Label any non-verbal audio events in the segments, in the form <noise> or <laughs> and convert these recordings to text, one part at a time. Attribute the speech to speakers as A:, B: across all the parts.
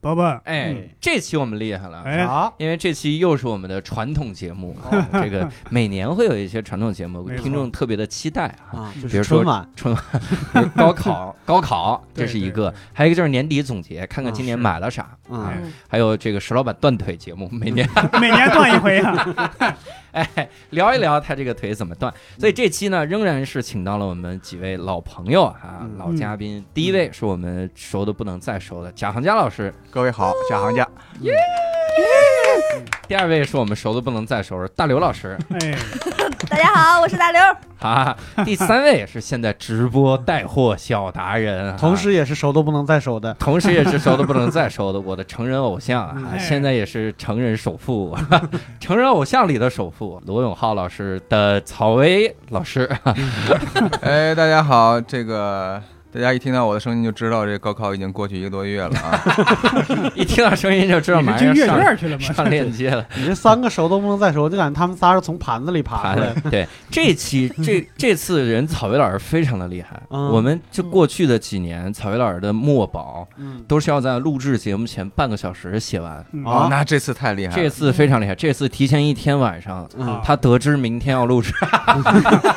A: 伯伯，
B: 哎，
C: 嗯
B: 这期我们厉害了。
A: 哎，
C: 啊，
B: 因为这期又是我们的传统节
A: <laughs>
B: 目，这个每年会有一些传统节目，
A: 没错
B: 听众特别的期待啊。
C: 啊，
B: 比如说
C: 春晚，
B: 比如高考，
A: <laughs>
B: 高考这是一
A: 对
B: 个
A: 对对，
B: 还有一个就是年底总结，看看今年
A: 啊是
B: 买了啥。
C: 嗯，
B: 还有这个石老板断腿节目，每年
A: 每年断一回啊！
B: <laughs> 哎聊一聊他这个腿怎么断。所以这期呢，仍然是请到了我们几位老朋友啊，
C: 嗯
B: 老嘉宾。第一位是我们熟的不能再熟的贾行家老师，
D: 各位好，贾行家，
B: 第二位是我们熟的不能再熟的大刘老师，
A: 哎，
E: <laughs> 大家好，我是大刘。
B: 哈、哈，第三位也是现在直播带货小达人，啊
C: 同时也是熟都不能再
B: <laughs>
C: 熟的，
B: 同时也是熟的不能再熟的，我的成人偶像啊，
A: 哎
B: 现在也是成人首富， <laughs> 哈哈成人偶像里的首富，罗永浩老师的草薇老师， <laughs>
D: 哎，大家好，这个大家一听到我的声音就知道，这高考已经过去一个多月了
F: <laughs>
D: 啊。
B: 一听到声音就知道
A: 你
B: 马
A: 是
B: 上要
A: 进月
B: 上
A: 院去了吗？
B: 上链接了。
C: 你这三个熟都不能再熟，就感觉他们仨是从盘子里爬
B: 啊
C: 出来的。
B: 对，这期这这次人草薇老师非常的厉害，
C: 嗯
B: 我们就过去的几年，草薇老师的墨宝
C: 嗯，
B: 都是要在录制节目前半个小时写完。
A: 嗯
C: 啊
D: 哦那这次太厉害了，
B: 这次非常厉害，这次提前一天晚上，
C: 嗯
B: 他得知明天要录制， <laughs>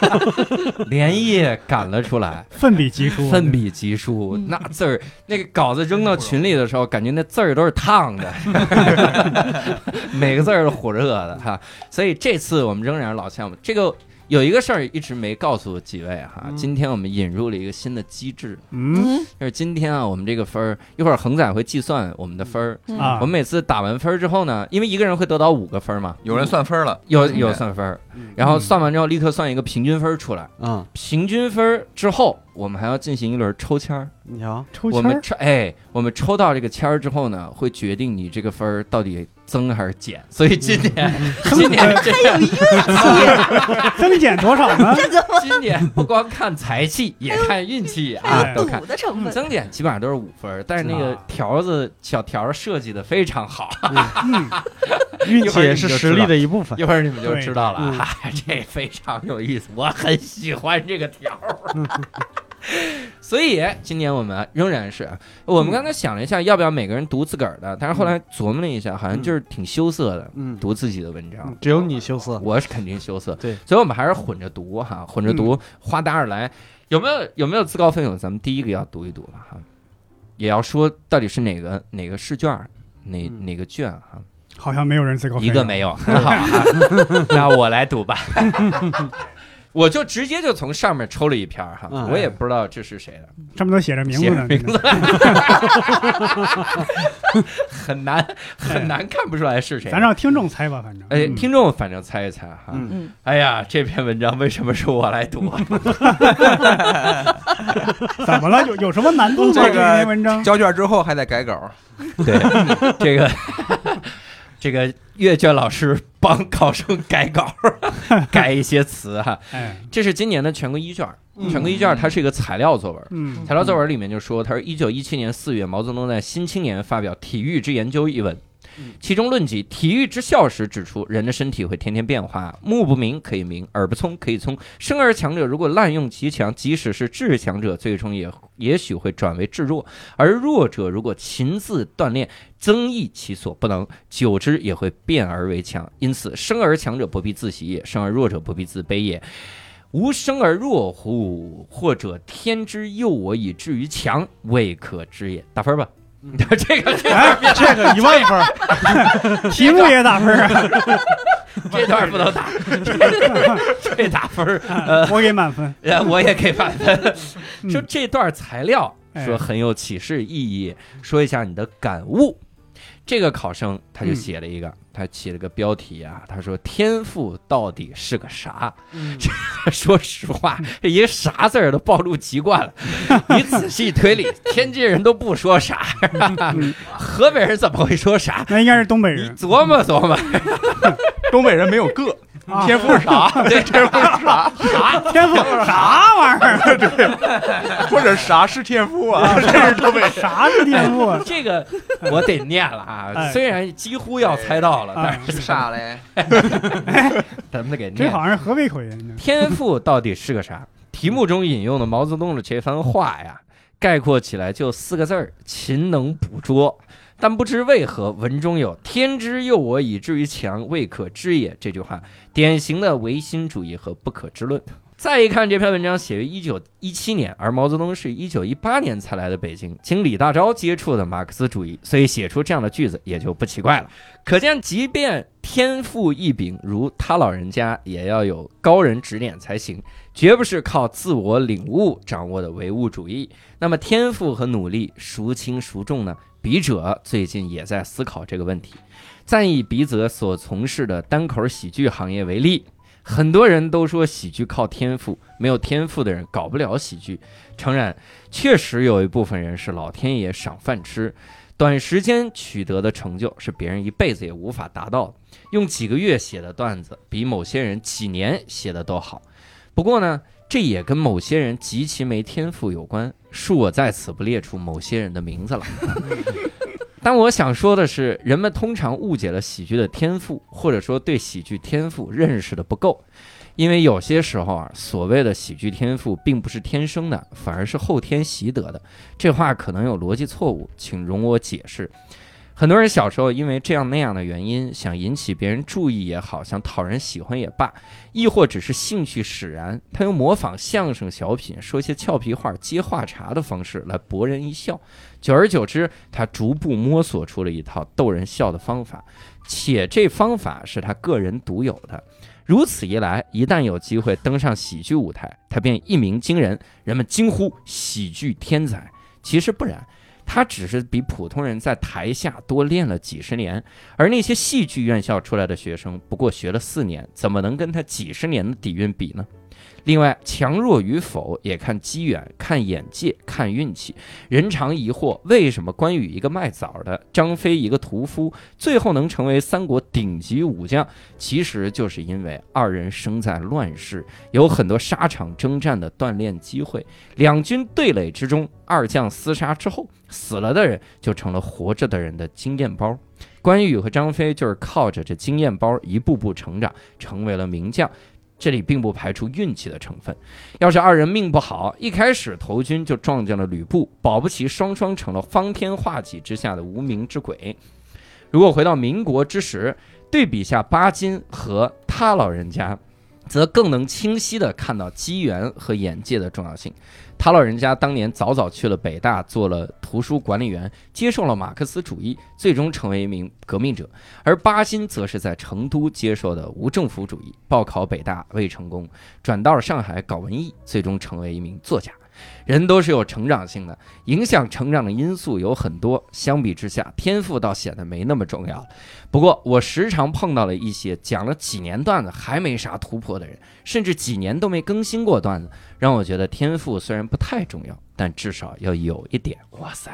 B: 连夜赶了出来，
A: 奋笔疾书，啊
B: 奋笔疾书，那字儿，那个稿子扔到群里的时候，感觉那字儿都是烫的，
C: <laughs>
B: <laughs> 每个字儿都火热的哈。所以这次我们仍然是老项目，这个有一个事儿一直没告诉几位哈，
C: 嗯
B: 今天我们引入了一个新的机制，
A: 嗯
B: 就是今天啊，我们这个分儿，一会儿恒仔会计算我们的分
C: 嗯
B: 儿。
E: 嗯
A: 啊，
B: 我们每次打完分儿之后呢，因为一个人会得到五个分儿嘛，
D: 有人算分了，
B: 有有算分儿
C: 嗯，
B: 然后算完之后立刻算一个平均分儿出来。
C: 嗯，
B: 平均分儿之后，我们还要进行一轮抽签儿。
C: 你瞧，
A: 抽
B: 我
A: 签
B: 们
A: 儿，
B: 抽哎，我们抽到这个签儿之后呢，会决定你这个分儿到底增还是减。所以今年，今年这
A: <laughs> 增减多少呢？
B: <laughs> 今年不光看财气，也看运气
A: 哎
B: 啊，
A: 呦
B: 都
E: 赌
B: 看。
E: 的成分，
B: 增减基本上都是五分儿，但是那个
A: 啊
B: 条子小条儿设计的非常好，
A: 嗯，
C: 运气也是实力的一部分。
B: 一会儿你们就知道了
C: 对嗯
B: 啊，这非常有意思，我很喜欢这个条儿。所以今年我们仍然是，我们刚才想了一下，要不要每个人读自个儿的，但是后来琢磨了一下，好像就是挺羞涩的，
C: 嗯，
B: 读自己的文章
C: 嗯。只有你羞涩。
B: 我是肯定羞涩，
C: 对，
B: 所以我们还是混着读哈，混着
C: 嗯
B: 读，花达而来，有没有有没有自告奋勇？咱们第一个要读一读了哈，也要说到底是哪个哪个试卷儿，哪
C: 嗯
B: 哪个卷哈，
A: 好像没有人自告奋
B: 一
A: 勇
B: 个没有，很好啊， <laughs> 那我来读吧， <laughs> 我就直接就从上面抽了一篇儿哈，
C: 嗯
B: 我也不知道这是谁的，
A: 上面都写着名字呢，
B: 写
A: 真
B: 名
A: 的
B: 很难很难看不出来是谁
A: 咱。让听众猜吧，反正。
B: 哎，
A: 嗯
B: 听众反正猜一猜哈。
C: 嗯
E: 嗯，
B: 哎呀，这篇文章为什么是我来读啊？
A: 怎么了？有有什么难度吗？
D: 这
A: 这
D: 个
A: 篇文章
D: 交卷之后还得改
F: <laughs>
D: 稿，
B: 对， <laughs> 这个这个阅卷老师帮考生改稿， <laughs> 改一些词哈。
A: 哎，
B: 这是今年的全国一卷儿，
C: 嗯
B: 全国一卷儿它是一个材料作文。
A: 嗯
B: 材料作文里面就说，他说一九一七年四月，毛泽东在《新青年》发表《体育之研究》一文
C: 嗯，
B: 其中论及体育之效时，指出人的身体会天天变化，目不明可以明，耳不聪可以聪。生而强者如果滥用其强，即使是至强者，最终也也许会转为至弱；而弱者如果勤自锻炼，增益其所不能，久之也会变而为强。因此，生而强者不必自喜也，生而弱者不必自卑也。吾生而弱乎？或者天之佑我以至于强，未可知也。打分吧。
C: 嗯
B: <laughs> 这个
A: 哎，
C: 这个一万分儿，
A: 题目也打分儿啊，
B: 这段不能
A: <laughs>
B: 打，这这打分儿，
A: 我给满
B: <laughs>
A: 分。
B: 呃我也给满分。
A: 嗯
B: 就这段材料
A: 哎
B: 说很有启示意义，说一下你的感悟。这个考生他就
A: 嗯
B: 写了一个，他起了个标题啊，他说天赋到底是个啥？ <laughs> 说实话，这一个啥字儿都暴露籍贯了。你仔细推理， <laughs> 天津人都不说啥，
A: 嗯
B: <laughs> 河北人怎么会说啥？
A: 那应该是东北
B: 你
A: 人，
B: 琢磨琢磨，
D: 东北人没有个，
A: 啊
C: 天赋是啥？
A: <laughs>
B: 对，这啊
A: 天赋
B: <laughs>
A: 啊啥玩意儿？
D: 或者啥是天赋 <laughs> 啊？
A: 啥是天赋
B: <laughs>
A: 啊？
B: 这个我得念了啊，
A: 哎
B: 虽然几乎要猜到了，
A: 啊
B: 但是
D: 啥嘞？
B: 咱们得给
A: 这
B: 念。
A: 好像是河北口音呢。
B: 天赋到底是个啥？题目中引用的毛泽东的这番话呀，概括起来就四个字儿：勤能捕捉。但不知为何，文中有“天之佑我以至于强，未可知也”这句话，典型的唯心主义和不可知论。再一看这篇文章写于一九一七年，而毛泽东是一九一八年才来的北京，经李大钊接触的马克思主义，所以写出这样的句子也就不奇怪了。可见，即便天赋异禀，如他老人家，也要有高人指点才行，绝不是靠自我领悟掌握的唯物主义。那么，天赋和努力孰轻孰重呢？笔者最近也在思考这个问题。再以笔者所从事的单口喜剧行业为例，很多人都说喜剧靠天赋，没有天赋的人搞不了喜剧。诚然，确实有一部分人是老天爷赏饭吃，短时间取得的成就是别人一辈子也无法达到的。用几个月写的段子，比某些人几年写的都好。不过呢，这也跟某些人极其没天赋有关，恕我在此不列出某些人的名字了。但我想说的是，人们通常误解了喜剧的天赋，或者说对喜剧天赋认识的不够。因为有些时候啊，所谓的喜剧天赋并不是天生的，反而是后天习得的。这话可能有逻辑错误，请容我解释。很多人小时候因为这样那样的原因，想引起别人注意也好，想讨人喜欢也罢，亦或只是兴趣使然，他用模仿相声、小品，说些俏皮话、接话茬的方式来博人一笑。久而久之，他逐步摸索出了一套逗人笑的方法，且这方法是他个人独有的。如此一来，一旦有机会登上喜剧舞台，他便一鸣惊人，人们惊呼“喜剧天才”。其实不然，他只是比普通人在台下多练了几十年，而那些戏剧院校出来的学生，不过学了四年，怎么能跟他几十年的底蕴比呢？另外，强弱与否也看机缘、看眼界、看运气。人常疑惑，为什么关羽一个卖枣的，张飞一个屠夫，最后能成为三国顶级武将？其实就是因为二人生在乱世，有很多沙场征战的锻炼机会。两军对垒之中，二将厮杀之后，死了的人就成了活着的人的经验包。关羽和张飞就是靠着这经验包一步步成长，成为了名将。这里并不排除运气的成分。要是二人命不好，一开始投军就撞见了吕布，保不齐双双成了方天画戟之下的无名之鬼。如果回到民国之时，对比下巴金和他老人家，则更能清晰地看到机缘和眼界的重要性。他老人家当年早早去了北大，做了图书管理员，接受了马克思主义，最终成为一名革命者；而巴金则是在成都接受的无政府主义，报考北大未成功，转到了上海搞文艺，最终成为一名作家。人都是有成长性的，影响成长的因素有很多。相比之下，天赋倒显得没那么重要了。不过，我时常碰到了一些讲了几年段子还没啥突破的人，甚至几年都没更新过段子，让我觉得天赋虽然不太重要，但至少要有一点。哇塞，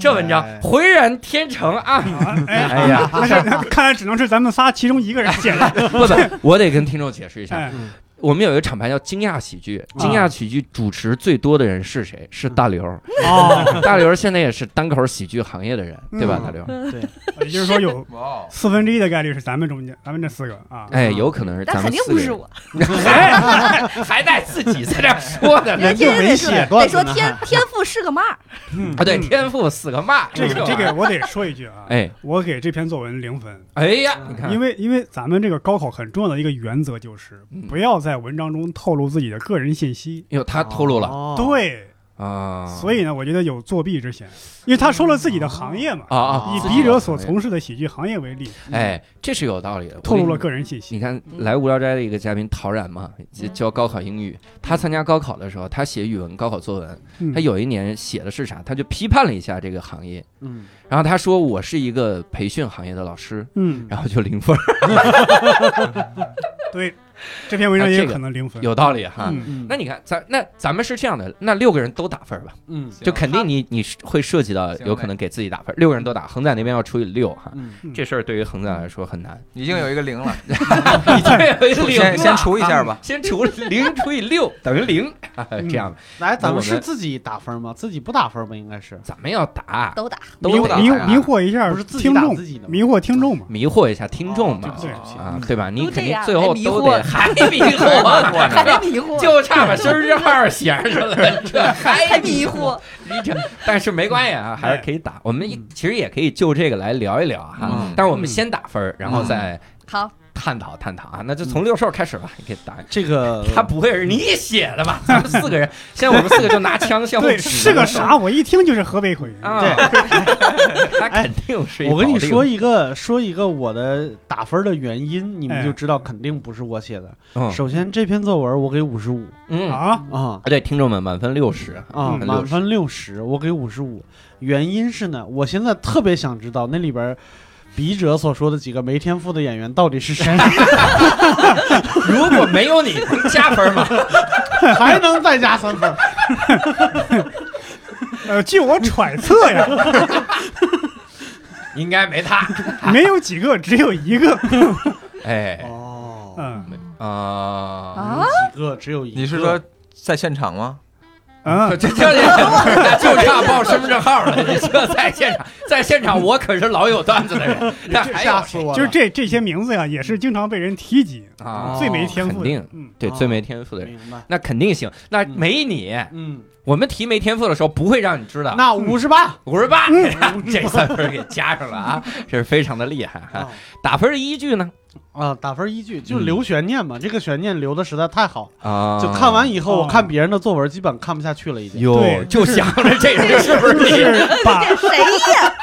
B: 这文章浑然天成啊！
A: 嗯哎
B: 呀，
A: 那是那看来只能是咱们仨其中一个人
B: <laughs>
A: 写的。
B: 不不，我得跟听众解释一下
A: 哎，
C: 嗯
A: 啊
B: 我们有一个厂牌叫惊讶喜剧，惊讶喜剧主持最多的人是
A: 嗯
B: 谁？是大刘。
C: 哦，
B: <laughs> 大刘现在也是单口喜剧行业的人，对吧？
C: 嗯
B: 大刘，
A: 也就是说，有
D: 哇，哦
A: 四分之一的概率是咱们中间，咱们这四个啊。
B: 哎，有可能是
E: 但
B: 咱
E: 肯
B: 们
E: 定
B: 四
E: 不
B: 个
E: 是
B: 人，
E: 我，
B: 还 <laughs> 还带自己在这儿说的呢
E: 因为
C: 人就
E: 天天
C: 没写段
E: 得说得
C: 子
E: 说
C: 呢，
E: 哦天天赋是个嘛儿，
B: 啊，对，天赋四个嘛，
A: 嗯这个
B: 吧
A: 这个，我得说一句啊，
B: 哎
A: 我给这篇作文零分，
B: 哎呀，你看，
A: 因为因为咱们这个高考很重要的一个原则就是
B: 嗯
A: 不要在文章中透露自己的个人信息。
B: 哟，他透露了
C: 了，
A: 对，
B: 啊，
A: 哦所以呢，我觉得有作弊之嫌，因为他说了自己的行业嘛，
B: 啊啊，
A: 以
B: 自己
A: 笔者
B: 的
A: 所
B: 行业，
A: 从事的喜剧行业为例，
B: 哎，这是有道理的，
A: 嗯透露
B: 我
A: 了
B: 跟
A: 个人信嗯息。
B: 你看，来无聊斋的一个嘉宾陶然嘛，就
A: 嗯
B: 教高考英语。他参加高考的时候，他写语文高考作文，
A: 嗯
B: 他有一年写的是啥？他就批判了一下这个行业，
C: 嗯，
B: 然后他说我是一个培训行业的老师，
A: 嗯，
B: 然后就零分儿。
A: 对，这篇文章
B: 啊
A: 也
B: 这
A: 有
B: 个
A: 可能零分。
B: 有道理啊哈。
A: 嗯，
C: 嗯
B: 那你看，咱那咱们是这样的，那六个人都打分吧，
C: 嗯
D: 行
A: 啊
B: 就肯定你你是会涉及到
D: 行
B: 有可能给自己打分，六个人都打，恒仔那边要除以六哈，
C: 嗯，
A: 嗯
B: 这事儿对于恒仔来说很难。
D: 已经有一个零
F: <laughs>
D: 了，
B: 已经
A: 哎
B: <laughs> 有一个零了
D: 先先除一下
F: 啊
D: 吧。
B: 先除零除以六等于零，这样
C: 来，
B: 那
C: 咱
B: 我
C: 们
B: 们
C: 是自己打分吗？自己不打分吧，应该是，
B: 咱们要打啊
E: 都打，
B: 都
A: 迷
B: 得
D: 打
A: 迷
D: 呀
A: 迷惑一下
C: 不是自己
A: 听
C: 打
A: 众
C: 自，己的吗？
A: 迷惑听众嘛。
B: 迷惑一下听众嘛
A: 哦对不起
B: 啊，对吧？你
E: 都这
B: 肯定
E: 样
B: 最后
E: 还迷
B: 都
E: 惑
B: 得还迷 <laughs> 惑，
E: 还迷惑，
B: 就差把生日号写上 <laughs> 了，这
E: 还
B: 还
E: 迷惑，
B: 你这，但是没关系啊，还是可以打。我们一其实也可以就这个来聊一聊啊哈
D: 嗯，
B: 但是我们先打分儿，然后再
E: 好，
B: 探讨探讨啊。那就从六兽开始吧，你可以打。
C: 这个
B: 他不会是你写的吧？咱们四个人，现在我们四个就拿枪相互
A: 对，
B: 指
A: 是个
B: 着
A: 啥？我一听就是河北口音。
B: 啊？ <laughs> 他肯定是。
C: 我跟你说，一个说一个我的打分的原因，你
A: 哎
C: 们就知道肯定不是我写的。
B: 嗯
C: 首先，这篇作文我给五十五
B: 嗯啊，
A: 啊，
C: 啊
B: 对，听众们满分六十
C: 啊，
A: 嗯
C: 满分六十，我给五十五。原因是呢，我现在特别想知道那里边笔者所说的几个没天赋的演员到底
A: <laughs>
C: 是谁，
B: 如果没有你加分吗？
C: 还能再加三分。
A: 呃，据我揣测呀，
B: 应该没他。
A: 没有几个，只有一个。
B: 哎
C: 哦，
A: 嗯
B: 啊，
E: 啊，
C: 几个只有一个。
D: 你是说在现场吗？
A: 嗯，
B: 这这这就差报身份证号了。你这在现场，在现场我可是老有段子的人，那还
C: 吓
B: 有
C: 死
A: <laughs>
C: 我了？
A: 就是这这些名字呀，也是经常被人提及，
B: 啊？
A: 最没天赋
B: 肯
A: 的
B: 定。
A: 嗯，
B: 对，最没天赋的人。
C: 明白。
B: 那肯定行，那没你，
C: 嗯，
B: 我们提没天赋的时候不会让你知道。
C: 那五十八。
B: 五十八， <laughs> 这三分给加上了啊，这是非常的厉害哈。
C: 啊
B: 打分的依据呢？
C: 啊，打分依据就
B: 嗯
C: 留悬念嘛，这个悬念留的实在太好，
B: 啊
C: 就看完以后，我
A: 哦
C: 看别人的作文基本看不下去了，已经。
B: 哟，
A: 对
B: 就想着这人是不
A: 就
B: 你？
A: 是是把
E: 这谁呀？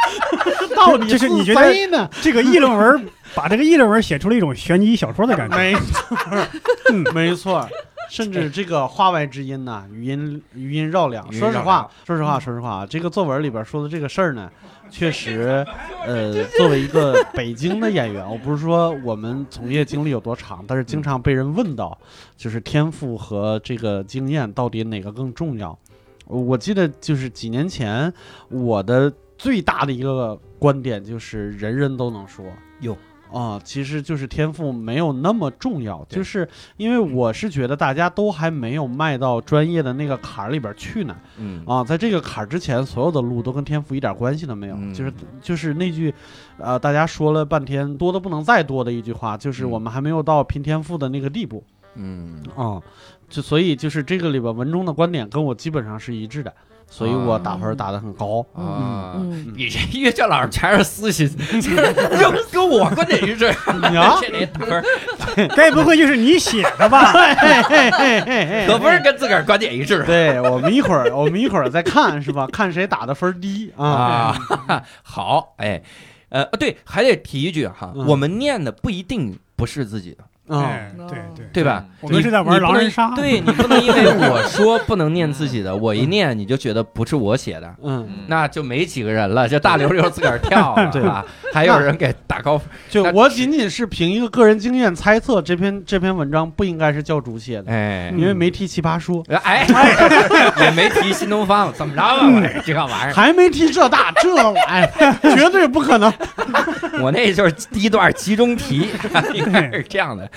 C: 到底
A: 就是你觉得
C: 谁呢？
A: 这个议论文，把这个议论文写出了一种悬疑小说的感觉。
C: 没错儿，嗯 <laughs> 没错儿。甚至这个话外之音呐、语音语音绕梁。
B: 语音
C: 说实
B: 绕
C: 话，说实话，说实话啊，这个作文里边说的这个事儿呢，确实， <laughs> 呃，作为一个北京的演员，我不是说我们从业经历有多长，但是经常被人问到，就是天赋和这个经验到底哪个更重要？我记得就是几年前我的最大的一个观点就是人人都能说。
B: 哟
C: 啊、其实就是天赋没有那么重要，
B: 对
C: 就是因为我是觉得大家都还没有迈到专业的那个坎儿里边去呢。
B: 嗯
C: 啊，在这个坎儿之前，所有的路都跟天赋一点关系都没有。
B: 嗯
C: 就是就是那句，呃，大家说了半天多的不能再多的一句话，就是
B: 嗯
C: 我们还没有到拼天赋的那个地步
B: 嗯，
C: 啊、就所以就是这个里边文中的观点跟我基本上是一致的，所以我打分打得
B: <laughs>
C: 很高。
B: 啊，
E: 嗯
B: 比这阅卷老师全是私心，就跟我观点一致。
C: <laughs>
A: 啊
C: 呀
B: <laughs> 这得打分，
A: 该不会就是你写的吧？
C: <laughs> 嘿嘿嘿嘿嘿
B: 可不是跟自个儿观点一致
C: 对我们一会儿，我们一会儿再看 <laughs> 是吧？看谁打的分儿低啊？
B: 啊。 <laughs> 好，哎，呃，对，还得提一句哈，
C: 嗯
B: 我们念的不一定不是自己的，
C: 嗯，
A: 哎对对
B: 对吧？
A: 我们
B: 你
A: 是在玩
B: 你不
A: 狼
B: 能
A: 人杀嗯
B: 对你不能因
A: <laughs>
B: 为我说不能念自己的，我一念你就觉得不是我写的，
C: 嗯，
B: 那就没几个人了，就大溜溜自个儿跳
A: <laughs>
B: 了，
C: 对
B: 吧？还有人给打高分，
C: 就
B: 那
C: 我仅仅是凭一个个人经验猜测，这篇这篇文章不应该是教主写的，
B: 哎。
C: 嗯因为没提奇葩说，
B: 哎，也没提新东方，怎么着吧？啊我这个玩意
C: 还没提浙大，这 <laughs> 玩意儿绝对不可能。
B: 儿，我那就是第一段集中题，应该是这样的。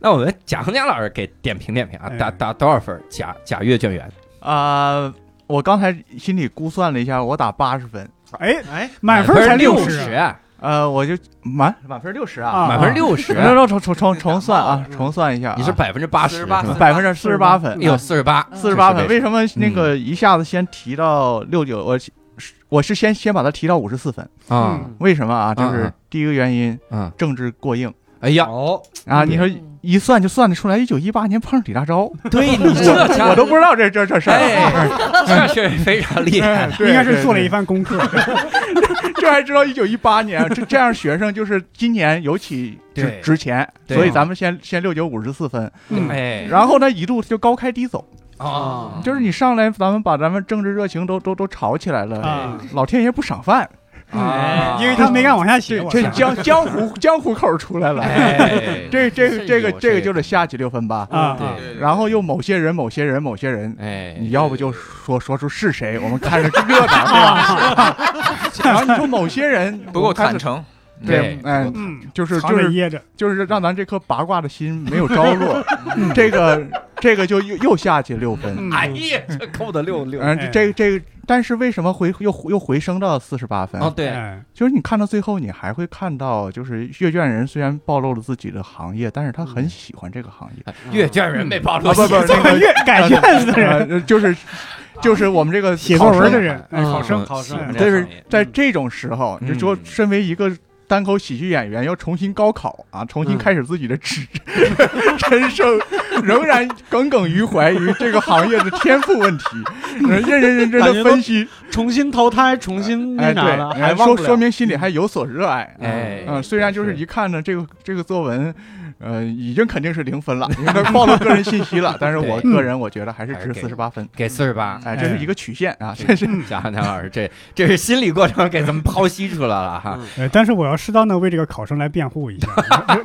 B: 那我们贾恒江老师给点评点评啊，打打多少分？贾贾阅卷员
F: 啊、我刚才心里估算了一下，我打八十分，
A: 哎，
C: 哎，
A: 满分才
B: 六
A: 十，
F: 呃，我就满满分六十啊，
A: 啊
B: 满分六十，
F: 然后重重重重算啊，重算一下啊、
B: 你是百分之八十，
D: 48
F: 百分
A: 啊
F: 之四十八分，
B: 有四十八，
F: 嗯
B: 嗯
F: 四十八
B: 这
F: 分，
B: 是
F: 为什么那个一下子先提到六九？我是我是先先把它提到五十四分，
B: 啊，
F: 为什么啊？就
B: 嗯
F: 是
B: 嗯
F: 第一个原因，
B: 嗯，
F: 政治过硬
B: 哎呀，
C: 哦，
F: 啊，
B: 嗯
F: 你说。一算就算得出来，一九一八年碰上李大钊，
B: 对
A: 嗯
B: 你这
F: 我都不知道这这这事儿，啊 <laughs>
B: 哎，这确实非常厉害
F: 哎，对
A: 应该是
F: 对
A: 做了
F: 对
A: 一番功课。
F: 这还知道一九一八年，这这样学生就是今年尤其
B: 对
F: 值值钱，
B: 对
F: 所以咱们先先六九五十四分，
A: 嗯
B: 哎，
F: 然后呢一度就高开低走，
B: 啊，
F: 就是你上来咱们把咱们政治热情都都都炒起来了，
A: 啊
F: 老天爷不赏饭，
D: 啊，
A: 因
B: <laughs>
A: 为
B: 哎
A: 他没敢往下写。我
F: 这
A: 想
F: 江江湖江湖口出来了。
B: 哎，
F: <laughs> 这这
D: 这
F: 这
D: 有
F: 个
D: 这
F: 这
D: 个
F: 个就得下去六分八，
A: 啊啊
B: 对，
F: 然后又某些人某些人某些人，
B: 哎，
F: 你要不就说说出是谁，我们看着热
D: <laughs>
F: 闹，对吧？ <laughs> 然后你说某些人
D: 不够坦，
F: 我
D: 诚，
F: 们看着对，哎，
A: 嗯，
F: 就是
A: 藏
F: 就
A: 着
F: 是
A: 掖着，
F: 就是让咱这颗八卦的心没有着落，这个这个就又又下去六分， <laughs>
A: 嗯哎
B: 哎呀，这扣的六六。
F: 嗯，这个这个，但是为什么回又又回升到四十八分？
B: 哦，对，
A: 哎
F: 就是你看到最后，你还会看到，就是阅卷人虽然暴露了自己的行业，但是他
C: 嗯
F: 很喜欢这个行业。
B: 阅卷人被暴露
F: 啊
B: <laughs>
F: 不不，那个
A: 越改卷子的人，
F: 呃，
A: <laughs>
F: 就是就是我们这个
A: 写作
F: 考
A: 文
F: 生
A: 的人，
C: 嗯
A: 考生，
B: 考生
A: 嗯
B: 这个
F: 但是
B: 行
D: <laughs>
B: 业
F: 在这种时候，
B: 嗯
F: 你说身为一个单口喜剧演员，要重新高考啊，重
C: 嗯
F: 新开始自己的职 <laughs> 人生，仍然耿耿于怀于这个行业的天赋问题，
C: <laughs>
F: 认认真真
C: 感觉
F: 的
C: 都
F: 分析，
C: 重新投胎，重新那
F: 哎，
C: 啥了，
F: 对，
C: 还
F: 哎
C: 忘
F: 说
C: 不了嗯
F: 说明心里还有所热爱。
B: 哎，
F: 嗯，虽然就是一看呢，这个这个作文，呃，已经肯定是零分了，因为它暴露个人信息了。但是我
B: 对
F: 个人我觉得嗯还是
B: 还是
F: 值
B: 给
F: 四十八分，
B: 给四十 <laughs> 八，
F: 哎，这是一个曲线啊，
B: 嗯
F: 这是
B: 贾汉强老师，这这是心理过程给咱们剖析出来了哈。
A: 呃，但是我要适当的为这个考生来辩护一下，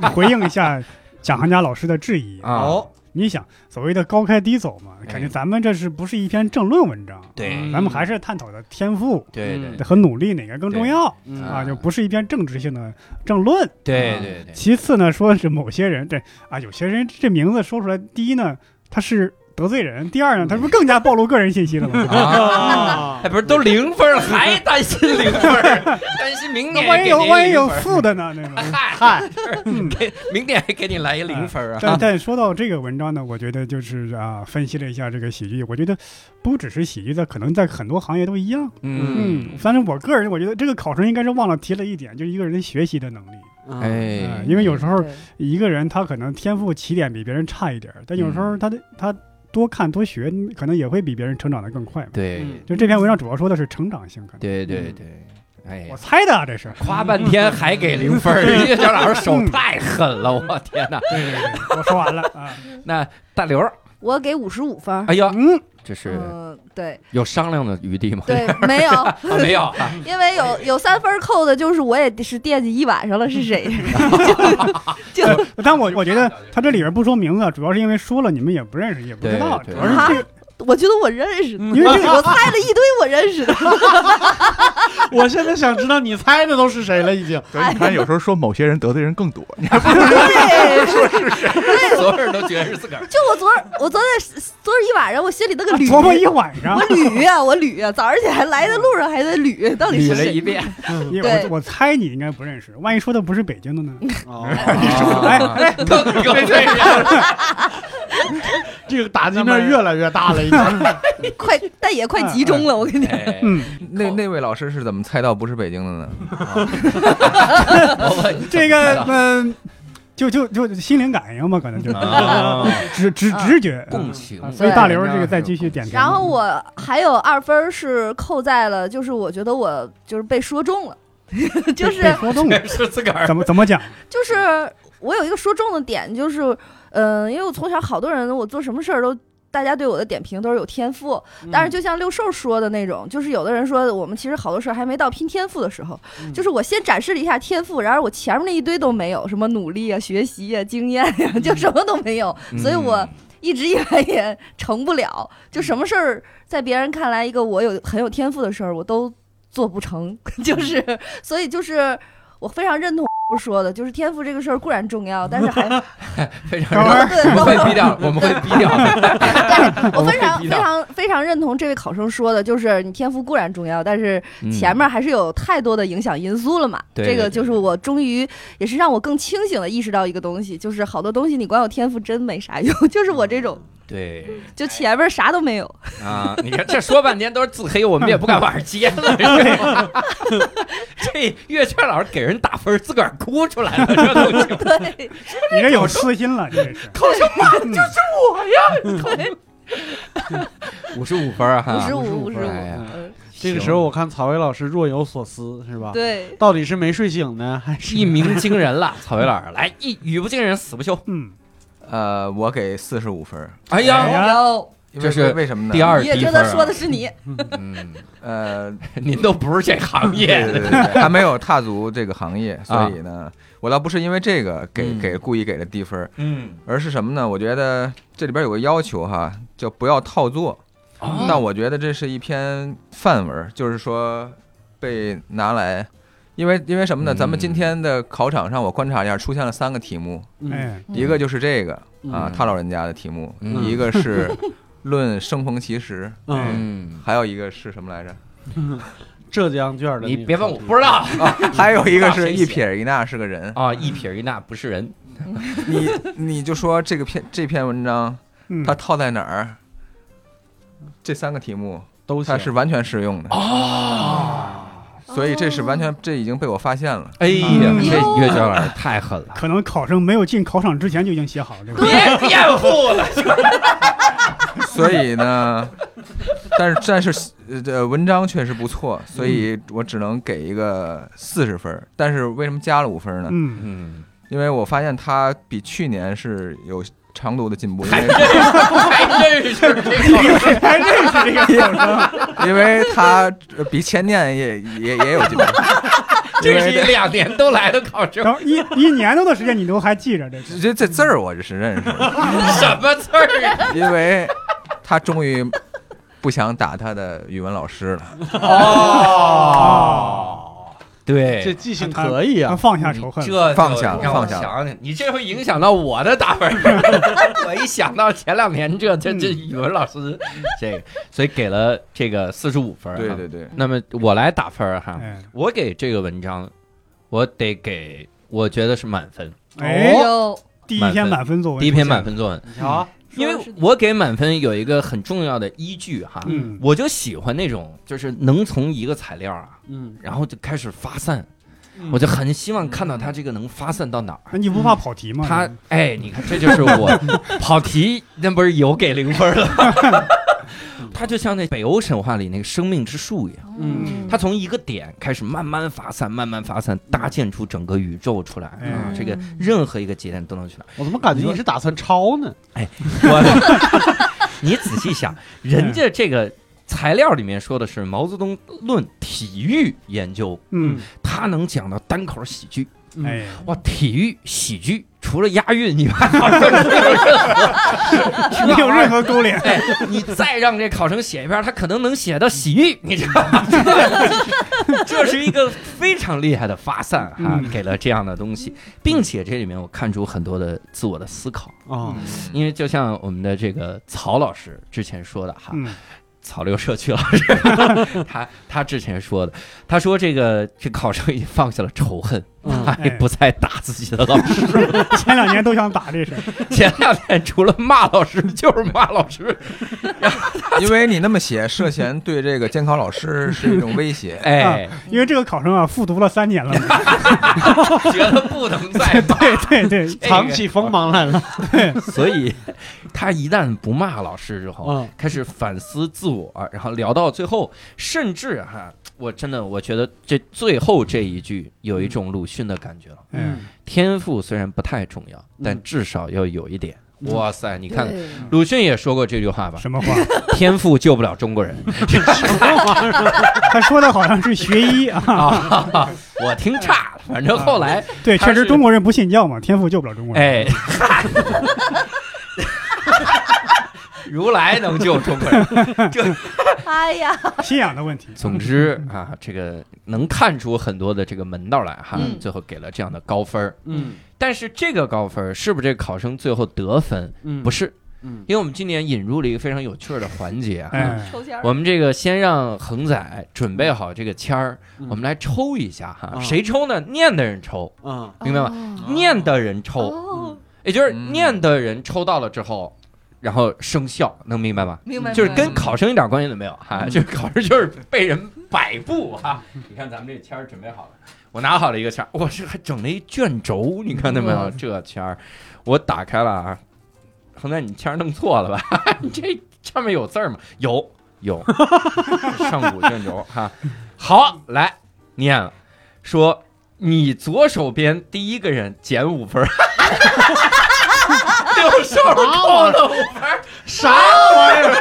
A: 我回应一下蒋行家老师的质疑。
B: 啊，
C: 哦，
A: 你想，所谓的高开低走嘛，感觉咱们这是不是一篇政论文章？
B: 对
A: 咱们还是探讨的天赋
B: 对对
A: 和努力哪个更重要
C: 嗯
B: 啊
C: <laughs>
A: 啊，就不是一篇政治性的政论。
B: 对对 <laughs> 对，
A: 其次呢，说是某些人，对啊，有些人这名字说出来，第一呢，他是得罪人；第二呢，他不是更加暴露个人信息了吗？
B: <laughs>
C: 啊
B: 哎，不是都零分了，还担心零分
A: <laughs>
B: 儿，担心明
A: 那
B: 年
A: 万一有
B: 给您
A: 万一有
B: 零
A: 嗯
B: 分儿啊
A: 负的呢？
B: <laughs>
A: 那个，
B: 嗨，给明年还给你来一零分儿啊
A: 但！但说到这个文章呢，我觉得就是啊，分析了一下这个喜剧，我觉得不只是喜剧的，可能在很多行业都一样。
B: 嗯，
A: 反正我个人我觉得这个考生应该是忘了提了一点，就是一个人的学习的能力。
B: 哎
A: 嗯，因为有时候
E: 对
A: 一个人他可能天赋起点比别人差一点儿，但有时候他的、他多看多学，可能也会比别人成长的更快嘛。
B: 对
C: 嗯
A: 就这篇文章主要说的是成长性，可能
B: 对对对，哎
A: 嗯我。嗯猜的啊，这是。
B: 夸半天还给零分儿，这小老师手太狠了，我天哪！
A: 对对对，我说完了啊。
B: 那大刘儿，
E: 我给五十五分儿。
B: 哎呀，
A: 嗯，
B: 这是
E: 嗯，对
B: <laughs> 有商量的余地吗？
E: 对，没有，
B: 啊，没有，
E: 因为有有三分扣的，就是我也是惦记一晚上了是谁， <laughs> 就就
A: 但我我觉得他这里边不说名字啊，主要是因为说了你们也不认识，也不知
B: 对
A: 道，
B: 对
A: 主要是这个
E: 啊我觉得我认识的，
C: 嗯
A: 因为这个
E: 我猜了一堆我认识的，
C: 我现在想知道你猜的都是谁了，已经。
F: 所以你看，有时候说某些人得罪人更多。
E: 对，
B: 所有人都觉得是自个
F: <laughs>
B: 儿。
E: 就我昨儿我昨天昨儿一晚上，我心里那个捋
A: 琢磨一晚上
E: 我，捋呀、我捋呀、早上起来来的路上还在捋，到底
B: 捋
E: 是
B: 了一
E: 谁？ <laughs>
B: 遍，
C: 嗯 <laughs>
A: 你
E: 对
A: 我我猜你应该不认识，万一说的不是北京的呢？
C: 哦，
A: 哎哎，
B: 更更这样。
C: 这个打击面越来越大了，已经。
E: 快，但也快集中了，我跟你。
B: 哎
A: <laughs> 嗯，
D: 那那位老师是怎么猜到不是北京的呢？
B: 我问你
A: 这个嗯，就就就心灵感应嘛，可能就是 <laughs>
B: 啊
A: 直直直觉。
B: 共情
A: 啊，所以大刘这个再继续
B: <laughs>
A: 点评。
E: <laughs> 嗯然后我还有二分儿是扣在了，就是我觉得我就是被说中了，就
A: 被
E: 是
A: 被说动了，
B: 是自个儿
A: <laughs> 怎么怎么讲？
E: 就是我有一个说中的点，就是嗯、呃因为我从小好多人，我做什么事儿都。大家对我的点评都是有天赋，
B: 嗯
E: 但是就像六兽说的那种，就是有的人说我们其实好多事儿还没到拼天赋的时候，
C: 嗯
E: 就是我先展示了一下天赋，然而我前面那一堆都没有，什么努力啊、学习啊、经验呀、
B: 嗯
E: 就什么都没有， <laughs> 所以我一直以来也成不了，就什么事儿在别人看来一个我有很有天赋的事儿，我都做不成， <laughs> 就是所以就是我非常认同不说的，就是天赋这个事儿固然重要，但
B: <laughs>
E: 是还
B: 非常
A: 高二
E: 对
B: 我们会逼掉，我们会逼掉的。
E: 我非常
B: 我会
E: 非
B: 逼的
E: 常非常认同这位考生说的，就是你天赋固然重要，但是前面还是有太多的影响因素了嘛。
B: 嗯对
E: 这
B: 对
E: 个
B: 对
E: 就是我终于也是让我更清醒的意识到一个东西，就是好多东西你光有天赋真没啥用， <laughs> 就是我这种
B: 对
E: 就前面啥都没有，
B: <laughs> 啊，你看这说半天都是自黑，我们也不敢往上接了。是吧 <laughs> 这阅卷老师给人打分，自个儿哭出来了，这都行
A: <laughs>
E: 对。
A: 你这有私心了，你这啊是。
B: 考什 <laughs> 么？就是我呀！ <laughs> 五十五分儿哈，
E: 五十
C: 55
E: 五，五十
C: 分
E: 五，
B: 哎呀
E: 嗯
C: 这个时候，我看曹巍老师若有所思，是吧？
E: 对，
C: 到底是没睡醒呢，还是
B: 一鸣惊人了，草莓老师来一语不惊人死不休。
A: 嗯，
D: 呃，我给四十五分儿，
B: 哎呀，
A: 呀
E: 有
D: 因为
B: 这是
D: 为什么呢？
B: 第二
E: 你也
B: 低
E: 觉
B: 分
E: 得说
B: 啊，
E: 的是你，
D: 嗯，
B: <laughs>
D: 呃，
B: 您都不是这行
D: 对
B: 业
D: 对
B: 的，
D: 对对，还没有踏足这个行业，所以呢，我倒不是因为这个给
B: 啊嗯
D: 给故意给的低分儿，
B: 嗯，
D: 而是什么呢？我觉得这里边有个要求哈，叫不要套作。
B: 嗯哦
D: 但我觉得这是一篇范文，就是说被拿来，因为因为什么呢？
B: 嗯
D: 咱们今天的考场上，我观察一下，出现了三个题目，
C: 嗯
A: 哎，
D: 一个就是这个
C: 嗯
D: 啊，他老人家的题目，
B: 嗯
D: 一个是论生逢其时，
A: 哎
C: 嗯，
B: 嗯，
D: 还有一个是什么来着？
C: 浙江卷的那个考题，
B: 你别问我，不知道
D: 啊，还有一个是一撇一捺是
B: <laughs>
D: 个人。
B: 啊，一撇一捺不是人，
D: 你你就说这个篇这篇文章
A: 嗯
D: 它套在哪儿？这三个题目
C: 都
D: 它
C: 行
D: 是完全适用的哦，所以这是完全这已经被我发现了。
B: 哎呀，
A: 嗯
B: 这岳教老师太狠了，
A: 可能考生没有进考场之前就已经写好了这个。
B: 别辩护了，
D: 所以呢，但是但是呃，这文章确实不错，所以我只能给一个四十分儿。但是为什么加了五分儿呢？
B: <laughs>
A: 嗯，
B: 嗯，
D: 因为我发现它比去年是有长足的进步，因为
B: 还真是这个，
A: 还认识哎这个考生，
D: 因为它呃比前年也也也有进步。因
B: 这是一
D: 为
B: 两年都来的考生，
A: 然后一一年多的时间你都还记着这个。
D: 这这这字儿我这是认识的，
B: 什么字儿？
D: 因为他终于不想打他的语文老师了。
B: 啊
A: 哦，
B: 对
C: 这记性可以
A: 他
C: 啊，
A: 放下仇恨了。
B: 这
D: 放下了
B: 让我
D: 放下了
B: 想想，你这会影响到我的打分儿。 <laughs> 我一想到前两年这这这语文老师这个，所以给了这个四十五分儿哈。
D: 对对对，
B: 那么我来打分儿哈，
A: 哎
B: 我给这个文章，我得给，我觉得是满分，
A: 哎
E: 哎，
B: 哦
E: 呦，
A: 第一篇满分作文，
B: 第一篇满，分作文，
C: 你瞧，
B: 因为我给满分有一个很重要的依据哈，
A: 嗯
B: 我就喜欢那种就是能从一个材料啊，
C: 嗯，
B: 然后就开始发散，我就很希望看到它这个能发散到哪儿。
A: 那你不怕跑题吗？
B: 他哎，你看，这就是
C: 嗯
B: 我跑题，那不是有给零分了？ <laughs> 他就像那北欧神话里那个生命之树一样，
C: 嗯
B: 他从一个点开始慢慢发散，慢慢发散，搭建出整个宇宙出来啊！
A: 嗯
B: 这个任何一个节点都能去哪儿？
C: 我怎么感觉你是打算抄呢？
B: 我， <laughs> 你仔细想，人家这个材料里面说的是毛泽东论体育研究，
A: 嗯，
B: 他能讲到单口喜剧，
C: 嗯
A: 哎，
B: 哇，体育喜剧除了押韵以外，好像没有任何，
A: 没有任何勾
B: <laughs>
A: 连。
B: 哎，你再让这考生写一篇，他可能能写到洗浴，你知道吗？ <laughs> 这是一个非常厉害的发散哈、
A: 嗯
B: 给了这样的东西，并且这里面我看出很多的自我的思考，
C: 啊，
D: 嗯
B: 因为就像我们的这个曹老师之前说的哈，
A: 嗯，
B: 草榴社区老师，他他之前说的，他说这个这考生已经放下了仇恨，
C: 嗯
B: 他也
A: 哎
B: 不再打自己的老师。
A: 前两年都想打这事儿，
B: 前两天除了骂老师就是骂老师，
A: 啊
D: 因为你那么写，涉嫌对这个监考老师是一种威胁。
B: 哎，
A: 因为这个考生啊复读了三年了。
B: <laughs> 觉得不能再
A: <laughs>
B: 骂。
A: 对对对，
C: 藏起锋芒来了，
B: 所以他一旦不骂老师之后，
C: 嗯
B: 开始反思自我，然后聊到最后，甚至哈，我真的我觉得这最后这一句有一种鲁迅的感觉了。
A: 嗯，
B: 天赋虽然不太重要，但至少要有一点。
C: 嗯
B: 哇塞，你
E: 你
B: 看鲁迅也说过这句话吧？
A: 什么话？
B: 天赋救不了中国人 <laughs>
A: 他说的好像是学医啊。
B: 啊！我听差了，反正后来
A: 对，
B: 他
A: 确实
B: 是
A: 中国人不信教嘛，天赋救不了中国人。
B: 哎， <laughs> 如来能救中国人。
E: 哎呀，
A: 信仰的问题。
B: 总之啊，这个能看出很多的这个门道来哈，
E: 嗯
B: 最后给了这样的高分儿。
C: 嗯
B: 但是这个高分儿是不是这个考生最后得分？
C: 嗯，
B: 不
C: 是，
B: 是，
C: 嗯
B: 因为我们今年引入了一个非常有趣儿的环节啊。
A: 哎，
E: 抽签儿
B: 我们这个先让恒仔准备好这个签儿，
C: 嗯
B: 我们来抽一下哈。
C: 啊
B: 谁抽呢？念的人抽，
C: 嗯
B: 明白吗？
E: 吗？
B: 念的人抽，
E: 哦，
B: 也就是
D: 嗯
B: 念的人抽到了之后，然后生效，能明白吗？
E: 明
C: 嗯
E: 白，
B: 就是
E: 明白
B: 跟考生一点关系都没有哈、就是考生就是被人摆布哈、你看咱们这签儿准备好了，我拿好了一个签儿，我这还整了一卷轴，你看到没有？
C: 嗯
B: 这签儿我打开了啊，恒仔你签儿弄错了吧？ <laughs> 你这上面有字儿吗？有
C: <laughs>
B: 有，上古卷轴哈、好，来念了，说你左手边第一个
C: 啊
B: 人减五分儿。六手扣了五分儿，
C: 啥玩意儿？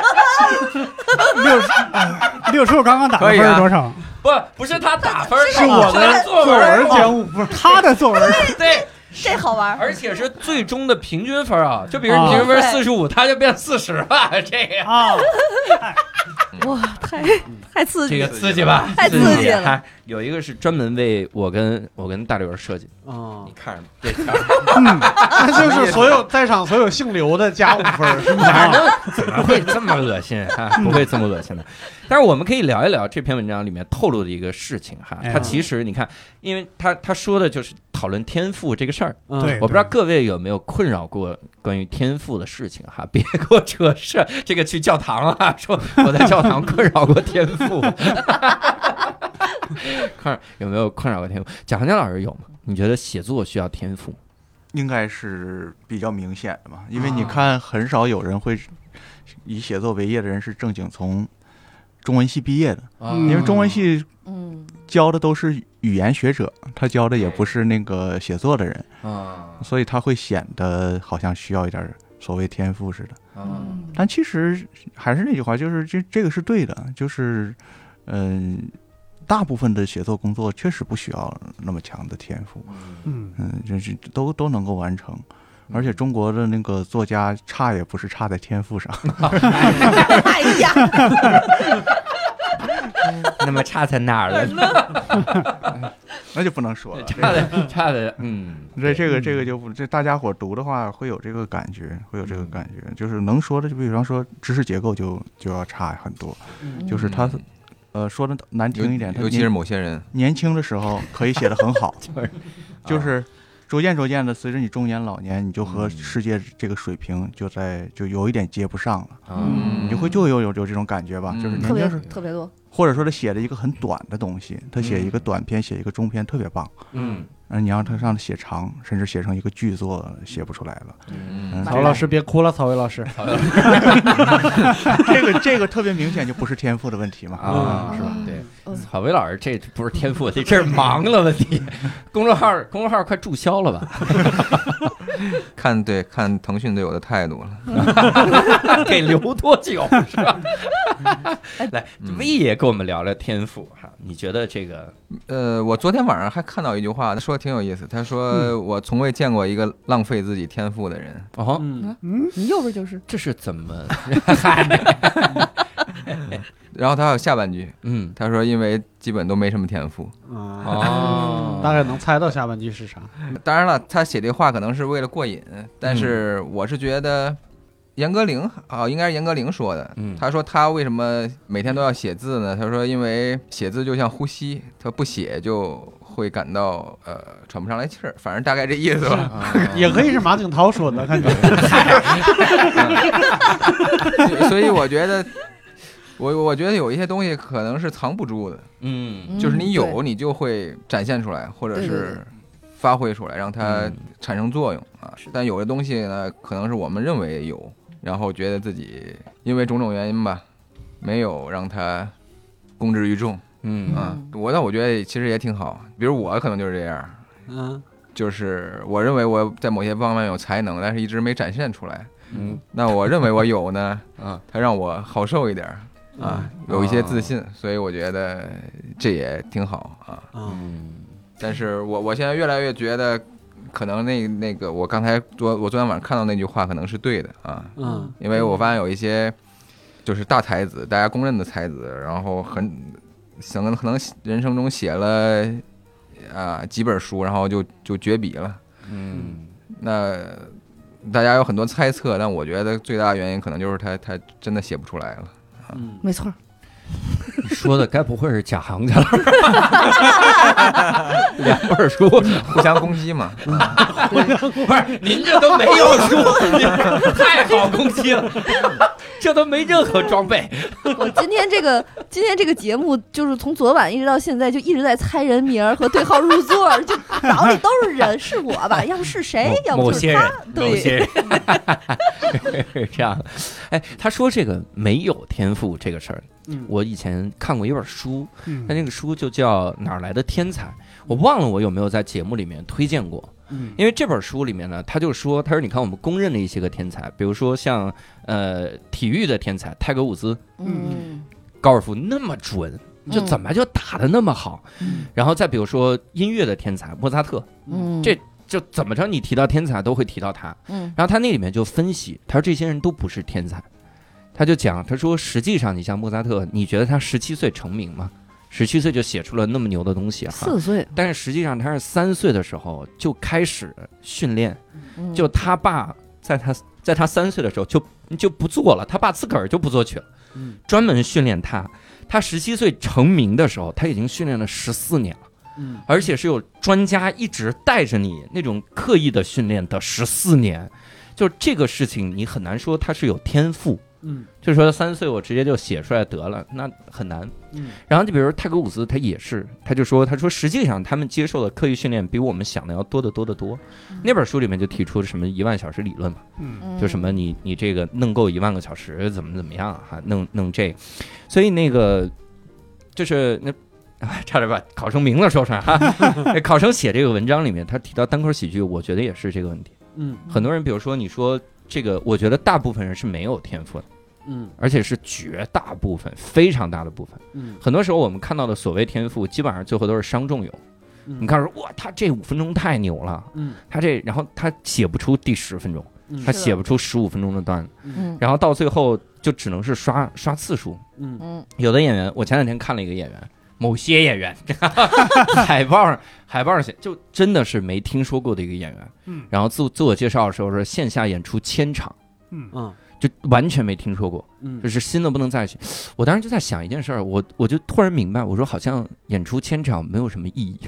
A: 六十，哎六叔刚刚打的分
D: 可以
A: 儿
D: 啊
A: 多少？
B: 不，不是他打分儿的，
C: 是我
B: 他
C: 们
B: 作
C: 文
B: 文
C: 儿减五分，
A: 他的作文儿
B: 对，
E: 这好玩儿。
B: 而且是最终的平均分儿啊。就比如
A: 啊
B: 你平均分四十五，他就变四十了，这个
A: 啊，
E: 哇，太太刺
B: 嗯这
E: 激
B: 个
E: 了！
B: 刺激吧，
E: 太刺激了
B: 还有一个是专门为我跟我跟大刘设计，
D: <laughs>
B: <laughs>
C: 啊
B: 你，看着这条
A: 嗯，
C: 那就是所有在场所有姓刘的加五分，是
A: 哎
C: 吗？
B: <laughs> 怎么会这么恶心啊？不会这么恶心的。但是我们可以聊一聊这篇文章里面透露的一个事情哈，
A: 哎
B: 它其实你看，因为他他说的就是讨论天赋这个事儿，
C: 嗯
A: 对
B: 我不知道各位有没有困扰过关于天赋的事情哈， <laughs> 别给我扯事这个去教堂啊，说我在教堂困扰过天赋， <laughs> 看有没有困扰过天赋？贾行家老师有吗？你觉得写作需要天赋吗？
F: 应该是比较明显的嘛，因为你看，很少有人会以写作为业的人是正经从中文系毕业的，
B: 啊
A: 嗯
F: 因为中文系
E: 嗯，
F: 教的都是语言学者，他教的也不是那个写作的人，
B: 啊
F: 所以他会显得好像需要一点所谓天赋似的。
B: 啊
F: 但其实还是那句话，就是这这个是对的，就是嗯、大部分的写作工作确实不需要那么强的天赋。
A: 嗯，
F: 嗯，这是都都能够完成，而
D: 嗯
F: 且中国的那个作家差也不是差在天赋上，
E: <laughs>
F: <laughs>
E: 哎呀，
B: 那么差在哪儿了？
F: 那就不能
D: <laughs>
F: 说了。这
B: <laughs> 差的差的，
F: <laughs>
B: 嗯，
F: 这这个这个就不，这大家伙读的话会有这个感觉，会有这
D: 嗯
F: 个感觉，就是能说的，就比方说知识结构就就要差很多，就是他
D: 嗯
F: 呃说的难听一点，他
D: 尤尤其是
F: 年
D: 某些人，
F: 年轻的时候可以写的很好， <laughs> 就
D: 啊
F: 是逐渐逐渐的，随着你中年老年，你就和
D: 嗯
F: 世界这个水平就在就有一点接不上了，
B: 嗯
F: 你就会就有有有这种感觉吧，就是
D: 嗯
F: 年
E: 特
F: 轻
E: 别
F: 时候
E: 特别多，
F: 或者说他写了一个很短的东西，他写一个短篇，写一个中篇，特别棒。
B: 嗯，
F: 而你让他让他写长，甚至写成一个巨作，写不出来了。
D: 嗯
C: 曹老师别哭了，曹伟老师，
F: 这个这个特别明显就不是天赋的问题嘛，
B: 啊，是吧？
E: 嗯
B: 对，
E: 嗯
B: 郝伟老师这不是天赋问题，这是忙了问题。公众号公众号快注销了吧，
D: 看对看腾讯对我的态度了。
B: <laughs> 给留多久是吧？来
D: 嗯
B: 魏爷跟我们聊聊天赋哈，你觉得这个
D: 呃，我昨天晚上还看到一句话，他说挺有意思，他说我从未见过一个浪费自己天赋的人。
B: 哦，
C: 嗯
E: 你右边就是
B: 这是怎 <laughs> 么？
D: 然后他还有下半句，
B: 嗯
D: 他说因为基本都没什么天赋。
C: 啊，
B: 哦，
C: <laughs> 大概能猜到下半句是啥。
D: 当然了，他写这话可能是为了过瘾，但是我是觉得严歌苓啊，应该是严歌苓说的。
B: 嗯
D: 他说他为什么每天都要写字呢？他说因为写字就像呼吸，他不写就会感到呃喘不上来气儿，反正大概这意思吧。
C: 也可以是马景涛说的，看你
D: 所以 <laughs> 我觉得，我我觉得有一些东西可能是藏不住的，
B: 嗯，
D: 就是你
E: 嗯
D: 有你就会展现出来，或者
E: 对对
D: 是发挥出来，让它
B: 嗯
D: 产生作用啊。但有的东西呢，可能是我们认为有，然后觉得自己因为种种原因吧，没有让它公之于众
B: 嗯
D: 啊
E: 嗯。
D: 我倒我觉得其实也挺好，比如我可能就是这样，
C: 嗯，
D: 就是我认为我在某些方面有才能，但是一直没展现出来。
B: 嗯
D: 那我认为我有呢，
B: 啊，
D: 它让我好受一点儿啊，有一些自信，所以我觉得这也挺好啊。
C: 嗯
B: 嗯
D: 但是我我现在越来越觉得，可能那那个我刚才昨我昨天晚上看到那句话可能是对的啊，
C: 嗯
D: 因为我发现有一些就是大才子，大家公认的才子，然后很可能可能人生中写了啊几本书，然后就就绝笔了。
B: 嗯
D: 那大家有很多猜测，但我觉得最大的原因可能就是他他真的写不出来了。
C: 嗯，
E: 没错儿， <laughs>
B: 你说的该不会是贾行家了？两本书，
D: 互相攻击嘛，
B: 不是您这都没有 <laughs> 书，您太好攻击了， <laughs> 这都没任何装备。
E: 我今天这个今天这个节目，就是从昨晚一直到现在，就一直在猜人名儿和对号入座儿，就脑里都是人，是我吧？要不是谁？哎要
B: 某
E: 不
B: 某
E: 就是
B: 些人
E: 他？，
B: 某
E: 对，
B: 些人，
E: <laughs>
B: <laughs> 这样。哎，他说这个没有天赋这个事儿，
C: 嗯
B: 我以前看过一本书，
A: 嗯
B: 他那个书就叫《哪儿来的天才》，我忘了我有没有在节目里面推荐过。
C: 嗯
B: 因为这本书里面呢，他就说，他说你看我们公认的一些个天才，比如说像呃体育的天才泰格伍兹，
E: 嗯，
B: 高尔夫那么准，就怎么就打得那么好？
E: 嗯
B: 然后再比如说音乐的天才莫扎特，
E: 嗯，
B: 这就怎么着你提到天才都会提到他。
E: 嗯
B: 然后他那里面就分析，他说这些人都不是天才，他就讲，他说实际上你像莫扎特，你觉得他十七岁成名吗？十七岁就写出了那么牛的东西哈、
E: 四岁
B: 但是实际上他是三岁的时候就开始训练，
E: 嗯
B: 就他爸在他在他三岁的时候就就不做了，他爸自个儿就不作曲了，
C: 嗯
B: 专门训练他。他十七岁成名的时候，他已经训练了十四年了，
C: 嗯
B: 而且是有专家一直带着你那种刻意的训练的十四年。就这个事情，你很难说他是有天赋，
C: 嗯
B: 就说三岁我直接就写出来得了，那很难。
C: 嗯
B: 然后就比如泰格伍兹，他也是，他就说，他说实际上他们接受的刻意训练比我们想的要多得多得多。那本书里面就提出什么一万小时理论嘛，
A: 嗯
B: 就什么你你这个弄够一万个小时怎么怎么样哈、弄弄这，所以那个就是那。哎差点把考生名字说出来哈、那考生写这个文章里面，他提到单口喜剧，我觉得也是这个问题。
C: 嗯
B: 很多人，比如说你说这个，我觉得大部分人是没有天赋的，
C: 嗯
B: 而且是绝大部分、非常大的部分。
C: 嗯，
B: 很多时候我们看到的所谓天赋，基本上最后都是伤仲永。你
C: 你，
B: 看说哇，他这五分钟太牛了，
C: 嗯
B: 他这然后他写不出第十分钟，
C: 嗯
B: 他
E: 是的
B: 写不出十五分钟的段子，
E: 嗯
B: 然后到最后就只能是刷刷次数。
C: 嗯
E: 嗯
B: 有的演员，我前两天看了一个演员，某些演员， <laughs> 海报上海报上写，就真的是没听说过的一个演员。
A: 嗯
B: 然后自自我介绍的时候说线下演出千场，
A: 嗯
C: 嗯
B: 就完全没听说过。
C: 嗯
B: 就，是新的不能再去。我当时就在想一件事儿，我我就突然明白，我说好像演出千场没有什么意义， <laughs>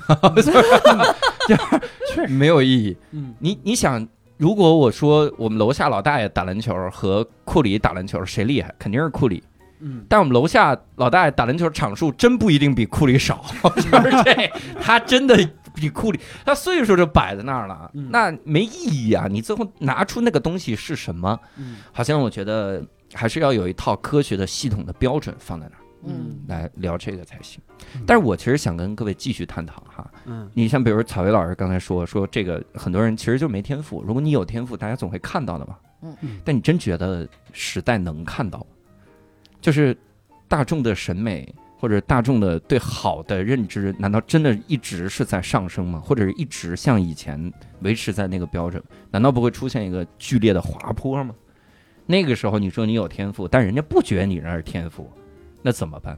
A: 确实
B: 没有意义。
C: 嗯
B: 你你想，如果我说我们楼下老大爷打篮球和库里打篮球谁厉害，肯定是库里。
C: 嗯
B: 但我们楼下老大爷打篮球场数真不一定比库里少， <laughs> 就是这，他真的比库里，他岁数就摆在那儿了，
C: 嗯
B: 那没意义啊！你最后拿出那个东西是什么？
C: 嗯
B: 好像我觉得还是要有一套科学的系统的标准放在那儿。
E: 嗯
B: 来聊这个才行
A: 嗯。
B: 但是我其实想跟各位继续探讨哈，
C: 嗯
B: 你像比如草薇老师刚才说说这个，很多人其实就没天赋。如果你有天赋，大家总会看到的嘛。
E: 嗯
A: 嗯
B: 但你真觉得时代能看到吗？就是大众的审美或者大众的对好的认知，难道真的一直是在上升吗？或者是一直像以前维持在那个标准？难道不会出现一个剧烈的滑坡吗？那个时候你说你有天赋，但人家不觉得你那是天赋，那怎么办？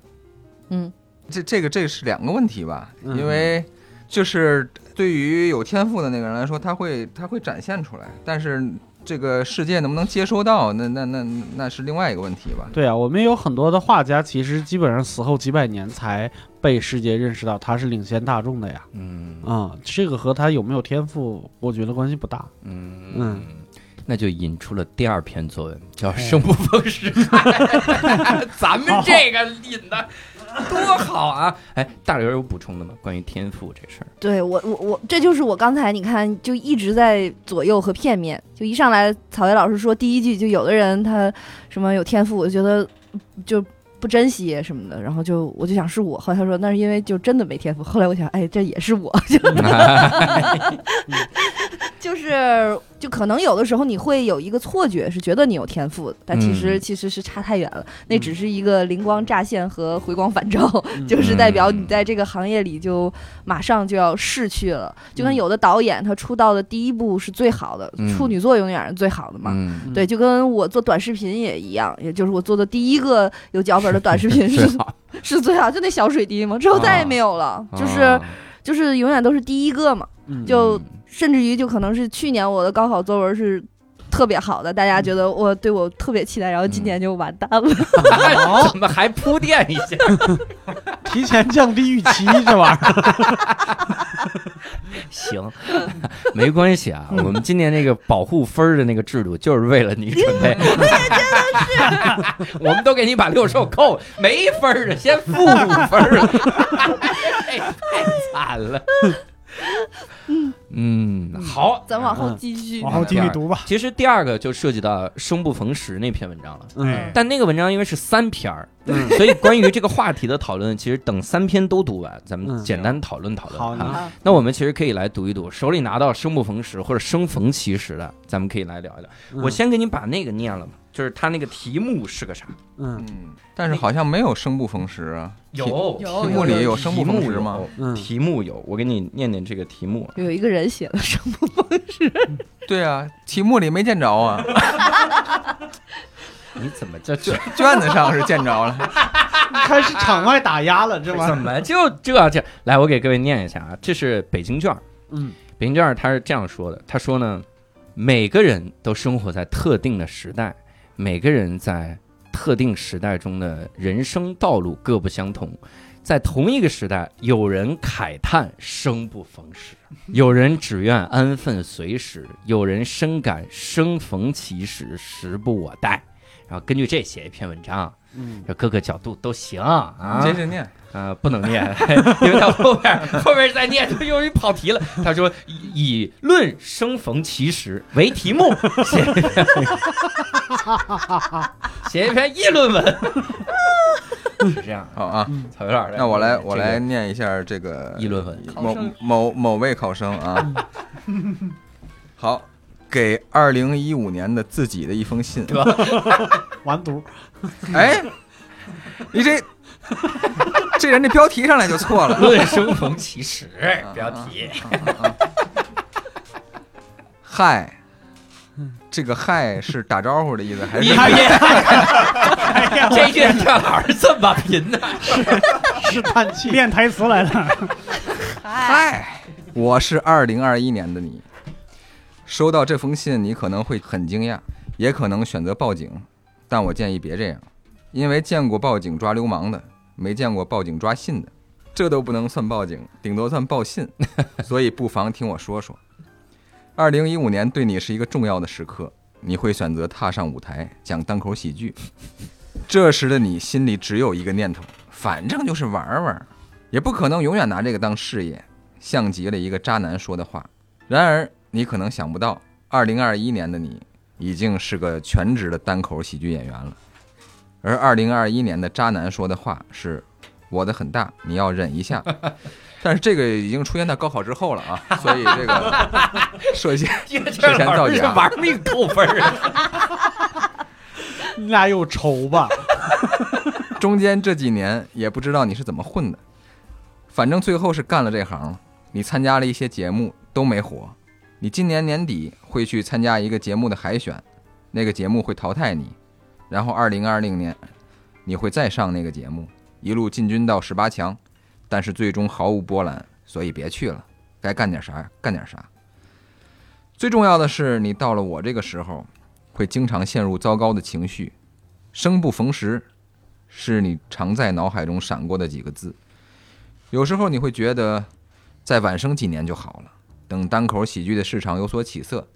E: 嗯
D: 这这个这个是两个问题吧，
C: 嗯
D: 因为就是对于有天赋的那个人来说，他会他会展现出来，但是这个世界能不能接收到，那那那那是另外一个问题吧。
C: 对啊，我们有很多的画家，其实基本上死后几百年才被世界认识到他是领先大众的呀。
B: 嗯
C: 啊、这个和他有没有天赋，我觉得关系不大。
B: 嗯哎
C: 嗯，
B: 那就引出了第二篇作文，叫《生不逢时》。 <laughs> 咱们这个引的多好啊！哎，大刘有补充的吗？关于天赋这事儿？
E: 对我我我，这就是我刚才你看就一直在左右和片面，就一上来草莓老师说第一句就有的人他什么有天赋，我觉得就不珍惜什么的，然后就我就想是我，后来他说那是因为就真的没天赋，后来我想哎这也是我， <laughs> 就就是就可能有的时候你会有一个错觉是觉得你有天赋的，但其实、
B: 嗯
E: 其实是差太远了，那只是一个灵光乍现和回光返照，
C: 嗯
E: 就是代表你在这个行业里就马上就要逝去了。就跟有的导演他出道的第一部是最好的，
B: 嗯
E: 处女作永远是最好的嘛。
B: 嗯，
E: 对，就跟我做短视频也一样，也就是我做的第一个有脚本的短视频是
B: 最好
E: 是最好，就那小水滴嘛，之后再也没有了，
B: 啊哦
E: 就是就是永远都是第一个嘛，
C: 嗯
E: <laughs> 就甚至于就可能是去年我的高考作文是特别好的，大家觉得我对我特别期待，然后今年就完蛋了。 <laughs>
B: 哦， <laughs> 怎么还铺垫一下？
C: 提前降低预期，这玩意儿。
B: 行， <laughs> 没关系啊。我们今年那个保护分儿的那个制度，就是为了你准 <laughs> 备。真的是，我们都给你把六兽扣，没分儿的先负五分儿了，哎太惨了。嗯，好，
E: 咱往后继续
A: 往。后继续读吧。
B: 其实第二个就涉及到生不逢时那篇文章了。
C: 嗯
A: 哎
B: 但那个文章因为是三篇儿，
C: 嗯，
B: 所以关于这个话题的讨论，其实等三篇都读完，咱们
C: 嗯
B: 简单讨论讨论。
C: 好
B: 哈
C: 呢，
E: 啊
B: 那我们其实可以来读一读，手里拿到生不逢时或者生逢其时的，咱们可以来聊一聊。
D: 嗯
B: 我先给你把那个念了吧，就是他那个题目是个啥？
C: 嗯
D: 嗯，但是好像没有生不逢时啊。
B: 有
E: 有
D: 题目里有生不逢
B: 题目
D: 时吗
B: 有？
C: 嗯
B: 题目有，我给你念念这个题目啊。
E: 有一个人写了 <laughs> 什么？
D: 对啊，题目里没见
B: <laughs>
D: 着啊，
B: 你怎么这这
D: 卷卷子上是见着了。
C: 开始场外打压了，这玩意
B: 怎
C: 儿，
B: 么就这这？来，我给各位念一下啊，这是北京卷儿，
C: 嗯
B: 北京卷儿他是这样说的，他说呢，每个人都生活在特定的时代，每个人在特定时代中的人生道路各不相同。在同一个时代，有人慨叹生不逢时，有人只愿安分随时，有人深感生逢其时，时不我待。然后根据这写一篇文章，
C: 嗯，
B: 这各个角度都行啊。
D: 接着念，
B: 啊、不能念， <laughs> 因为到后边儿 <laughs> 后边儿再念就由于跑
C: <laughs>
B: 题了。他说以以论生逢其时为题目写一
C: <laughs>
B: 篇，写一篇议论文， <laughs> 是这样。
D: 好啊。
B: 草有点儿的，
D: 那我来，
B: 这个
D: 我来念一下这个
B: 嗯议
D: <laughs>
B: 论嗯文。
D: 某某某位考生啊。 <laughs> 好，给二零一五年的自己的一封信。
C: 完犊，
D: 哎，你这这人这标题上来就错了。
B: 论生逢其时，
D: 啊
B: 标题。
D: 嗨，这个嗨是打招呼的意思，还
B: 你
D: 是
B: 别， <laughs> 这句这哪儿这么贫呢？
C: 是叹气，
A: 练台词来了，
E: 哎
D: 嗨，我是二零二一年的你。收到这封信，你可能会很惊讶，也可能选择报警，但我建议别这样，因为见过报警抓流氓的，没见过报警抓信的，这都不能算报警，顶多算报信。所以不妨听我说说。二零一五年对你是一个重要的时刻，你会选择踏上舞台讲单口喜剧。这时的你心里只有一个念头，反正就是玩玩，也不可能永远拿这个当事业。像极了一个渣男说的话。然而，你可能想不到，二零二一年的你已经是个全职的单口喜剧演员了。而二零二一年的渣男说的话是：“我的很大，你要忍一下。” <laughs> 但是这个已经出现在高考之后了啊，所以这个 <laughs> 涉嫌
B: 这
D: 这老师
B: 老师
D: 是
B: 是玩命扣分
C: <laughs>
B: 啊！
C: 你俩有仇吧？
D: <laughs> 中间这几年也不知道你是怎么混的，反正最后是干了这行了。你参加了一些节目都没火，你今年年底会去参加一个节目的海选，那个节目会淘汰你，然后二零二零年你会再上那个节目，一路进军到十八强，但是最终毫无波澜，所以别去了，该干点啥干点啥。最重要的是，你到了我这个时候，会经常陷入糟糕的情绪，生不逢时，是你常在脑海中闪过的几个字。有时候你会觉得，再晚生几年就好了，等单口喜剧的市场有所起色，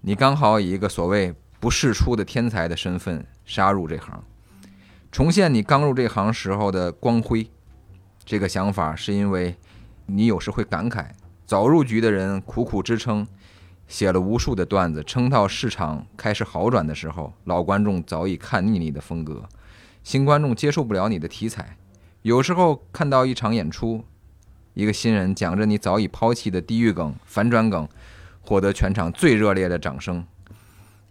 D: 你刚好以一个所谓不世出的天才的身份杀入这行，重现你刚入这行时候的光辉。这个想法是因为你有时会感慨，早入局的人苦苦支撑，写了无数的段子，撑到市场开始好转的时候，老观众早已看腻你的风格，新观众接受不了你的题材。有时候看到一场演出，一个新人讲着你早已抛弃的地狱梗、反转梗，获得全场最热烈的掌声，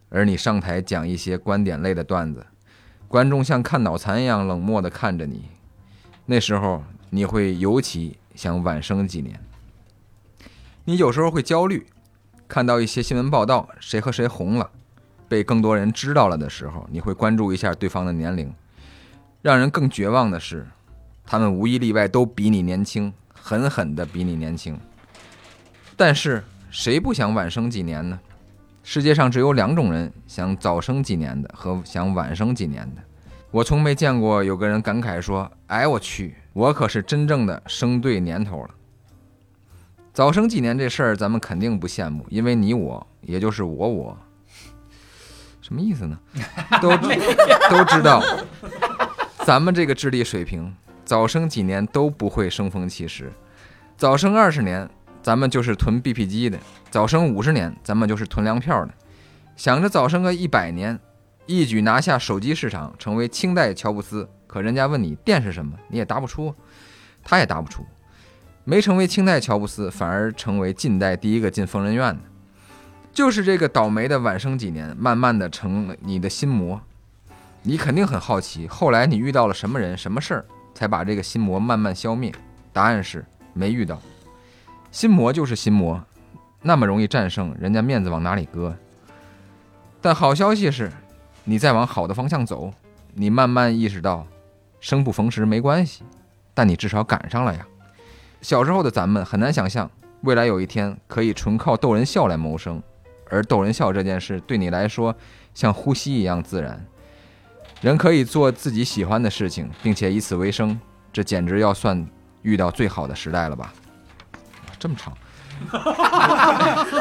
D: 而你上台讲一些观点类的段子，观众像看脑残一样冷漠地看着你。那时候你会尤其想晚生几年。你有时候会焦虑，看到一些新闻报道，谁和谁红了，被更多人知道了的时候，你会关注一下对方的年龄。让人更绝望的是，他们无一例外都比你年轻，狠狠的比你年轻。但是谁不想晚生几年呢？世界上只有两种人，想早生几年的和想晚生几年的。我从没见过有个人感慨说：“哎，我去，我可是真正的生对年头了。”早生几年这事儿，咱们肯定不羡慕，因为你我，也就是我我，什么意思呢？都都知道， <laughs> 咱们这个智力水平，早生几年都不会生逢其时，早生二十年咱们就是囤 BP 机的；早生五十年，咱们就是囤粮票的。想着早生个一百年，一举拿下手机市场，成为清代乔布斯。可人家问你电是什么，你也答不出，啊他也答不出。没成为清代乔布斯，反而成为近代第一个进疯人院的。就是这个倒霉的晚生几年，慢慢的成了你的心魔。你肯定很好奇，后来你遇到了什么人、什么事儿，才把这个心魔慢慢消灭？答案是没遇到。心魔就是心魔，那么容易战胜，人家面子往哪里搁？但好消息是，你在往好的方向走，你慢慢意识到，生不逢时没关系，但你至少赶上了呀。小时候的咱们很难想象，未来有一天可以纯靠逗人笑来谋生，而逗人笑这件事对你来说像呼吸一样自然。人可以做自己喜欢的事情，并且以此为生，这简直要算遇到最好的时代了吧？哇这么长，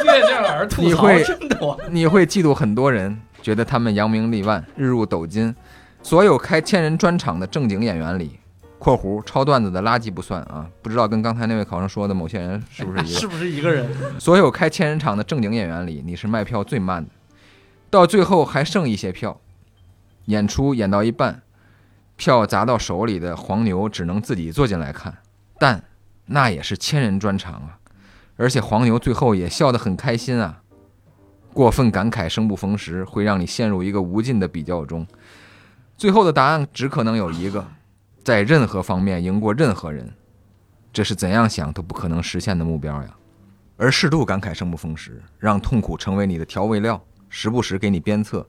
B: 岳正老师吐
D: 你
B: 槽
D: 会
B: 真多，
D: 你会嫉妒很多人，觉得他们扬名立万、日入斗金。所有开千人专场的正经演员里（括弧抄段子的垃圾不算啊），不知道跟刚才那位考生说的某些人是不是一个？
C: 是不是一个人？
D: 所有开千人场的正经演员里，你是卖票最慢的，到最后还剩一些票，演出演到一半，票砸到手里的黄牛只能自己坐进来看，但那也是千人专场啊，而且黄牛最后也笑得很开心啊。过分感慨生不逢时，会让你陷入一个无尽的比较中。最后的答案只可能有一个：在任何方面赢过任何人，这是怎样想都不可能实现的目标呀。而适度感慨生不逢时，让痛苦成为你的调味料，时不时给你鞭策，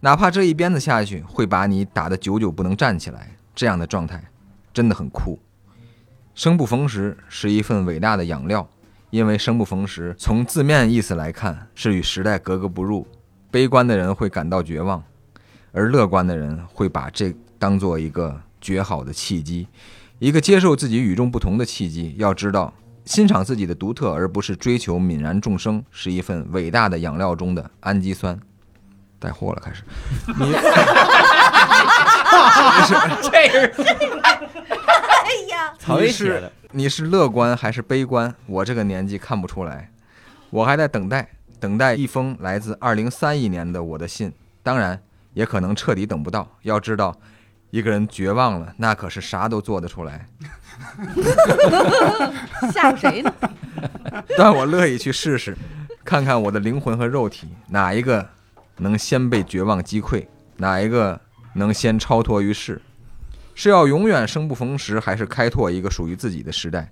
D: 哪怕这一鞭子下去会把你打得久久不能站起来，这样的状态真的很酷。生不逢时是一份伟大的养料，因为生不逢时从字面意思来看是与时代格格不入，悲观的人会感到绝望，而乐观的人会把这当做一个绝好的契机，一个接受自己与众不同的契机。要知道，欣赏自己的独特，而不是追求泯然众生，是一份伟大的养料中的氨基酸。带货了，开始。你
B: 这是
E: 哎
D: <laughs>
E: 呀，
B: 曹
D: 你
B: 禺
D: 是
B: 写的，
D: 你是乐观还是悲观？我这个年纪看不出来，我还在等待，等待一封来自二零三一年的我的信。当然，也可能彻底等不到。要知道，一个人绝望了，那可是啥都做得出来。
E: 吓唬谁呢？
D: <laughs> 但我乐意去试试，看看我的灵魂和肉体哪一个能先被绝望击溃，哪一个能先超脱于世，是要永远生不逢时，还是开拓一个属于自己的时代？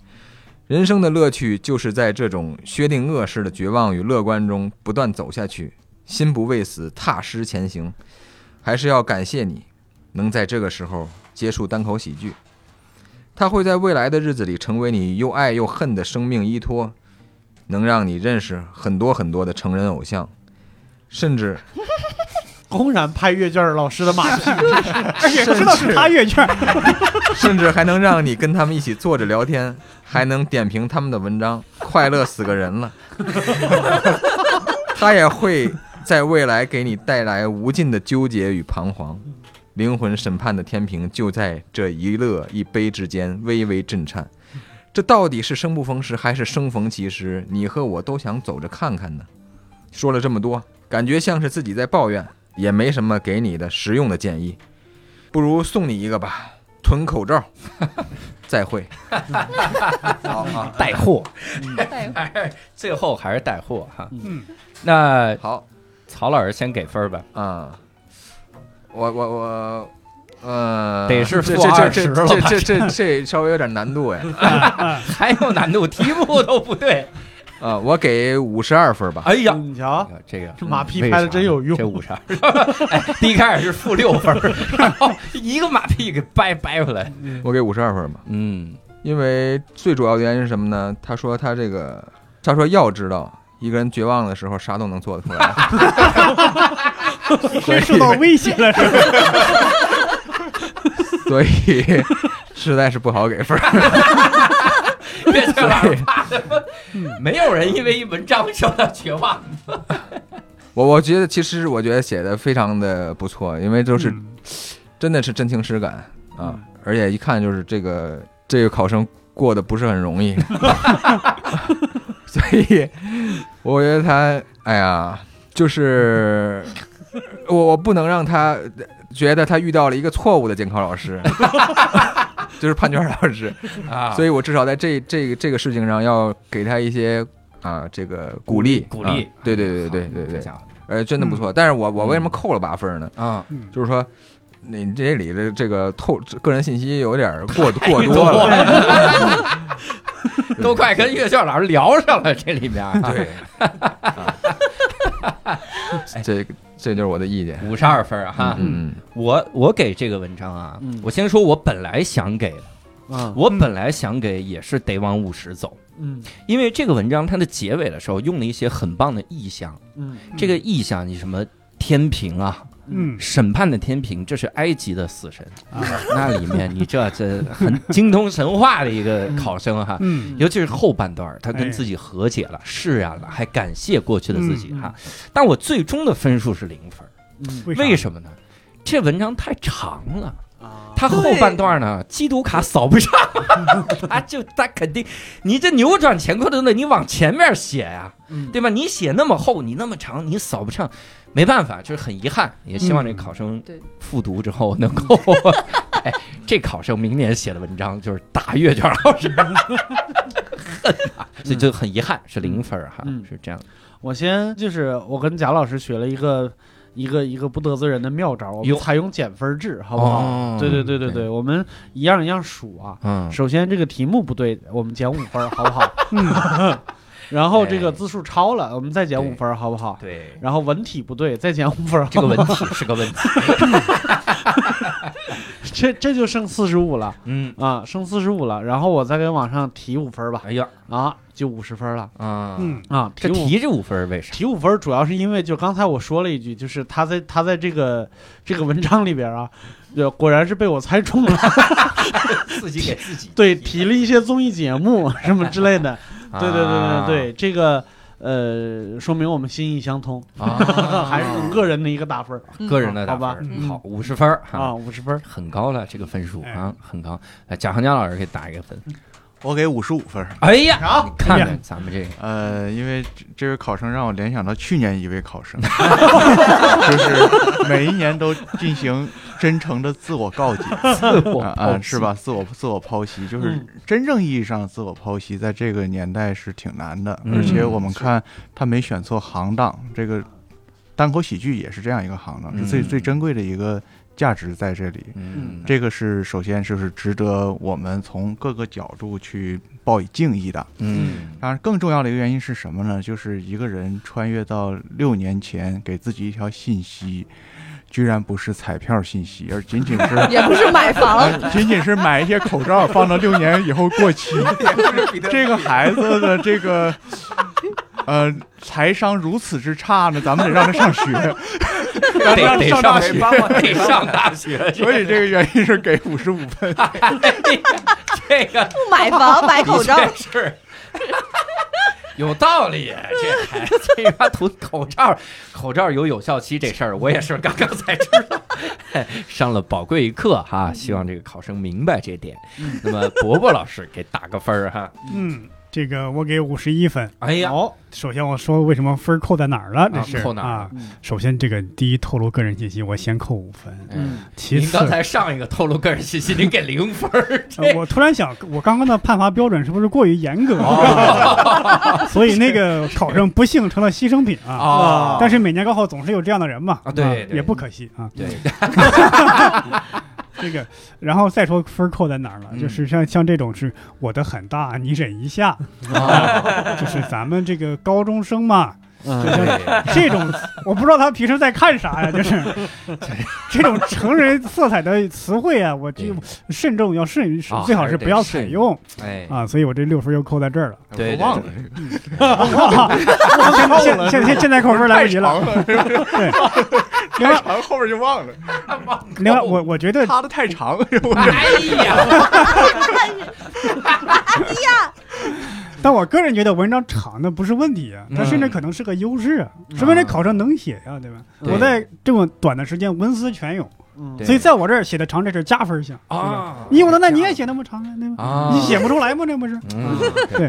D: 人生的乐趣就是在这种薛定谔式的绝望与乐观中不断走下去，心不畏死，踏实前行。还是要感谢你，能在这个时候接触单口喜剧，它会在未来的日子里成为你又爱又恨的生命依托，能让你认识很多很多的成人偶像，甚至
C: 公然拍阅卷老师的马屁，
A: 而且 <laughs> 知道是他阅卷，
D: <laughs> 甚至还能让你跟他们一起坐着聊天，还能点评他们的文章，快乐死个人了。 <laughs> 他也会在未来给你带来无尽的纠结与彷徨，灵魂审判的天平就在这一乐一悲之间微微震颤。这到底是生不逢时，还是生逢其时？你和我都想走着看看呢。说了这么多，感觉像是自己在抱怨，也没什么给你的实用的建议，不如送你一个吧。囤口罩。再会。好啊，
B: 带货，
E: 哎呦
B: 最后还是带货哈。
A: 嗯，
B: 那
D: 好
B: 曹老师先给分吧， <laughs>
D: 啊、我我我，呃，
B: 得是
D: 这
B: 负
D: 这
B: 20
D: 这
B: 了
D: 这
B: 吧
D: 这这这稍微有点难度哎。
B: 还有难度，题目都不对。
D: 啊，我给五十二分吧。
B: 哎呀，
C: 你瞧，
B: 这个嗯
C: 这马屁
B: 为
C: 拍的
B: 啥
C: 真
B: 呢
C: 有用
B: 这五十二， <laughs> 哎，第一开始是负六分儿， <laughs> 然后一个马屁给掰掰回来。
A: 哎 <laughs>
D: 我给五十二分吧，
B: 嗯，
D: 因为最主要的原因是什么呢？他说他这个，他说要知道一个人绝望的时候啥都能做得出来。 <laughs>
A: 真受到威胁了，是吧？
D: 所以实在是不好给分儿。
B: 别这玩意儿，没有人因为一文章受到绝望。
D: 我我觉得其实我觉得写的非常的不错，因为都是
A: 嗯
D: 真的是真情实感啊，而且一看就是这个这个考生过得不是很容易， <laughs> 所以我觉得他，哎呀，就是我我不能让他觉得他遇到了一个错误的监考老师， <laughs> 就是判卷老师，
B: 啊，
D: 所以我至少在这这个这个事情上要给他一些啊这个鼓励
B: 鼓
D: 啊
B: 励
D: 对对对对对
B: 这
D: 对对，
B: 家伙
D: 呃，真的不错。但是我我为什么扣了八分呢？
B: 啊，
A: 嗯，
D: 就是说。你这里的这个透个人信息有点儿过
B: 哎
D: 过多了，
B: 都快跟月校老师聊上了，这里边啊
D: 对，这这就是我的意见。
B: 五十二分儿啊哈，
D: 嗯，嗯
B: 我我给这个文章啊
C: 嗯，
B: 我先说我本来想给的，
D: 嗯
C: 啊，
B: 我本来想给也是得往五十走，
C: 嗯
B: 因为这个文章它的结尾的时候用了一些很棒的意象，
C: 嗯
B: 这个意象你什么天平啊，
A: 嗯啊
B: 审判的天平，这是埃及的死神，那里面你这这很精通神话的一个考生啊哈。
A: 嗯
B: 尤其是后半段儿，他跟
A: 哎
B: 自己和解了、释然了，还感谢过去的自己
A: 嗯嗯
B: 哈。但我最终的分数是零分儿，
C: 嗯
A: 为
B: 为
A: 啥？
B: 什么呢？这文章太长了，
C: 啊，
B: 他后半段呢，基督卡扫不上， <laughs> 啊，就他肯定，你这扭转乾坤的东西，你往前面写呀、
C: 嗯
B: 对吧？你写那么厚，你那么长，你扫不上，没办法，就是很遗憾。也希望这考生
E: 对
B: 复读之后能够，哎，这考生明年写的文章就是打阅卷老师，恨啊，所以就很遗憾是零分儿哈，
C: 嗯
B: 是这样。
C: 我先就是我跟贾老师学了一个一个一个不得罪人的妙招，我们
B: 哟
C: 采用减分制，好不
B: 哦
C: 好？对对对对
B: 对
C: 对，我们一样一样数啊。
B: 嗯，
C: 首先这个题目不对，我们减五分儿，好
B: <laughs>
C: 不好？然后这个字数超了，我们再减五分儿，好不好？
B: 对，
C: 然后文体不对，再减五分儿，
B: 这个问题是个问题。
C: <laughs> 这这就剩四十五了
B: 嗯，
C: 啊，剩四十五了。然后我再给往上提五分儿吧，
B: 哎呀，
C: 啊，就五十分儿了
B: 啊，
A: 嗯
C: 啊。
B: 这
C: 五
B: 提这五分儿为啥？
C: 提五分儿主要是因为，就刚才我说了一句，就是他在他在这个这个文章里边啊，就果然是被我猜中了，
B: 自己给自己
C: 对，提了一些综艺节目什么之类的，
B: 啊
C: 对对对对对，这个呃，说明我们心意相通， <laughs>
B: 啊，
C: 还是个人的一个打分儿
B: 个人的打
C: 好吧
B: 分儿
A: 嗯
B: 好五十分儿
C: 啊，
B: 哈，
C: 五十分儿，
B: 很高了这个分数啊，很高。哎，贾行家老师给打一个分。
F: 我给五十五分。
B: 哎呀，
C: 好
B: 你看
A: 哎
B: 看咱们这个
F: 呃，因为这这位考生让我联想到去年一位考生，就是每一年都进行真诚的自我告解，
B: 自我
F: 啊
B: 剖
F: 啊，
B: 析
F: 是？吧？自我自我剖析，就是
C: 嗯
F: 真正意义上的自我剖析，在这个年代是挺难的。
B: 嗯
F: 而且我们看他没选错行当，这个单口喜剧也是这样一个行当，是最
B: 嗯
F: 最珍贵的一个价值在这里。
B: 嗯，
F: 这个是首先就是值得我们从各个角度去报以敬意的。
B: 嗯
F: 当然，更重要的一个原因是什么呢？就是一个人穿越到六年前，给自己一条信息，居然不是彩票信息，而仅仅是
E: <laughs> 也不是买房，
F: 呃仅仅是买一些口罩放到六年以后过 <laughs> 期。这个孩子的这个呃财商如此之差呢，咱们得让他上 <laughs> 学，咱
B: 得
F: 们让他
B: 得
F: 上大
B: 上
F: 学。
B: 学，得上大学。 <laughs>
F: 所以这个原因是给五十五分。
B: 这个
E: 不买房买 <laughs> 口罩，
B: 的确是。 <laughs> 有道理，这孩子这妈涂口罩，口罩有有效期这事儿，我也是刚刚才知道， <laughs> 哎上了宝贵一课哈。希望这个考生明白这点。那么伯伯老师给打个分儿哈。
A: 嗯，这个我给五十一分。
B: 哎呀，
C: 好，
A: 首先我说为什么分儿扣在哪儿了，这
B: 啊
A: 是
B: 扣哪儿
A: 啊
C: 嗯？
A: 首先这个第一透露个人信息，我先扣五分，
B: 嗯，
A: 其
B: 您
A: 次
B: 刚才上一个透露个人信息，您给零分儿，
A: <laughs> 呃
B: 这
A: 我突然想，我刚刚的判罚标准是不是过于严格？
B: 哦
A: <laughs> 所以那个考生不幸成了牺牲品啊。
B: 啊
A: 但是每年高考总是有这样的人嘛，
B: 啊对对
A: 也不可惜啊。
B: 对，
A: <laughs> 这个，然后再说分儿扣在哪儿了，
B: 嗯
A: 就是像像这种是我的很大，你忍一下，
B: 啊
A: 就是咱们这个高中生嘛，
C: 嗯
A: 这种我不知道他平时在看啥呀，就是这种成人色彩的词汇啊，我就慎重要慎，
B: 啊
A: 最好是不要
B: 还是得
A: 采
B: 慎
A: 用
B: <laughs> 哎，
A: 啊。所以我这六分又扣在这儿
F: <laughs>
A: 了。
B: 对，
F: 我忘了
B: 对，
A: 现现现现现在扣分来
F: 太
A: 不及了
F: 长。了，是不是
A: 对， <laughs> 另
F: 太
A: 外
F: 长后面就忘了，
A: 另外，我我觉得
F: 趴的太长了。
B: 哎呀，
A: 但我个人觉得文章长的不是问题啊，它
F: 嗯
A: 甚至可能是个优势啊，说明这考生能写呀、对吧？
B: 对
A: 我在这么短的时间文思泉涌，
C: 嗯
B: 对
A: 所以在我这儿写的长，这是加分项。
B: 啊，
A: 你有的那你也写那么长啊，对吧？
B: 啊
A: 你写不出来吗？这不是
B: <laughs> 嗯，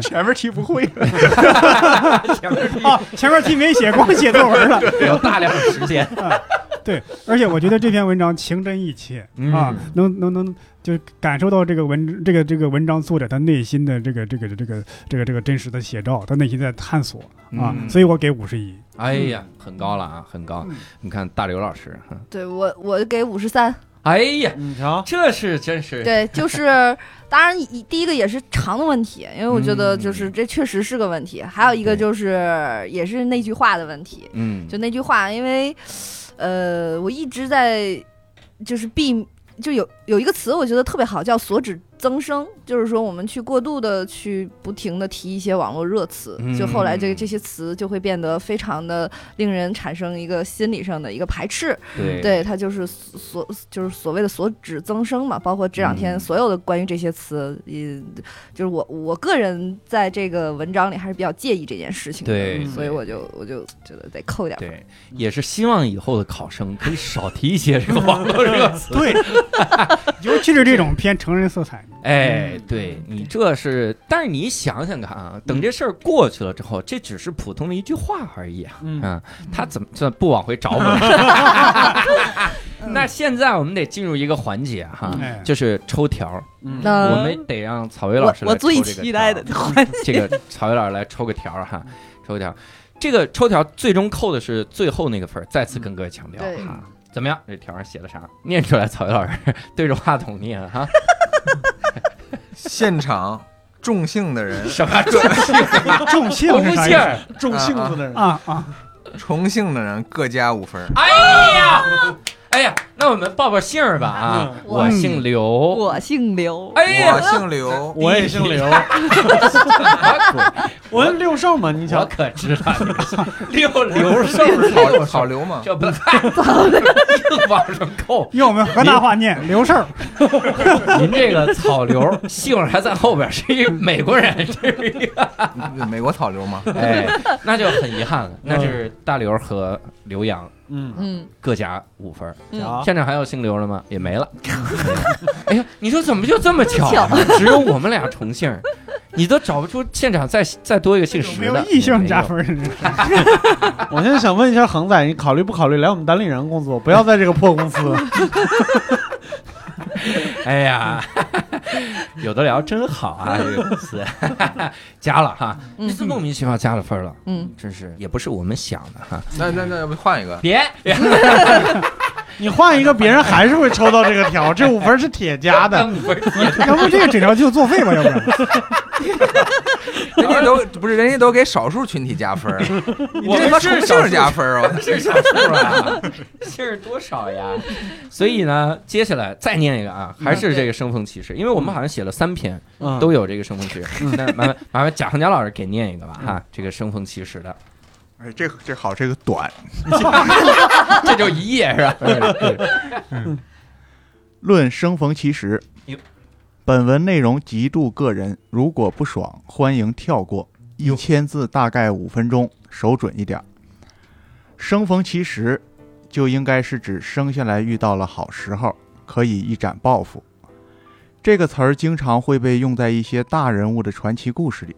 F: <laughs> 前面题不会了，
B: 前面
A: 啊？前面题没写，光写作文
F: <laughs>
A: 了。
B: 有大量的时间，
A: 对，而且我觉得这篇文章情真意切、
B: <laughs> 嗯
A: 啊，能能能，就感受到这个文这个这个文章作者他内心的这个这个这个这个这个真实的写照，他内心在探索啊，
B: 嗯
A: 所以我给五十一。
B: 哎呀，很高了啊，很高
A: 嗯。
B: 你看大刘老师，哼
E: 对我我给五十三，
B: <laughs> 哎呀，
C: 你嗯瞧，
B: 这是真是
E: 对，就是当然一第一个也是长的问题，因为我觉得就是这确实是个问题，还有一个
B: 对
E: 就是也是那句话的问题，
B: 嗯，
E: 就那句话，因为呃我一直在就是避。就有有一个词，我觉得特别好，叫“所指增生”，就是说我们去过度的去不停的提一些网络热词，就后来这
B: 嗯
E: 这些词就会变得非常的令人产生一个心理上的一个排斥。
B: 对
E: 对，它就是所所就是所谓的所指增生嘛，包括这两天
B: 嗯
E: 所有的关于这些词，也就是我我个人在这这个文章里还是比较介意这件事情的，
B: 对
E: 所以
B: 对
E: 我就我就觉得得扣点儿。
B: 对，也是希望以后的考生可以少提一些这个网络热词。
A: 对，尤其是这种偏成人色彩，
B: <laughs> 哎，对你这是，但是你想想看啊，等这事儿过去了之后，这只是普通的一句话而已啊。
C: 嗯
B: 嗯，他怎么这不往回找我们？ <laughs> 那现在我们得进入一个环节哈
A: 哎，
B: 就是抽条儿，
C: 嗯
E: 那
B: 我们得让草薇老
E: 呃我
B: 师来
E: 我
B: 抽
E: 最
B: 这个
E: 期
B: 条
E: 待
B: 儿
E: 的环
B: <laughs> 这
E: 节，
B: 个曹薇老师来抽个条儿哈，抽个条儿。这个抽条儿最终扣的是最后那个分儿，再
E: 嗯
B: 次跟各位强调
E: 对
B: 哈。怎么样？这条上写的啥？念出来，曹薇老师对着话筒念啊
E: <laughs>
B: 哈。、
D: 现场重性的人
B: 什
E: <laughs>
B: 么
A: 重性
B: 重
A: 是啥
B: 性
A: 意思？
B: 儿？
C: 重性子的人，
A: 啊啊，
D: 重性的人各加五分儿。
B: 哎呀，哎呀，那我们报报姓儿吧啊！
E: 嗯
B: 我姓刘，
E: 我姓刘，
B: 哎
D: 我
B: 呀，
D: 姓刘，
C: 我也姓刘， <laughs> 我是六兽嘛，你
B: 我
C: 瞧，
B: 可知道你是六刘
D: 刘
B: 寿
D: 是好好刘嘛？
B: 这
E: <laughs>
B: 不太硬往上扣。
A: 用我们河南话念刘胜儿，
B: 您这个草刘姓儿还在后边，是一美国人，这是一
D: 美国草刘嘛？
B: 哎， <laughs> 那就很遗憾了，那就是大刘和刘洋
C: 嗯，
E: 嗯，
B: 各加五分儿。
C: 瞧，
B: 现场还有姓刘的吗？也没了。哎呀，你说怎么就这么巧
E: 巧
B: 呢？只有我们俩重姓儿，你都找不出现场再再多一个姓
A: 有没
B: 石
A: 有
B: 的。
A: 异性
B: 也
A: 加
B: 没有
A: 分儿？
C: <laughs> 我现在想问一下恒仔，你考虑不考虑来我们单立人工作？不要在这个破公
A: <laughs>
C: 司。
B: 哎呀， <laughs> 有的聊真好啊，这个公司加了哈，
E: 嗯
B: 这次莫名其妙加了分了，
E: 嗯，
B: 真是也不是我们想的哈。
D: 那那那要不换一个？
B: 别，
C: 你换一个，别人还是会抽到这个条，这五分是铁加的。
B: 不是
A: <laughs> 要不这个诊疗就作废吧？要不然
D: 人家都不是人家都给少数群体加分儿，你
B: 我
D: 这
B: 们
D: 他妈
B: 是
D: 重
B: 少
D: 性
B: 数
D: 加分儿啊！
B: 是少数啊， <laughs> 姓儿多少呀？所以呢，接下来再念一个啊，还是这个生逢其时，因为我们好像写了三篇
C: <laughs> 嗯，
B: 都有这个生逢其时。那麻烦麻烦贾恒佳老师给念一个吧，哈，这个生逢其时的，
F: 哎，这个这好，这个短。
B: 这就一页是吧？
F: 论生逢其时
B: 哟。
F: 本文内容极度个人，如果不爽，欢迎跳过。一千字大概五分钟，手准一点儿。生逢其时，就应该是指生下来遇到了好时候，可以一展抱负。这个词儿经常会被用在一些大人物的传奇故事里。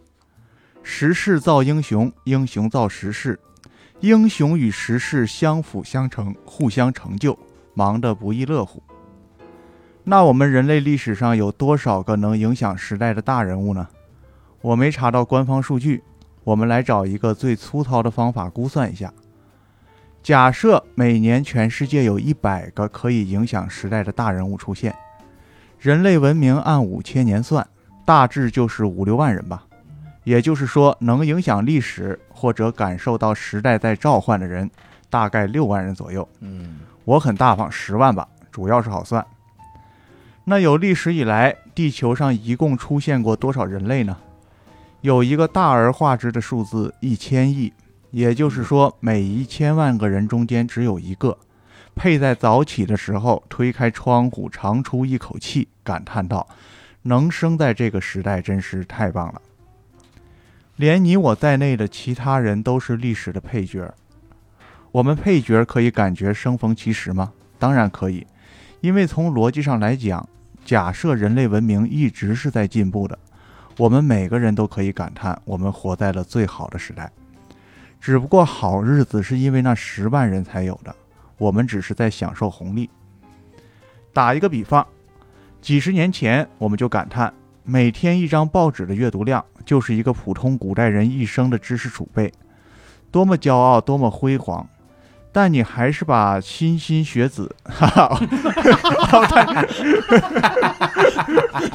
F: 时势造英雄，英雄造时势，英雄与时势相辅相成，互相成就，忙得不亦乐乎。那我们人类历史上有多少个能影响时代的大人物呢？我没查到官方数据，我们来找一个最粗糙的方法估算一下。假设每年全世界有一百个可以影响时代的大人物出现，人类文明按五千年算，大致就是五六万人吧。也就是说，能影响历史或者感受到时代在召唤的人，大概六万人左右。
B: 嗯，
F: 我很大方，十万吧，主要是好算。那有历史以来，地球上一共出现过多少人类呢？有一个大而化之的数字一千亿，也就是说，每一千万个人中间只有一个。佩在早起的时候推开窗户，长出一口气，感叹道：“能生在这个时代，真是太棒了。”连你我在内的其他人都是历史的配角儿，我们配角可以感觉生逢其时吗？当然可以，因为从逻辑上来讲，假设人类文明一直是在进步的，我们每个人都可以感叹我们活在了最好的时代。只不过好日子是因为那十万人才有的，我们只是在享受红利。打一个比方，几十年前我们就感叹，每天一张报纸的阅读量就是一个普通古代人一生的知识储备，多么骄傲，多么辉煌。但你还是把莘莘学子，哈哈，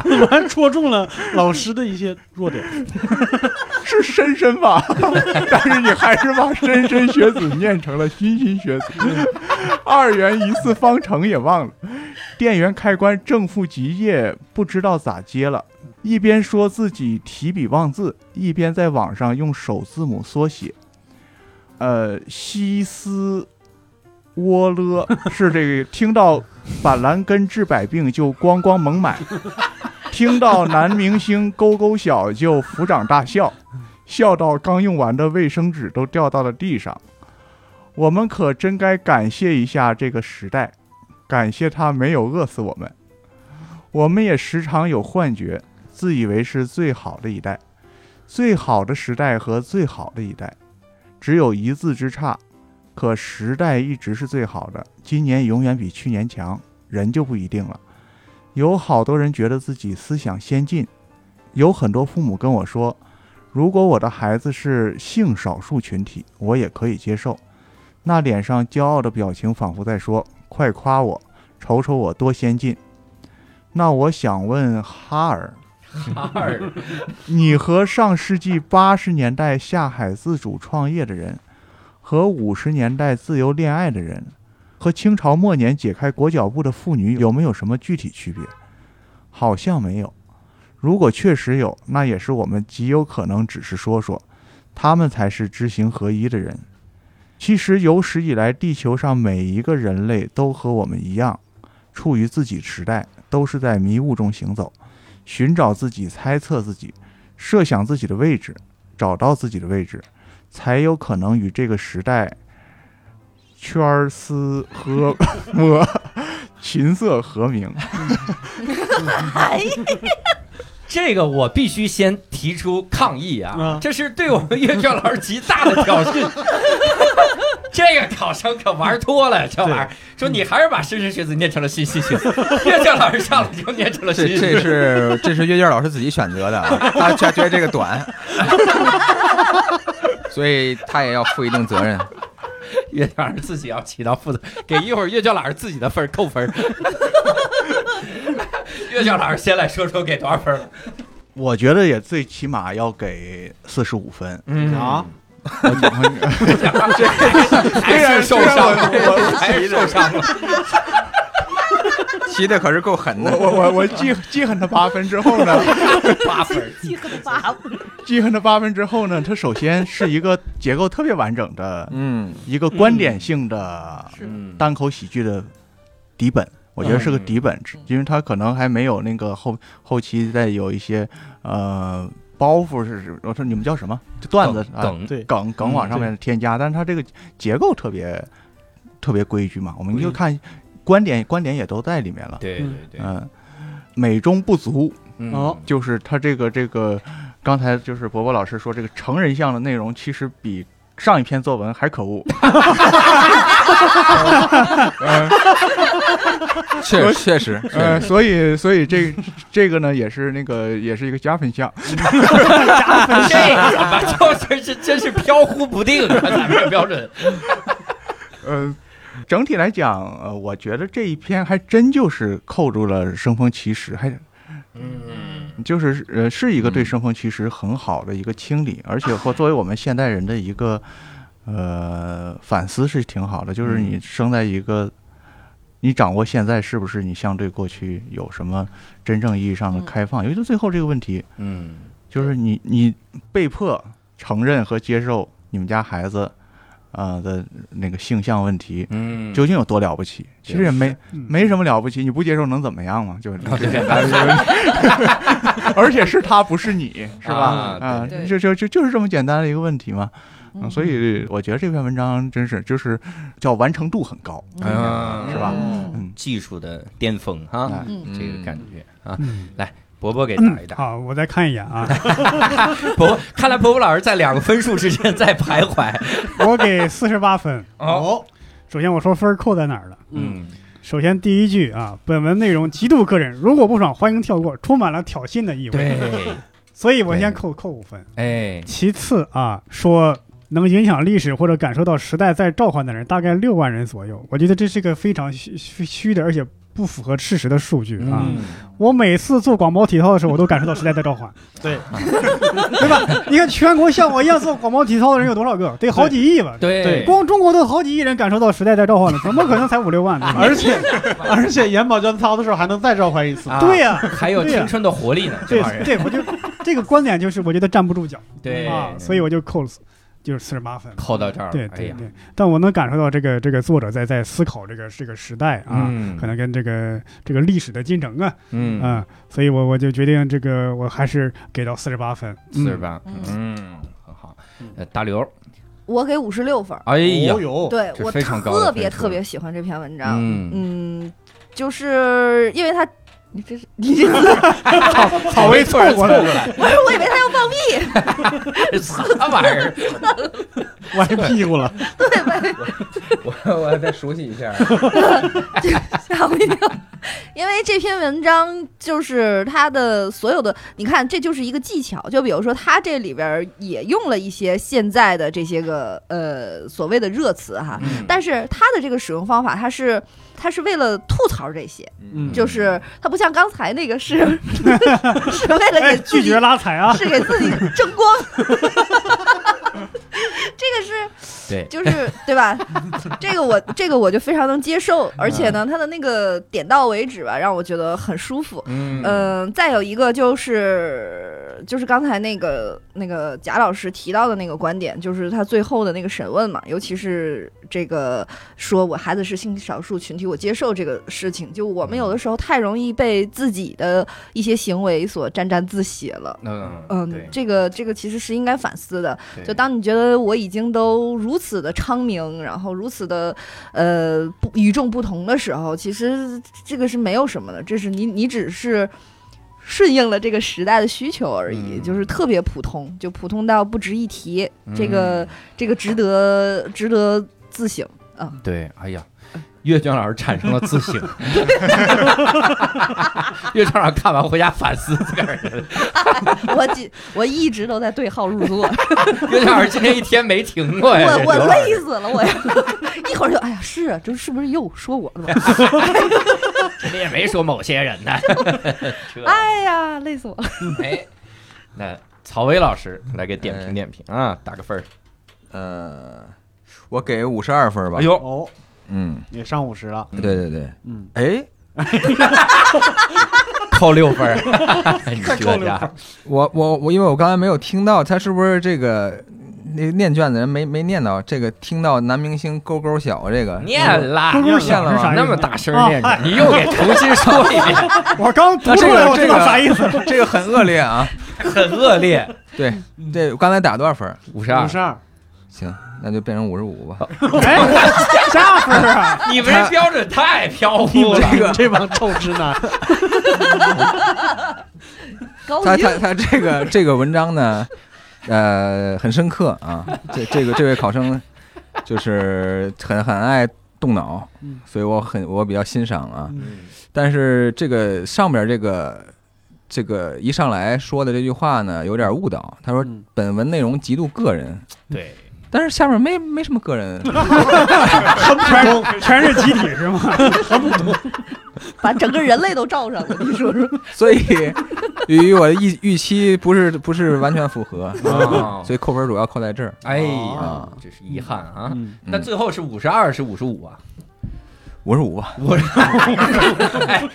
C: 我还戳中了老师的一些弱点。
F: <laughs> 是莘莘吧？但是你还是把莘莘学子念成了莘莘学子，二元一次方程也忘了，电源开关正负极液不知道咋接了，一边说自己提笔忘字，一边在网上用首字母缩写，呃，西斯。窝勒 <laughs> 是这个，听到板蓝根治百病就咣咣猛买，听到男明星勾勾小就抚掌大笑，笑到刚用完的卫生纸都掉到了地上。我们可真该感谢一下这个时代，感谢它没有饿死我们。我们也时常有幻觉，自以为是最好的一代，最好的时代和最好的一代，只有一字之差。可时代一直是最好的，今年永远比去年强，人就不一定了。有好多人觉得自己思想先进，有很多父母跟我说，如果我的孩子是性少数群体，我也可以接受。那脸上骄傲的表情仿佛在说：“快夸我，瞅瞅我多先进。”那我想问哈尔，
B: 二
F: 你和上世纪八十年代下海自主创业的人，和五十年代自由恋爱的人，和清朝末年解开裹脚布的妇女有没有什么具体区别？好像没有。如果确实有，那也是我们极有可能只是说说，他们才是知行合一的人。其实有史以来，地球上每一个人类都和我们一样，处于自己时代，都是在迷雾中行走，寻找自己，猜测自己，设想自己的位置，找到自己的位置。才有可能与这个时代圈儿丝和 <laughs> 摸琴瑟和鸣。
B: 这个我必须先提出抗议啊
C: 嗯！
B: 这是对我们阅卷老师极大的挑衅。这个考生可玩脱了，这玩意儿说你还是把莘莘学子念成了莘莘学子， <laughs> 阅卷老师上来就念成了莘
D: 这
B: 莘
D: 这
B: 学子。
D: 是这是阅卷老师自己选择的啊，他他觉得这个短，所以他也要负一定责任。
B: 阅卷老师自己要起到负责，给一会儿阅卷老师自己的分儿扣分儿。 <laughs> 阅卷老师先来说说给多少分儿？
F: 我觉得也最起码要给四十五分。
B: 嗯
C: 啊，
B: 还是受伤了，还是受伤了。
D: 骑的可是够狠
F: 我
D: 的，
F: 我我我记记恨他八分之后呢，
B: 八分儿，
E: 记恨吧，
F: 记恨他八分之后呢，他首先是一个结构特别完整的
D: 嗯，
F: 一个观点性的
B: 嗯，
F: 单口喜剧的底本，我觉得是个
B: 嗯
F: 底本，因为它可能还没有那个后后期再有一些呃包袱是，我说你们叫什么？就段子啊
B: 梗
C: 对，
F: 梗梗往
C: 嗯
F: 上面添加，但是它这个结构特别特别规矩嘛，我们就
B: 嗯
F: 看观点观点也都在里面了，
B: 对对对，
F: 嗯，美中不足
B: 嗯
C: 哦
F: 就是它这个这个，刚才就是伯伯老师说这个成人向的内容其实比。上一篇作文还可恶，
D: 确确实，确
F: 呃，
D: 实
F: 所以所以这这个呢，也是那个也是一个加分项，
B: 这个吧，就是是真是飘忽不定啊，咱们这标准。
F: 呃，整体来讲，呃，我觉得这一篇还真就是扣住了生逢其时，还
B: 嗯，
F: 就是呃是一个对
D: 嗯
F: 生逢其时很好的一个清理，而且和作为我们现代人的一个呃反思是挺好的，就是你生在一个。你掌握现在是不是你相对过去有什么真正意义上的
E: 嗯
F: 开放？因为到最后这个问题，
B: 嗯，
F: 就是你你被迫承认和接受你们家孩子，呃的那个性向问题，
B: 嗯
F: 究竟有多了不起？其实也没
A: 嗯
F: 没什么了不起，你不接受能怎么样嘛？就是这简单， <laughs> 而且是他不是你，是吧？
B: 啊
F: 啊
E: 对，对
D: 啊
F: 就就就就是这么简单的一个问题嘛。嗯所以我觉得这篇文章真是就是叫完成度很高，
D: 嗯
F: 是吧
E: 嗯
F: 嗯
B: 技术的巅峰哈，
E: 嗯
B: 这个感觉啊，
A: 嗯，
B: 伯伯给打一打。
A: 好，我再看一眼啊，
B: 伯伯，看来伯伯老师在两个分数之间在徘徊。
A: 我给四十八分。
B: 哦，
A: 首先我说分儿扣在哪儿了？
B: 嗯，
A: 首先第一句啊，本文内容极度个人，如果不爽欢迎跳过，充满了挑衅的意味。
B: 对，
A: 所以我先扣扣五分。
B: 哎，
A: 其次啊，说能影响历史或者感受到时代在召唤的人，大概六万人左右。我觉得这是个非常虚虚虚的，而且不符合事实的数据啊！
B: 嗯，
A: 我每次做广播体操的时候，我都感受到时代在召唤。
C: 对，
B: <laughs>
A: 对吧？你看全国像我一样做广播体操的人有多少个？得好几亿吧？
B: 对，
A: 光中国都有好几亿人感受到时代在召唤了，怎么可能才五
B: <laughs>
A: 六万呢？
B: 啊
A: <laughs>
C: 而且而且眼保健操的时候还能再召唤一次，
B: 啊
A: 对呀、
B: 还有
A: 对呀
B: 青春的活力呢，这
A: 对
B: 帮人。
A: 对，我就这个观点就是我觉得站不住脚
B: 对
A: 啊，所以我就扣了四就是四十八分。
B: 扣到这儿了。
A: 对
B: 哎
A: 对
B: 呀，
A: 对，但我能感受到这个这个作者在在思考这个这个时代啊，
B: 嗯
A: 可能跟这个这个历史的进程啊，
B: 嗯，
A: 啊，所以我我就决定这个我还是给到四十八分。
B: 四十八，
E: 嗯
B: 嗯，很好。呃，大刘，
E: 我给五十六分儿。
B: 哎呀
C: 哦，
B: <laughs>
A: <laughs>
C: 呦，
E: 对
B: 这
E: 我
B: 非常高的
E: 特别
B: 分数
E: 特别喜欢这篇文章，
B: 嗯，
E: 嗯，就是因为他，你这是你这，
A: 哎
B: 好微错
A: 凑过来
B: 来，
E: 不是我以为他要放屁，
B: 啥玩意儿？
C: 歪屁股了，
D: 我我还再熟悉一下。
E: 吓我一跳，因为这篇文章就是它的所有的，你看这就是一个技巧，就比如说它这里边儿也用了一些现在的这些个呃所谓的热词哈，
B: 嗯
E: 但是它的这个使用方法，它是它是为了吐槽这些，
C: 嗯
E: 就是它不像刚才那个是是为了
A: 哎，
E: 给自
A: 拒
E: 己
A: 绝拉踩 <laughs> 啊！
E: 是给自己争光。 <laughs> 这个是 <laughs>
B: 对
E: 就是对吧？这个我这个我就非常能接受，而且呢，它的那个点到为止吧，让我觉得很舒服。
B: 嗯
E: 嗯、再有一个就是就是刚才那个那个贾老师提到的那个观点，就是他最后的那个审问嘛，尤其是这个说我孩子是性少数群体，我接受这个事情。就我们有的时候太容易被自己的一些行为所沾沾自喜了。
B: 嗯
E: 嗯，这个这个其实是应该反思的。
B: 对
E: 就当你觉得我已经都如此的昌明，然后如此的呃不与众不同的时候，其实这个是没有什么的，这是你你只是顺应了这个时代的需求而已，
B: 嗯
E: 就是特别普通，就普通到不值一提。
B: 嗯
E: 这个这个值得值得自省。 <laughs>
B: 对，哎呀。阅卷老师产生了自省， <laughs> 阅卷老师看完回家反思自个儿。
E: 我几我一直都在对号入
B: <laughs>
E: 座，
B: 阅卷老师今天一天没停过哎呀，
E: 我
B: 这
E: 我
B: 刘老师
E: 累死了，我 <laughs> 一会儿就哎呀是啊，这是不是又说我了？
B: <laughs> 你也没说某些人呢。这
E: 哎呀，累死我了。
B: 哎，那曹薇老师来给点评点评啊，打个分儿。
D: 呃，我给五十二分吧。
B: 哎，呦，
C: 哦，
D: 嗯，
C: 也上五十了，
D: 对对对，
C: 嗯，
D: 哎，
B: 扣六分儿，你这家伙，
D: 我我我，因为我刚才没有听到，他是不是这个那念卷的人没没念到这个？听到男明星勾勾小这个啊
B: 念啦，
A: 不是
D: 念
A: 想
D: 了
A: 是
D: 吗
A: 啥意思？
B: 那么大声念着，你又给重新说一遍，
A: 我刚读
D: 那这
A: 出
D: 个
A: 来，我
D: 这
A: 知道
D: 个
A: 啥意思。
D: 这个很恶劣啊！
B: 很恶劣。
D: 对对，我刚才打多少分儿？
B: 五十二
C: 五，十二，
D: 行，那就变成五十五吧。
A: 哎，啥分儿啊？
B: 你们这标准太飘忽了。
C: 这 <laughs> 个 <laughs> 这帮臭直男，
E: 高
D: 他
E: 兴
D: 他他这个这个文章呢，呃，很深刻啊。这这个这位考生就是很很爱动脑
C: 嗯，
D: 所以我很我比较欣赏啊。
B: 嗯
D: 但是这个上边这个这个一上来说的这句话呢，有点误导。他说
C: 嗯
D: 本文内容极度个人，
B: 对，
D: 但是下面没没什么个人，
A: <laughs>
D: <laughs>
A: 全全是集体是吗？
E: 把整个人类都罩上了，你说说？
D: 所以与我的预预期不是不是完全符合，
B: 哦
D: 所以扣分主要扣在这儿。
B: 哎呀
D: 哦，
B: 这是遗憾啊。
C: 嗯，
B: 那最后是五十二，是五十五啊？
D: 五十五吧，
B: 五十，哎，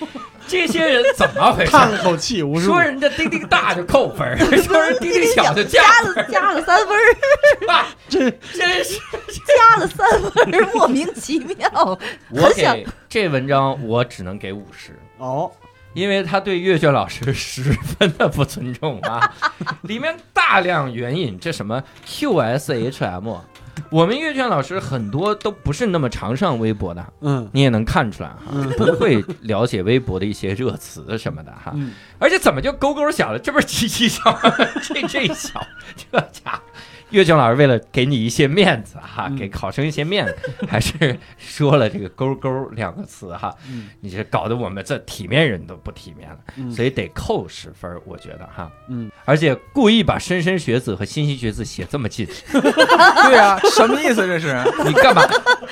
B: 这些人怎么回事？
C: <laughs> 叹了口气，五十五
B: 说，人家丁丁大就扣分儿，说人丁丁小就加
E: 加了加了三分儿，
B: 这真是。
E: 加了三分儿，莫名其妙。
B: 我
E: 很想
B: 给这文章我只能给五十，
C: 哦，
B: 因为他对阅卷老师十分的不尊重啊！里面大大量援引这什么 QSHM，我们阅卷老师很多都不是那么常上微博的，
C: 嗯
B: 你也能看出来哈，
C: 嗯
B: 不会了解微博的一些热词什么的哈。
C: 嗯
B: 而且怎么就勾勾小了？这不是七七小吗？这这一小，这家伙，岳军老师为了给你一些面子哈，
C: 嗯
B: 给考生一些面子，还是说了这个“勾勾”两个词哈。
C: 嗯
B: 你这搞得我们这体面人都不体面了，
C: 嗯
B: 所以得扣十分儿，我觉得哈。
C: 嗯，
B: 而且故意把莘莘学子和莘莘学子写这么
C: <laughs>
B: 近，
D: 对呀，什么意思这是？
B: 你干嘛？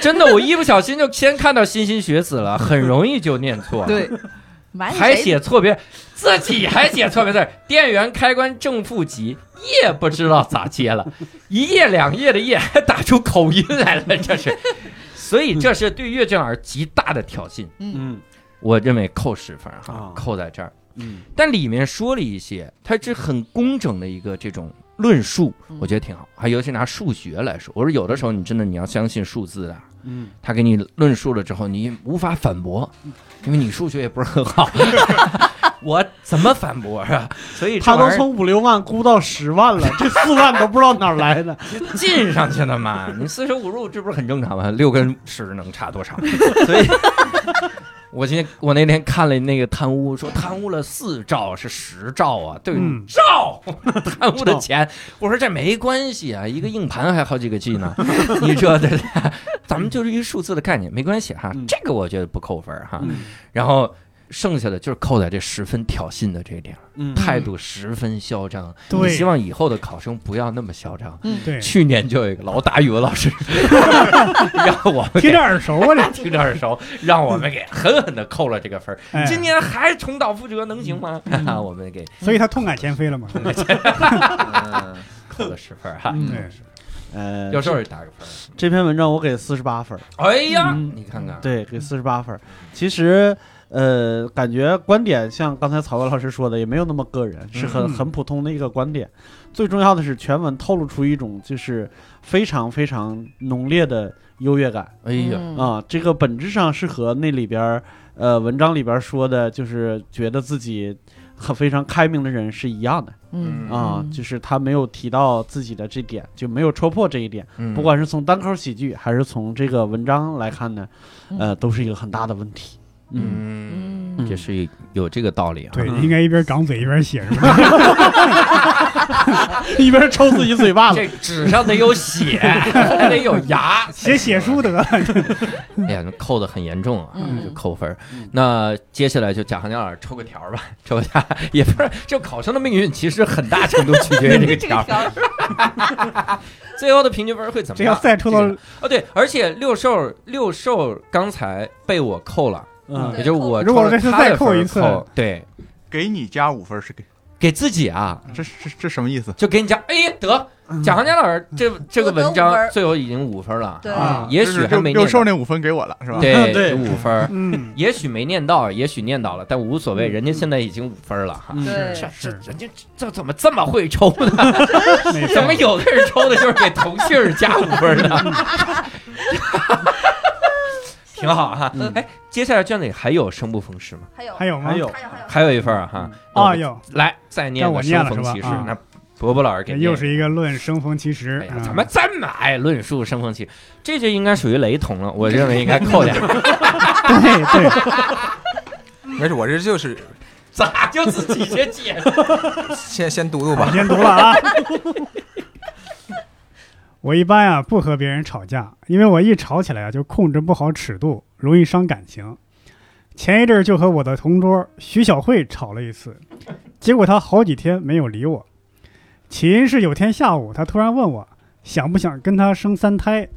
B: 真的，我一不小心就先看到莘莘学子了，很容易就念错。
D: 对，
E: 买哎你
B: 还
E: 谁
B: 写错别，自己还写错别字儿。电源开关正负极，也不知道咋接了，一页两页的页还打出口音来了，这是。所以这是对岳正儿极大的挑衅，
C: 嗯
B: 我认为扣十分儿哈
C: 啊，
B: 扣在这儿。
C: 嗯
B: 但里面说了一些，它是很工整的一个这种论述
E: 嗯，
B: 我觉得挺好。还尤其拿数学来说，我说有的时候你真的你要相信数字啊，
C: 嗯
B: 他给你论述了之后，你无法反驳，因为你数学也不是很 <laughs> 好，我怎么反驳啊？所以这
C: 他都
B: 玩意儿
C: 从五六万估到十万 <laughs> 了，这四万都不知道哪儿来的。
B: 进上去了嘛，你四舍五入这不是很正常吗？六跟十能差多少？所 <laughs> 以。我今天我那天看了那个贪污，说贪污了四兆是十兆啊，对，<laughs>
A: 嗯
B: 兆贪污的钱，我说这没关系啊，一个硬盘还好几个 G <laughs> 呢，你这这，咱们就是一个数字的概念，没关系哈
C: 嗯，
B: 这个我觉得不扣分哈。
C: 嗯
B: 然后剩下的就是扣在这十分挑衅的这一点儿，
C: 嗯
B: 态度十分嚣张。
A: 对
B: 我希望以后的考生不要那么嚣张。
A: 对，
B: 去年就有一个老打语文老师， <laughs> 让我们给
A: 听着耳熟啊，这
B: 听着耳熟，让我们给狠狠的扣了这个分儿。
A: 哎
B: 今年还重蹈覆辙，能行吗？哈 <laughs> 哈，我们给
A: 所以他痛改前非了嘛。
D: 嗯
B: 扣了十分儿哈。
C: 嗯
A: 对，
C: 呃，
B: 教授也打个分儿。
C: 这篇文章我给四十八分儿，
B: 哎呀，
C: 嗯
B: 你看看，
C: 对，给四十八分儿。其实，呃，感觉观点像刚才曹文老师说的，也没有那么个人，是很
A: 嗯
C: 很普通的一个观点。最重要的是，全文透露出一种就是非常非常浓烈的优越感。
B: 哎呀，
E: 嗯
C: 啊，这个本质上是和那里边儿呃文章里边儿说的，就是觉得自己很非常开明的人是一样的
E: 嗯
C: 啊，
E: 嗯
C: 就是他没有提到自己的这点，就没有戳破这一点。
B: 嗯
C: 不管是从单口喜剧还是从这个文章来看呢，呃，都是一个很大的问题。嗯
B: 嗯，
E: 嗯，
B: 这是有这个道理啊。
A: 对，
C: 嗯
A: 应该一边港嘴一边写是吧？ <laughs>
C: 嗯一边抽自己嘴巴子。
B: 这纸上得有血， <laughs> 还得有牙，
A: 写写书得了。
B: 哎呀，扣的很严重啊，
E: 嗯
B: 就扣分儿
C: 嗯。
B: 那接下来就贾行家老师抽个条儿吧， <laughs> 抽一下，也不是，就考生的命运其实很大程度取
E: <laughs>
B: 决于这个
E: 这
B: 条
E: 个
B: 儿。
E: 条儿
B: 最后的平均分儿会怎么
A: 这要
B: 样？
A: 再抽到
B: 这个哦，对，而且六兽六兽刚才被我扣了，
C: 嗯
B: 也就是我
A: 如果
B: 抽了
A: 这次
B: 他的
A: 再扣
B: 分儿
A: 一次
B: 扣对，
F: 给你加五分是给，嗯
B: 给自己啊，
F: 这这这什么意思？
B: 就给你讲，哎得。
A: 嗯
B: 贾行家老师这这个文
E: 我得五分
B: 章
E: 儿
B: 最后已经五分了，
E: 对
A: 啊
B: 也
F: 就是
B: 许还
F: 六
B: 没
F: 六
B: 念
F: 兽
B: 到，
F: 那五分给我了是
A: <laughs>
F: 吧？
B: 对
C: 对
B: 五分儿，
A: 嗯，
B: 也许没念到，也许念到了，但无所谓，人家现在已经五分了哈。
C: 嗯
E: 对
B: 这这
A: 是
B: 人家这怎么这么会抽 <laughs> 呢？
A: 没
B: 怎么
A: 事。
B: 有的人抽的就是给同姓儿加五分呢？ <laughs> 挺好哈
C: 嗯。
B: 哎，接下来卷子里还有生不逢时吗？
E: 还有
A: 还有吗？
C: 还有
E: 还有还有
B: 还有一份儿哈。
A: 啊，
B: 有，
A: 有，
B: 来再念
A: 让
B: 个
A: 我念
B: 生
A: 了
B: 逢
A: 是吧
B: 其时
A: 啊。
B: 那伯伯老师给
A: 这
B: 念
A: 又。是一个论生逢其时
B: 哎呀，
A: 啊 <laughs>
B: 怎么这么爱论述生逢其时？这就应该属于雷同了，我认为应该扣点儿。
A: 对对，
D: 没事，我这就是
B: <laughs> 咋就自己先解释？
D: 先先读读
A: 我
D: 吧。
A: 先读了啊。我一般啊不和别人吵架，因为我一吵起来啊就控制不好尺度，容易伤感情。前一阵儿就和我的同桌徐小慧吵了一次，结果她好几天没有理我。起因是有天下午，她突然问我想不想跟她生三胎。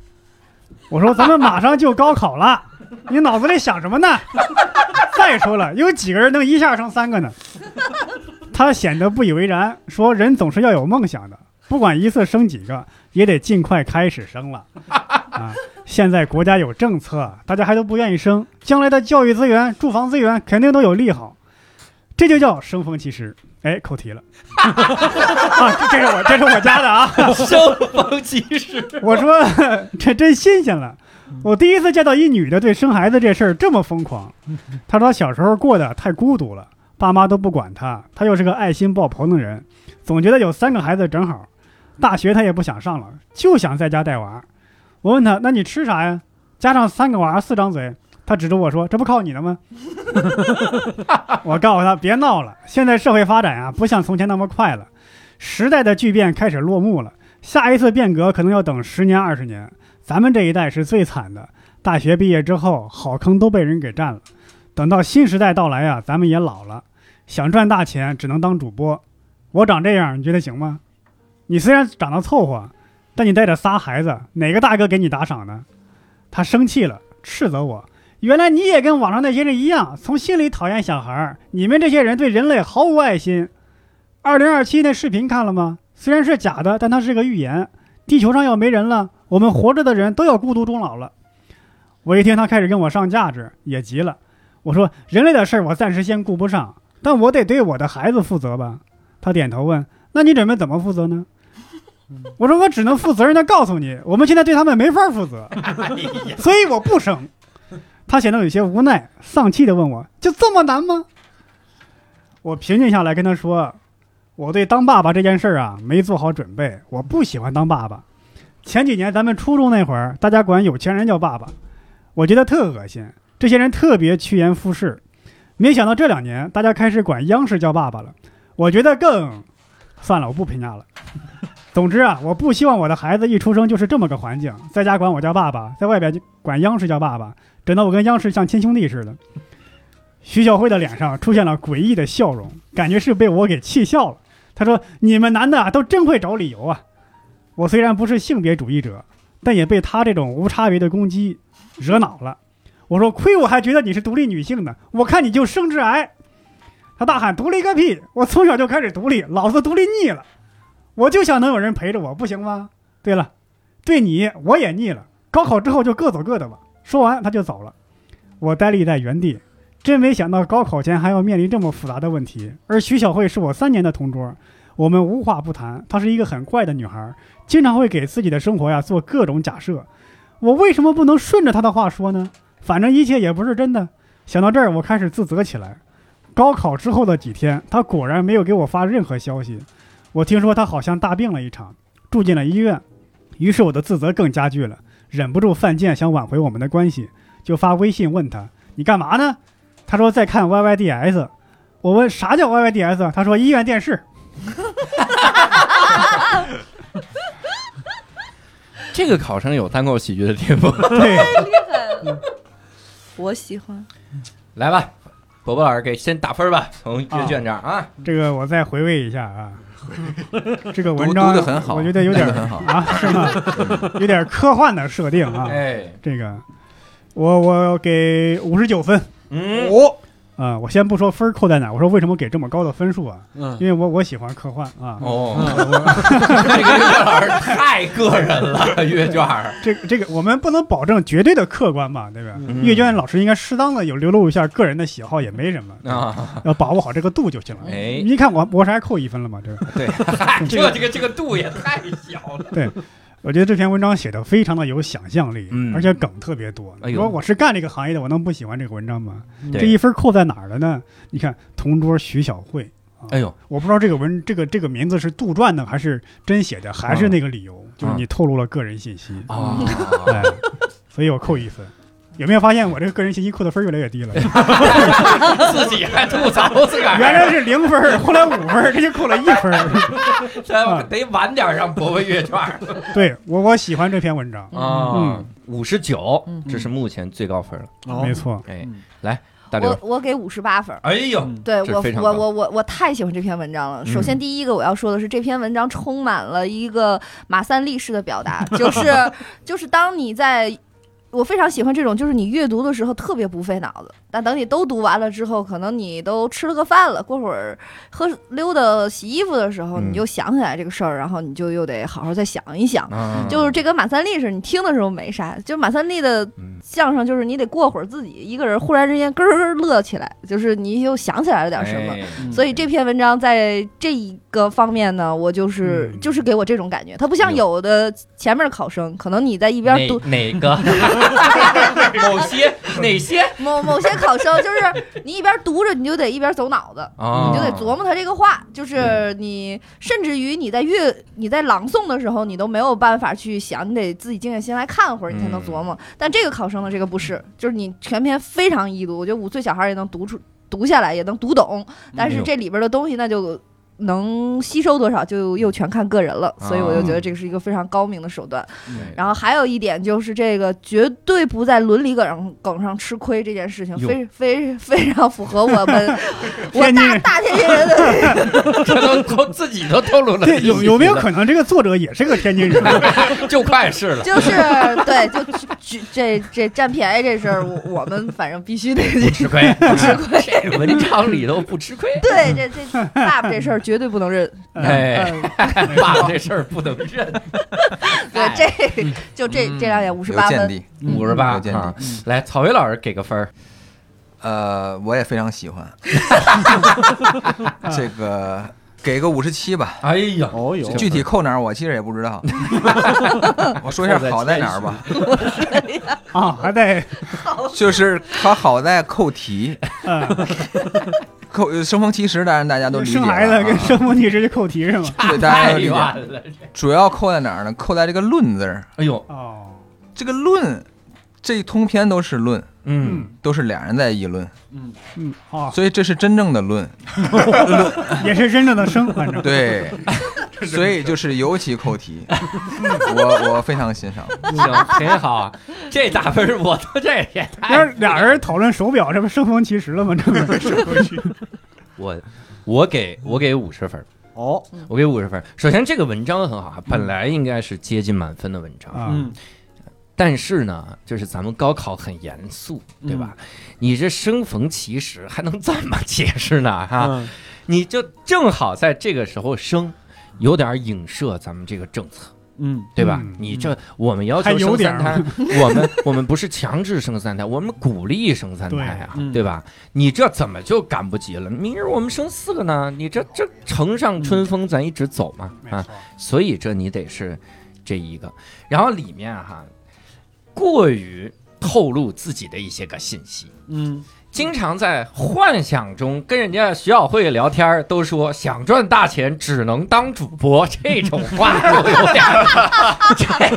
A: 我说咱们马上就高考了，你脑子里想什么呢？再说了，有几个人能一下生三个呢？他显得不以为然，说：“人总是要有梦想的，不管一次生几个，也得尽快开始生了。啊，现在国家有政策，大家还都不愿意生，将来的教育资源、住房资源肯定都有利好，这就叫生逢其时。”哎，扣题了 <laughs> 啊！这这是我这是我家的啊！
B: 生逢其时，
A: <laughs> 我说这真新鲜了，我第 <laughs> 一次见到一女的对生孩子这事儿这么疯狂。她说她小时候过得太孤独了，爸妈都不管他，他又是个爱心爆棚的人，总觉得有三个孩子正好。大学他也不想上了，就想在家带娃。我问他：“那你吃啥呀？”加上三个娃，四张嘴。他指着我说：“这不靠你的吗？” <laughs> 我告诉他：“别闹了，现在社会发展啊，不像从前那么快了，时代的巨变开始落幕了。下一次变革可能要等十年、二十年。咱们这一代是最惨的，大学毕业之后，好坑都被人给占了。等到新时代到来啊，咱们也老了，想赚大钱只能当主播。我长这样，你觉得行吗？你虽然长得凑合，但你带着仨孩子，哪个大哥给你打赏呢？”他生气了，斥责我。原来你也跟网上那些人一样，从心里讨厌小孩儿。你们这些人对人类毫无爱心。二零二七那视频看了吗？虽然是假的，但它是个预言。地球上要没人了，我们活着的人都要孤独终老了。我一听他开始跟我上价值，也急了。我说：“人类的事儿我暂时先顾不上，但我得对我的孩子负责吧？”他点头问：“那你准备怎么负责呢？”我说：“我只能负责任的告诉你，我们现在对他们没法负责，所以我不生。”他显得有些无奈，丧气地问我：“就这么难吗？”我平静下来跟他说：“我对当爸爸这件事儿啊，没做好准备。我不喜欢当爸爸。前几年咱们初中那会儿，大家管有钱人叫爸爸，我觉得特恶心。这些人特别趋炎附势。没想到这两年，大家开始管央视叫爸爸了，我觉得更……算了，我不评价了。总之啊，我不希望我的孩子一出生就是这么个环境，在家管我叫爸爸，在外边就管央视叫爸爸。整得我跟央视像亲兄弟似的。徐小慧的脸上出现了诡异的笑容，感觉是被我给气笑了。她说：“你们男的啊，都真会找理由啊！”我虽然不是性别主义者，但也被她这种无差别的攻击惹恼了。我说：“亏我还觉得你是独立女性呢，我看你就生致癌。”她大喊：“独立个屁！我从小就开始独立，老子独立腻了，我就想能有人陪着我，不行吗？对了，对你我也腻了，高考之后就各走各的吧。”说完他就走了，我呆立在原地，真没想到高考前还要面临这么复杂的问题。而徐小慧是我三年的同桌，我们无话不谈。她是一个很怪的女孩，经常会给自己的生活呀做各种假设。我为什么不能顺着她的话说呢？反正一切也不是真的。想到这儿，我开始自责起来。高考之后的几天，她果然没有给我发任何消息。我听说她好像大病了一场，住进了医院。于是我的自责更加剧了。忍不住犯贱，想挽回我们的关系，就发微信问他：“你干嘛呢？”他说：“在看 YYDS。”我问：“啥叫 YYDS？” 啊他说：“医院电视。 <laughs>
B: 这个考生有单口喜剧的天赋，”
A: 对，
E: 厉害了，我喜欢。
B: <laughs> 来吧，伯伯老师给先打分吧，从阅卷这儿啊，
A: 这个我再回味一下啊。 <laughs> 这个
D: 读
A: 文
D: 读
A: 章
D: 的很好，
A: 我觉得有
D: 念
A: 点
D: 得很 <laughs> 好。
A: 啊，是吗？有点科幻的设定啊。
B: 哎，
A: 这个，我我给五十九分
B: 嗯，
F: 哦，
A: 啊、我先不说分儿扣在哪，我说为什么给这么高的分数啊？
C: 嗯
A: 因为我我喜欢科幻啊。
B: 哦， <laughs> 这个阅卷老师太个人
A: <laughs>
B: 了，阅卷儿，
A: 这个这个我们不能保证绝对的客观吧，对吧？
B: 嗯
A: 阅卷老师应该适当的有流露一下个人的喜好，也没什么，
B: 啊，
A: 要把握好这个度就行了。
B: 哎，
A: 你看我我是还扣一分了嘛，对吧？ <laughs>
B: 对，嗨这个这个这个度也太小了，
A: 我觉得这篇文章写的非常的有想象力，
B: 嗯
A: 而且梗特别多。
B: 哎
A: 你
B: 呦嗯
A: 说我是干这个行业的，我能不喜欢这个文章吗？
B: 对
A: 这一分扣在哪儿了呢？你看同桌徐小慧，啊
B: 哎呦，
A: 我不知道这个文这个这个名字是杜撰的还是真写的，还是那个理由，就是你透露了个人信息，
B: 啊，
A: 哎，所以我扣一分。有没有发现我这个个人信息扣的分越来越低
B: <laughs>
A: 了？
B: <laughs> 自己还吐槽自个儿，
A: 原来是零分儿，后来五分儿，这就扣了一分儿。
B: <laughs> 这
A: 啊
B: 得晚点让伯伯阅卷儿
A: 对我，我喜欢这篇文章，
B: 啊
A: 嗯，
B: 五十九
E: 嗯，
B: 这是目前最高分了，
C: 哦
B: <laughs>
A: 没错。
B: 哎
C: 嗯，
B: 来大刘
E: 我，我给五十八分儿。
B: 哎呦，
C: 嗯
E: 对
B: 这
E: 我
B: 非常嗯
E: 我
B: 高
E: 我我我太喜欢这篇文章了。首先第一个我要说的是，这篇文章充满了一个马三立式的表达，就是
B: <laughs>
E: 就是当你在。我非常喜欢这种，就是你阅读的时候特别不费脑子，但等你都读完了之后，可能你都吃了个饭了，过会儿喝溜达洗衣服的时候，
B: 嗯
E: 你就想起来这个事儿，然后你就又得好好再想一想。
B: 啊
A: 嗯
E: 就是这跟马三立似的，你听的时候没啥，就是马三立的
B: 嗯
E: 相声，就是你得过会儿自己一个人忽然之间咯咯咯乐起来，就是你又想起来了点什么。
B: 哎
C: 嗯
E: 所以这篇文章在这一个方面呢，我就是、
A: 嗯
E: 就是给我这种感觉，它不像
B: 哎呦
E: 有的前面的考生，可能你在一
B: <laughs>
E: 边
B: 哪
E: 读
B: 哪个？某些哪些
E: 某某些考生就是你一边读着，你就得一边走脑子。
B: 啊
E: 你就得琢磨他这个话，就是你，甚至于你在阅你在朗诵的时候，你都没有办法去想，你得自己静下心来看会儿，你才能琢磨。但这个考生的这个不是，就是你全篇非常易读，我觉得五岁小孩也能读出读下来，也能读懂。但是这里边的东西，那就能吸收多少，就又全看个人了。所以我就觉得这是一个非常高明的手段。然后还有一点就是，这个绝对不在伦理梗上梗上吃亏这件事情，
B: 哟
E: 非非非常符合我们
A: <laughs>
E: 我
A: 天津
E: 大
A: 人
E: 大天津人的。
B: 这都都自己都透露了
A: 这，有有没有可能这个作者也是个天津人？
B: <laughs> 就快是了？
E: 就是对，就这这这占便宜这事儿，我我们反正必须得去。
B: 吃亏，
E: 不吃亏，。
B: <laughs> 这文章里头不吃亏
E: 对，这这
A: <laughs>
E: 爸爸这事儿绝对不能认。
B: 哎，
E: 嗯，
B: 爸爸这事儿不能认。哎
E: 对，这就这这两点五十
D: 有
E: 八
D: 见
E: 分，
D: 地。
B: 五十八
D: 嗯有见
B: 啊！来，曹伟老师给个分儿。
D: 呃，我也非常喜欢，这个给个五十七吧。
B: 哎呀，
C: 哦哟，
D: 具体扣哪儿我其实也不知道，我说一下好在哪儿吧，
A: 啊，还在
D: 就是它好在扣题，
A: 呃
D: 扣呃生逢其时，当然大家都理解
A: 生
D: 了
A: 孩子跟
D: 啊，
A: 生母体直接扣题是吗？
D: <laughs> 对大家
B: 太
D: 都理
B: 远
D: 解。
B: 了。
D: 主要扣在哪儿呢？扣在这个“论”字儿，
B: 哎呦，
A: 哦，
D: 这个“论”，这一通篇都是论，
B: 嗯，
A: 嗯
D: 都是俩人在议论，
A: 嗯，哦，
D: 所以这是真正的论。
A: 也是真正的生，反正
D: <laughs> 对，
A: <laughs>
D: 所以就是尤其扣题，我我非常欣赏。
B: 行，挺好啊。这打分儿我都这也
A: 要
B: 太
A: 是……俩人讨论手表，这不生逢其时了吗？这不是
B: 我我给我给五十分儿。
C: 哦，
B: 我给五十分儿。首先，这个文章很好啊，本来应该是接近满分的文章，
A: <laughs> 嗯啊，
C: 嗯，
B: 但是呢，就是咱们高考很严肃，对吧？
A: 嗯
B: 你这生逢其时，还能怎么解释呢？哈、
C: 嗯，
B: 你就正好在这个时候生，有点影射咱们这个政策。
C: 嗯，
B: 对吧？
A: 嗯
B: 你这我们要
A: 还
B: 求
A: 有
B: 生
A: 点
B: 三
A: 儿 <laughs>
B: 胎，我们我们不是强制生三胎，我们鼓励生三胎啊，
C: 对嗯
B: 对吧？你这怎么就赶不及了？明儿我们生四个呢？你这这乘上春风，咱一直走嘛
A: 嗯没
B: 啊！
A: 错，
B: 所以这你得是这一个，然后里面哈、过于透露自己的一些个信息，
C: 嗯，
B: 经常在幻想中跟人家徐小慧聊天儿，都说想赚大钱只能当主播，这种话就有点儿，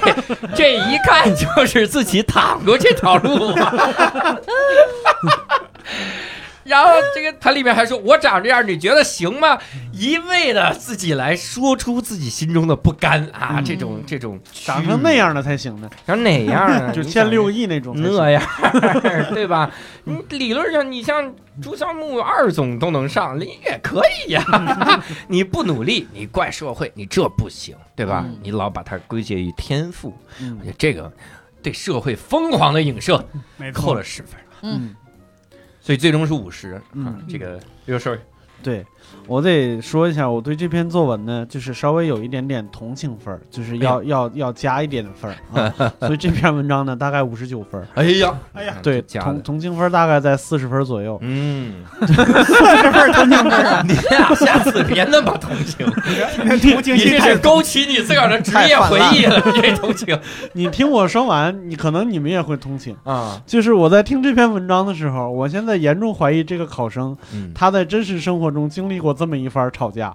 B: 这这一看就是自己躺过这条路嘛。然后这个它里面还说，我长这样你觉得行吗？一味的自己来说出自己心中的不甘啊，这种这种
C: 长成那样的才行呢，
B: 长哪样啊？
C: 就
B: 你
C: 见
B: 想
C: 六亿那种才行，
B: 那样儿， <laughs> 对吧？你理论上，你像朱孝木二总都能上，你也可以呀、 <laughs> 你不努力，你怪社会，你这不行，对吧？
E: 嗯
B: 你老把它归结于天赋，
C: 嗯
B: 我觉得这个对社会疯狂的影射，
A: 没错，
B: 扣了十分，啊
C: 嗯，
B: 所以最终是五十、啊
C: 嗯。
B: 这个六十，
C: <laughs> 对，我得说一下，我对这篇作文呢，就是稍微有一点点同情分儿，就是要、要要加一点分儿、啊，所以这篇文章呢，大概五十九分儿。
B: 哎呀，
A: 哎呀，
C: 对，
B: 加的
C: 同，同情分儿大概在四十分儿左右。
B: 嗯， <laughs> 你俩下次别那么同情，
A: <laughs> 同情
B: 你
A: 心
B: 这
A: 太
B: 是勾起你自个儿的职业回忆了，你这同情
C: 你听我说完，你可能你们也会同情。
B: 啊，
C: 就是我在听这篇文章的时候，我现在严重怀疑这个考生
B: 嗯，
C: 他在真实生活中经历过这么一番吵架。
B: 哦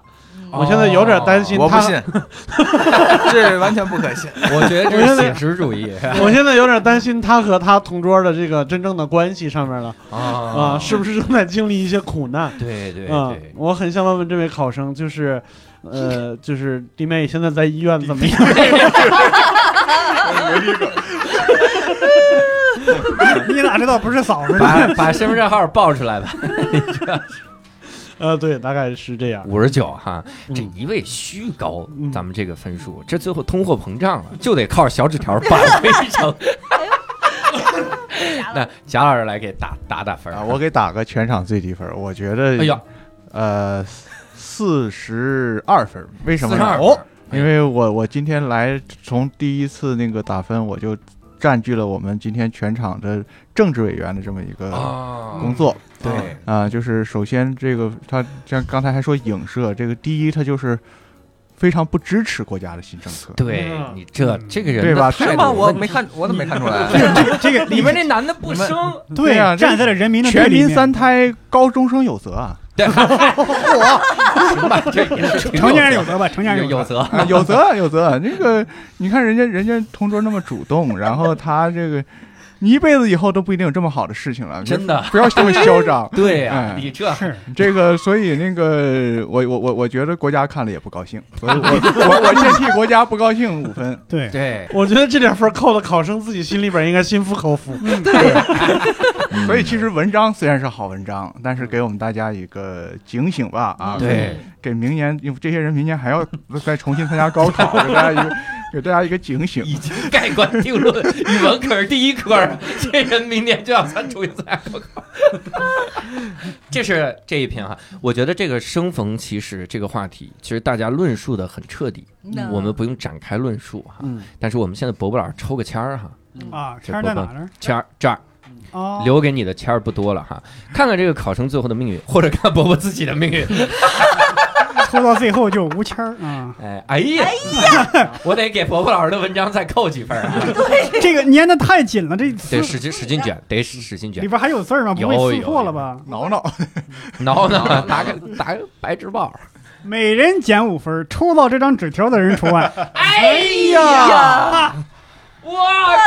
C: 我现在有点担心
D: 哦我不
C: 他，
D: 信，这完全不可信。
B: 哦我觉得这是写实主 <laughs> 义
C: 我现在有点担心他和他同桌的这个真正的关系上面了啊、
B: 啊嗯
C: 是不是正在经历一些苦难？
B: 对对
C: 啊、
B: 对，
C: 我很想问问这位考生，就是，
B: <laughs>
C: 呃，就是弟妹现在在医院怎么样？
A: 你咋知道不是嫂
B: <laughs>
A: 子呢？
B: 把把身份证号报出来吧。
C: 呃，对，大概是这
B: <laughs>
C: 样。
B: <laughs> 五十九哈，这
C: 嗯
B: 一味虚高，
C: 嗯
B: 咱们这个分数，这最后通货膨胀了，就得靠小纸条 <laughs> 扳回一城。那贾老师来给打打打分
F: 啊，我给打个全场最低分，我觉得，
B: 嗯哎呀，
F: 呃，四十二分，为什么
B: 42
F: 呢？
B: 分哦，
F: 因为我我今天来，从第一次那个打分，我就占据了我们今天全场的政治委员的这么一个
B: 啊，
F: 工作
B: 对，
F: 啊、就是首先这个他像刚才还说影射，这个第一它就是非常不支持国家的新政策，
B: 对
C: 嗯
B: 你这
A: 嗯
B: 这个人
F: 对吧？
D: 是吗？我没看，我怎么没看出来？
A: 这个这个
B: 你们那男的不生，
A: 对
F: 对啊这
A: 站在了人民的对
F: 全
A: 立
F: 民
A: 面
F: 三胎，高中生有责啊，
B: 行吧，这也是 <laughs> 挺
A: 成年人
B: 有
A: 有责吧，成年人
B: 有
A: 责。
B: 责，
F: 啊有责有责。那个你看人家人家同桌那么主动，然后他这个，你一辈子以后都不一定有这么好的事情了，
B: 真的。。
F: 不要这么嚣张
B: <laughs> 对呀，
F: 哎
B: 你这
A: 是，
F: 这个，所以那个，我我我我觉得国家看了也不高兴，所以我我我先替国家不高兴五分。
A: 对，
B: 对
C: 我觉得这点分扣的考生自己心里边应该心服口服。
B: 嗯
F: 嗯
D: 嗯
F: 所以其实文章虽然是好文章，但是给我们大家一个警醒吧啊，
B: 嗯对，
F: 给明年因为这些人明年还要再重新参加高考，给大家
B: <laughs>
F: 一个给大家一个警醒。
B: 已经盖棺定论，语文可是第一科儿，这人明年就要参重新参加高考。这是这一篇哈，我觉得这个生逢其时这个话题，其实大家论述的很彻底，
E: 那
B: 我们不用展开论述哈。
C: 嗯，
B: 但是我们现在伯伯老师抽个签儿哈，
A: 啊，签儿在哪儿呢？
B: 签儿这儿
A: 哦，
B: 留给你的签儿不多了哈，看看这个考生最后的命运，或者看伯伯自己的命运。。
A: 抽到最后就无签儿啊
B: 哎哎呀，我得给伯伯老师的文章再扣几分儿啊！
A: 这个粘的太紧了，这撕
B: 得使劲使劲卷，得使使劲卷
A: 里。边还有字儿吗？不
B: 有
A: 会
B: 有
A: 撕破了
B: 有
A: 吧？
F: 挠挠，
B: 挠挠，拿个拿个白纸报。
A: 每人减五分儿，抽到这张纸条的人除外。
E: <laughs>
B: 哎
E: 呀，
B: 我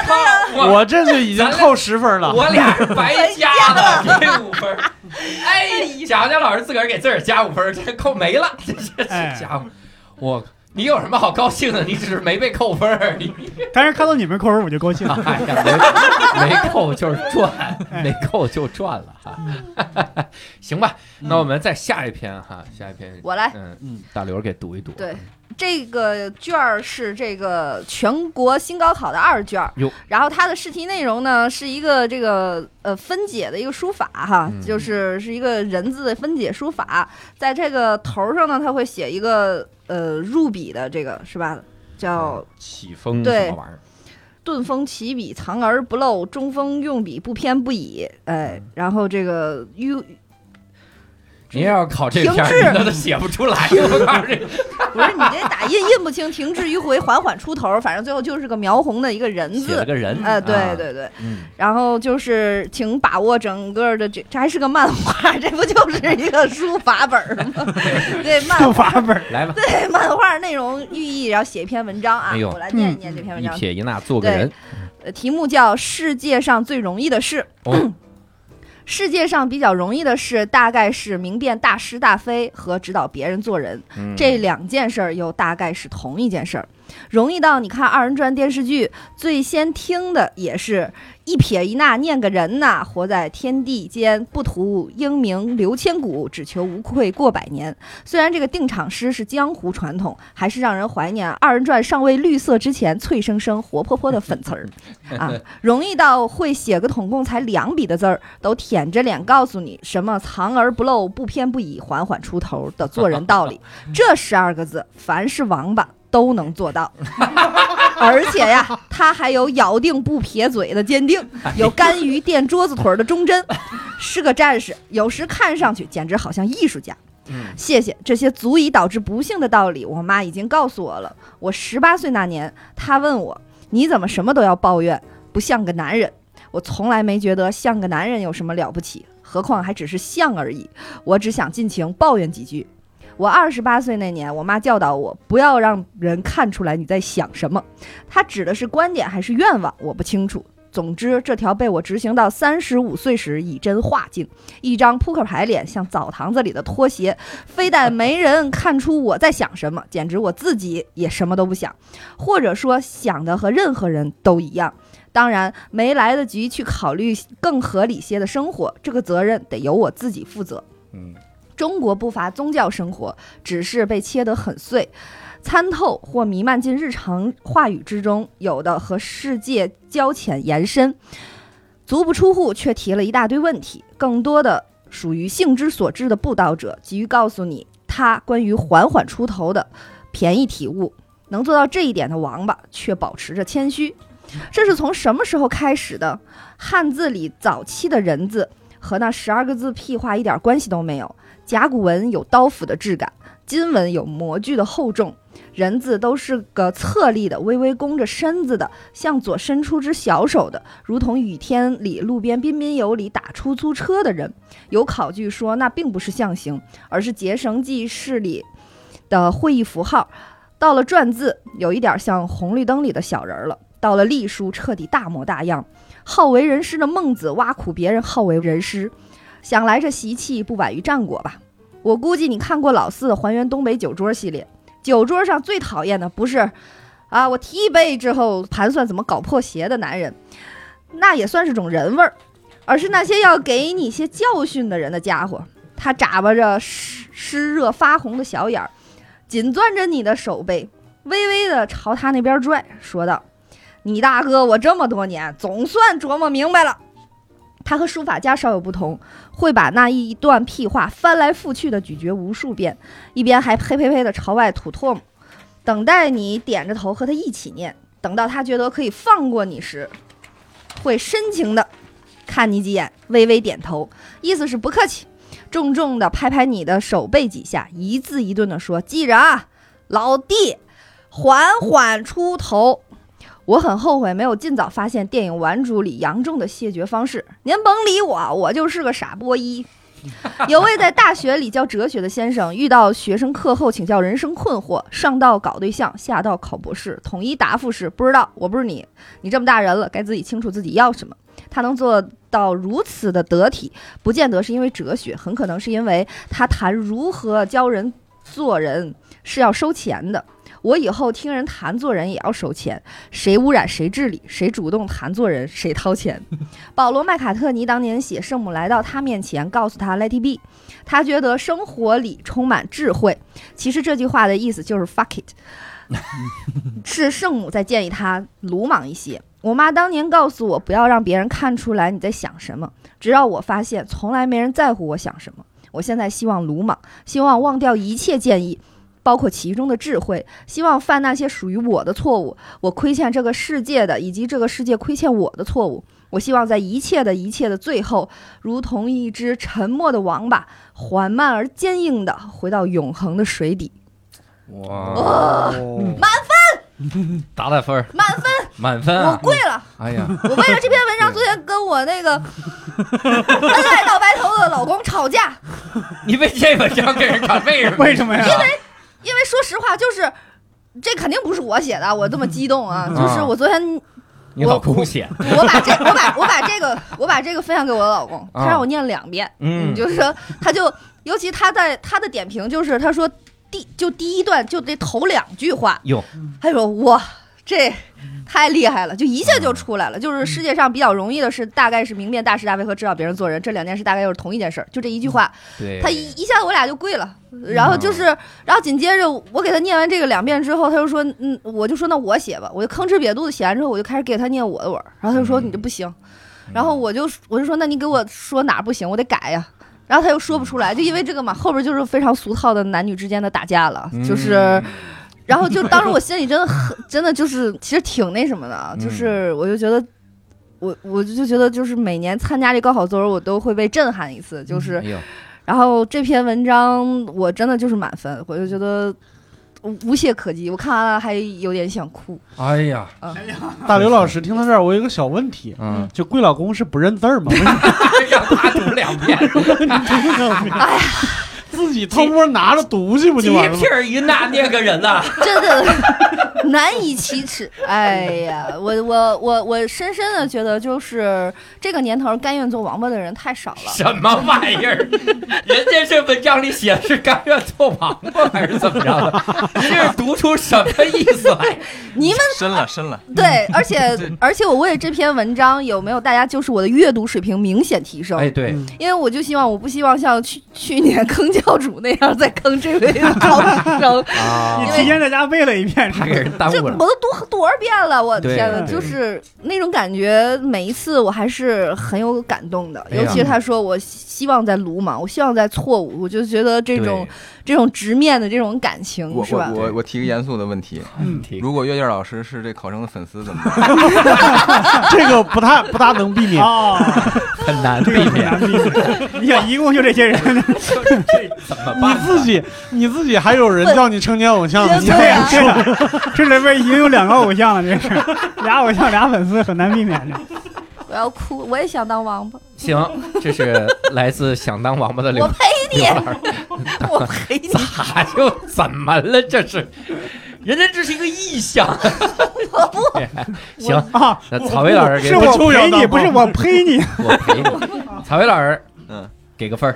B: 靠！我
C: 我这就已经扣十分了。
B: 我俩白加了这五分儿。
E: <laughs>
B: 哎，贾贾老师自个儿给自个儿加五分儿，这扣没
E: <laughs>
B: 了。这这
A: 哎
B: 家伙，我你有什么好高兴的？你只是没被扣分儿，你
A: 但是看到你们扣分儿我就高兴。
E: <laughs>
B: 哎呀，没没扣就是赚，没扣就赚了哈。
E: 嗯
B: <laughs> 行吧，那我们再下一篇哈，下一篇
E: 我来。
B: 嗯
C: 嗯，
B: 大刘儿给读一读。
E: 对，这个卷儿是这个全国新高考的二卷儿
B: 哟，
E: 然后它的试题内容呢是一个这个呃分解的一个书法哈，
B: 嗯
E: 就是是一个人字的分解书法，在这个头儿上呢，它会写一个呃入笔的这个是吧？
B: 嗯
E: 叫
B: 起风
E: 对
B: 什么玩意儿？
E: 顿锋起笔，藏而不露；中锋用笔，不偏不倚。
B: 嗯
E: 哎，然后这个迂
B: 您要考这
E: 停
B: 篇
E: 滞
B: 儿，你都写不出来。我告诉你，
E: 不是你这打印印不清，停滞迂回，缓缓出头，反正最后就是个描红的一个人
B: 写了
E: 字。
B: 个人，
E: 哎，
B: 啊
E: 对，对对，
B: 嗯，
E: 然后就是请把握整个的这，这还是个漫画，这不就是一个书法本儿吗？对，
A: <laughs>
E: 漫
A: 不罚本儿，
B: 来吧，
E: 对漫画内容寓意，然后写一篇文章啊，
B: 哎呦嗯
E: 我来念一念这篇文
B: 一
E: 章，
B: 撇一捺做个人，
E: 呃题目叫《世界上最容易的事》。
B: 哦
E: 世界上比较容易的事，大概是明辨大是大非和指导别人做人。
B: 嗯
E: 这两件事儿又大概是同一件事儿，容易到你看二人转电视剧，最先听的也是一撇一捺念个人呐，活在天地间，不图英名留千古，只求无愧过百年。虽然这个定场诗是江湖传统，还是让人怀念二人转尚未绿色之前脆生生、活泼泼的粉词儿啊，容易到会写个统共才两笔的字儿，都舔着脸告诉你什么藏而不露、不偏不倚、缓缓出头的做人道理。这十二个字，凡是王八都能做到。 <laughs> 而且呀，他还有咬定不撇嘴的坚定，有甘于垫桌子腿儿的忠贞，是个战士。有时看上去简直好像艺术家。
B: 嗯
E: 谢谢，这些足以导致不幸的道理，我妈已经告诉我了。我十八岁那年，她问我：“你怎么什么都要抱怨，不像个男人？”我从来没觉得像个男人有什么了不起，何况还只是像而已。我只想尽情抱怨几句。我二十八岁那年，我妈教导我不要让人看出来你在想什么。她指的是观点还是愿望，我不清楚。总之，这条被我执行到三十五岁时以真化境，一张扑克牌脸像澡堂子里的拖鞋，非但没人看出我在想什么，简直我自己也什么都不想，或者说想的和任何人都一样。当然，没来得及去考虑更合理些的生活，这个责任得由我自己负责。
B: 嗯，
E: 中国不乏宗教生活，只是被切得很碎、参透或弥漫进日常话语之中，有的和世界交浅延伸，足不出户却提了一大堆问题，更多的属于性之所至的布道者，急于告诉你他关于缓缓出头的便宜体悟。能做到这一点的王八，却保持着谦虚，这是从什么时候开始的？汉字里早期的人字和那十二个字屁话一点关系都没有。甲骨文有刀斧的质感，金文有模具的厚重，人字都是个侧立的，微微弓着身子的，向左伸出只小手的，如同雨天里路边彬彬有礼打出租车的人。有考据说，那并不是象形，而是结绳记事里的会意符号。到了篆字，有一点像红绿灯里的小人儿了。到了隶书，彻底大模大样。好为人师的孟子挖苦别人好为人师，想来这习气不晚于战国吧。我估计你看过老四的还原东北酒桌系列，酒桌上最讨厌的不是啊，我提一杯之后盘算怎么搞破鞋的男人，那也算是种人味儿，而是那些要给你些教训的人的家伙，他眨巴着湿湿热发红的小眼儿，紧攥着你的手背，微微的朝他那边拽，说道。你大哥，我这么多年总算琢磨明白了。他和书法家稍有不同，会把那一段屁话翻来覆去的咀嚼无数遍，一边还呸呸呸的朝外吐唾沫，等待你点着头和他一起念。等到他觉得可以放过你时，会深情的看你几眼，微微点头，意思是不客气，重重的拍拍你的手背几下，一字一顿的说：“记着啊，老弟，缓缓出头。”我很后悔没有尽早发现电影《顽主》里杨仲的谢绝方式。您甭理我，我就是个傻波一。有位在大学里教哲学的先生，遇到学生课后请教人生困惑，上到搞对象，下到考博士，统一答复是不知道，我不是你，你这么大人了，该自己清楚自己要什么。他能做到如此的得体，不见得是因为哲学，很可能是因为他谈如何教人做人是要收钱的。我以后听人谈做人也要收钱，谁污染谁治理，谁主动谈做人谁掏钱。保罗·麦卡特尼当年写《圣母来到他面前》，告诉他 “Let it be”，他觉得生活里充满智慧。其实这句话的意思就是 “fuck it”，是圣母在建议他鲁莽一些。我妈当年告诉我，不要让别人看出来你在想什么，直到我发现从来没人在乎我想什么。我现在希望鲁莽，希望忘掉一切建议。包括其中的智慧，希望犯那些属于我的错误，我亏欠这个世界的，以及这个世界亏欠我的错误。我希望在一切的一切的最后，如同一只沉默的王八，缓慢而坚硬的回到永恒的水底。
B: 嗯哇， <laughs> 打打分儿，
E: 哦满分，
B: <laughs> 满分
E: 我
B: 啊！
E: 跪了！
B: 哎呀，
E: 我为了这篇文章，昨天跟我那个恩爱到白头的老公吵架，
B: 你被这文章给人看，
E: <laughs>
B: 为什么？
A: 为什么呀？
E: 因为说实话，就是这肯定不是我写的，我这么激动啊，就是我昨天
B: 你老公写，
E: 我把这我把我把这个我把这个分享给我老公，他让我念两遍，
B: 嗯
E: 就是说他就尤其他在他的点评就是他说第就第一段就这头两句话，
B: 哟，
E: 他说哇这太厉害了，就一下就出来
B: 嗯
E: 了，就是世界上比较容易的是大概是明辨大是大非和知道别人做人这两件事大概又是同一件事儿，就这一句话，
B: 对，嗯
E: 他一一下子我俩就跪了，然后就是，然后紧接着我给他念完这个两遍之后，他就说，嗯，我就说那我写吧，我就吭哧瘪肚子写完之后，我就开始给他念我的文儿，然后他就说
B: 嗯
E: 你这不行，然后我就我就说那你给我说哪儿不行，我得改呀，然后他又说不出
B: 嗯
E: 来，就因为这个嘛，后边就是非常俗套的男女之间的打架了，
B: 嗯
E: 就是。然后就当时我心里真的很，真的就是其实挺那什么的
B: 嗯
E: 啊，就是我就觉得，我我就觉得就是每年参加这高考作文，我都会被震撼一次，就是
B: 哎呦，
E: 然后这篇文章我真的就是满分，我就觉得无无懈可击。我看完了还有点想哭。嗯
B: 哎呀，
C: 大刘老师，听到这儿，我有一个小问题，
B: 嗯，
C: 就贵老公是不认字儿
B: <laughs>
C: 吗？为什么
B: 让他读两
E: <laughs>
B: 遍，哎
C: 自己偷摸拿着读去不
B: 一
C: 就完了吗
B: 屁？儿一那那个人啊呐，
E: 真的难以启
B: <laughs>
E: 齿。哎呀，我我我我深深的觉得，就是这个年头甘愿做王八的人太少了。
B: 什么玩意儿？人家这文章里写是甘愿做王八还是怎么着的？ <laughs> 你这是读出什么意思来？
E: <laughs> 你们啊
D: 深了深了，
B: <laughs>
E: 对，而且而且我为这篇文章有没有大家就是我的阅读水平明显提升。
B: 哎，对，
C: 嗯
E: 因为我就希望，我不希望像去去年坑教主那样再坑这位
B: <laughs>
E: 高中生，
A: 你
E: 因为
A: 提前在家背了一遍，
B: 啊
E: <laughs>
B: 怕给人耽
E: 这
B: 误
E: 我
B: 了。
E: 都读多少遍了，我的
B: 对
E: 天呐，
B: 对
E: 就是那种感觉，每一次我还是很有感动的。
B: 哎呀
E: 尤其是他说我希望在鲁莽，我希望在错误，我就觉得这种
B: 对
E: 这种直面的这种感情，
D: 我
E: 是
D: 我
E: 吧？
D: 我我提个严肃的问题，
A: 嗯
D: 如果月月老师是这考生的粉丝怎么办？
C: 这个不太不大能避免。
A: 哦，
B: 很难
A: 这个很难避
E: <laughs>
A: 免。你想，一共就这些人，
B: 怎么
C: 你自己你自己还有人叫你成年偶像呢，你
A: <laughs>
E: 对啊
A: 这个这里边已经有两个偶像了，这
E: <laughs>
A: 是俩偶像俩粉丝，很难避免的。
E: 我要哭，我也想当王八，
B: 行，这是来自想当王八的刘
E: <laughs> 我呸你，我呸你，
B: 咋又怎么了？这是，人家这是一个意向。行，
A: 啊，
B: 那曹薇老师给
A: 是我
C: 我
A: 陪
C: 就要
A: 你，
C: 当
A: 不是我呸
B: <laughs>
A: 你。
B: 我陪你。曹薇老师，
D: 嗯，
B: 给个分儿。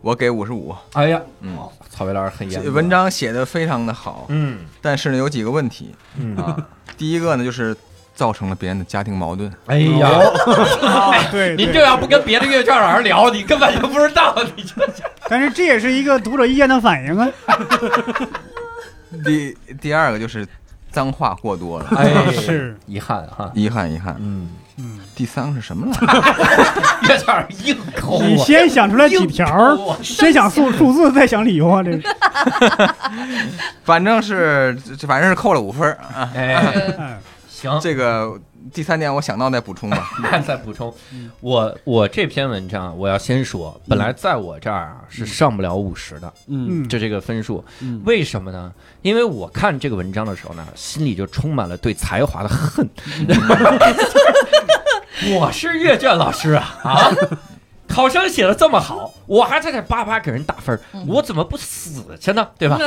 D: 我给五十五。
B: 哎呀，
D: 嗯，
B: 曹薇老师很严
D: 这
B: 格。
D: 文，章写的非常的好，
B: 嗯
D: 但是呢有几个问题
B: 嗯，
D: 啊。第一个呢就是造成了别人的家庭矛盾，
B: 哎呀，哦
A: <laughs> 对，
B: 您
A: 对
B: 这要不跟别的阅卷老师聊，你根本就不知道。你这
A: 但是这也是一个读者意见的反应啊。
D: <laughs> 第第二个就是脏话过多了，
B: 哎，
A: 是
B: 遗憾哈。
D: 遗憾遗憾。
B: 嗯，
A: 嗯，
D: 第三个是什么来着？
B: 阅卷儿 <laughs> 硬抠
A: 你
B: 我，
A: 先想出来几条儿
B: 硬，
A: <laughs>
B: 抠我
A: 先想数数字，再想理由啊，这是。
D: <laughs> 反正是这反正是扣了五分儿啊。
B: 哎，
A: 哎
B: <laughs> 行，
D: 这个第三点我想到再补充吧。
B: 再补充，我我这篇文章啊我要先说，本来在我这儿啊是上不了五十的，
A: 嗯
B: 就这个分数，
C: 嗯
B: 为什么呢？因为我看这个文章的时候呢，心里就充满了对才华的恨。 <laughs> 我是阅卷老师啊啊！考生写的这么好，我还在这叭叭给人打分儿，
E: 嗯
B: 嗯我怎么不死去呢？对吧？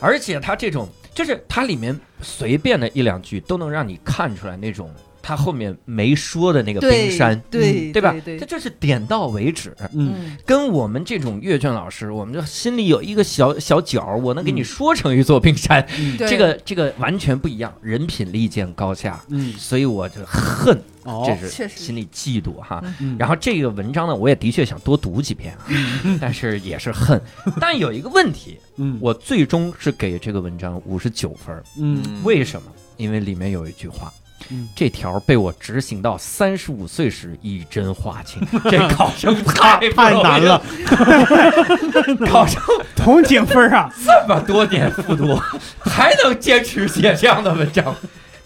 B: 而且他这种，就是它里面随便的一两句都能让你看出来那种他后面没说的那个冰山，嗯
E: 对
B: 对吧？
E: 对
B: 这，就是点到为止。
E: 嗯，
B: 跟我们这种阅卷老师，我们就心里有一个小小角儿，我能给你
C: 嗯
B: 说成一座冰山，
E: 对
B: 这个这个完全不一样，人品立见高下，
C: 嗯，
B: 所以我就恨，这
C: 哦，
B: 是
E: 确实
B: 心里嫉妒哈。
C: 嗯
B: 然后这个文章呢，我也的确想多读几
C: <laughs>
B: 篇啊，但是也是恨。但有一个问题，
C: 嗯
B: 我最终是给这个文章五十九分儿，
C: 嗯
B: 为什么？因为里面有一句话。
C: 嗯
B: 这条被我执行到三十五岁时，一针划清。
C: <laughs>
B: 这考生太不
C: 太 <laughs>
B: 容易
C: 难了，，
B: 考生
A: 同情分儿啊，
B: 这么多年复读，还能坚持写这样的文章，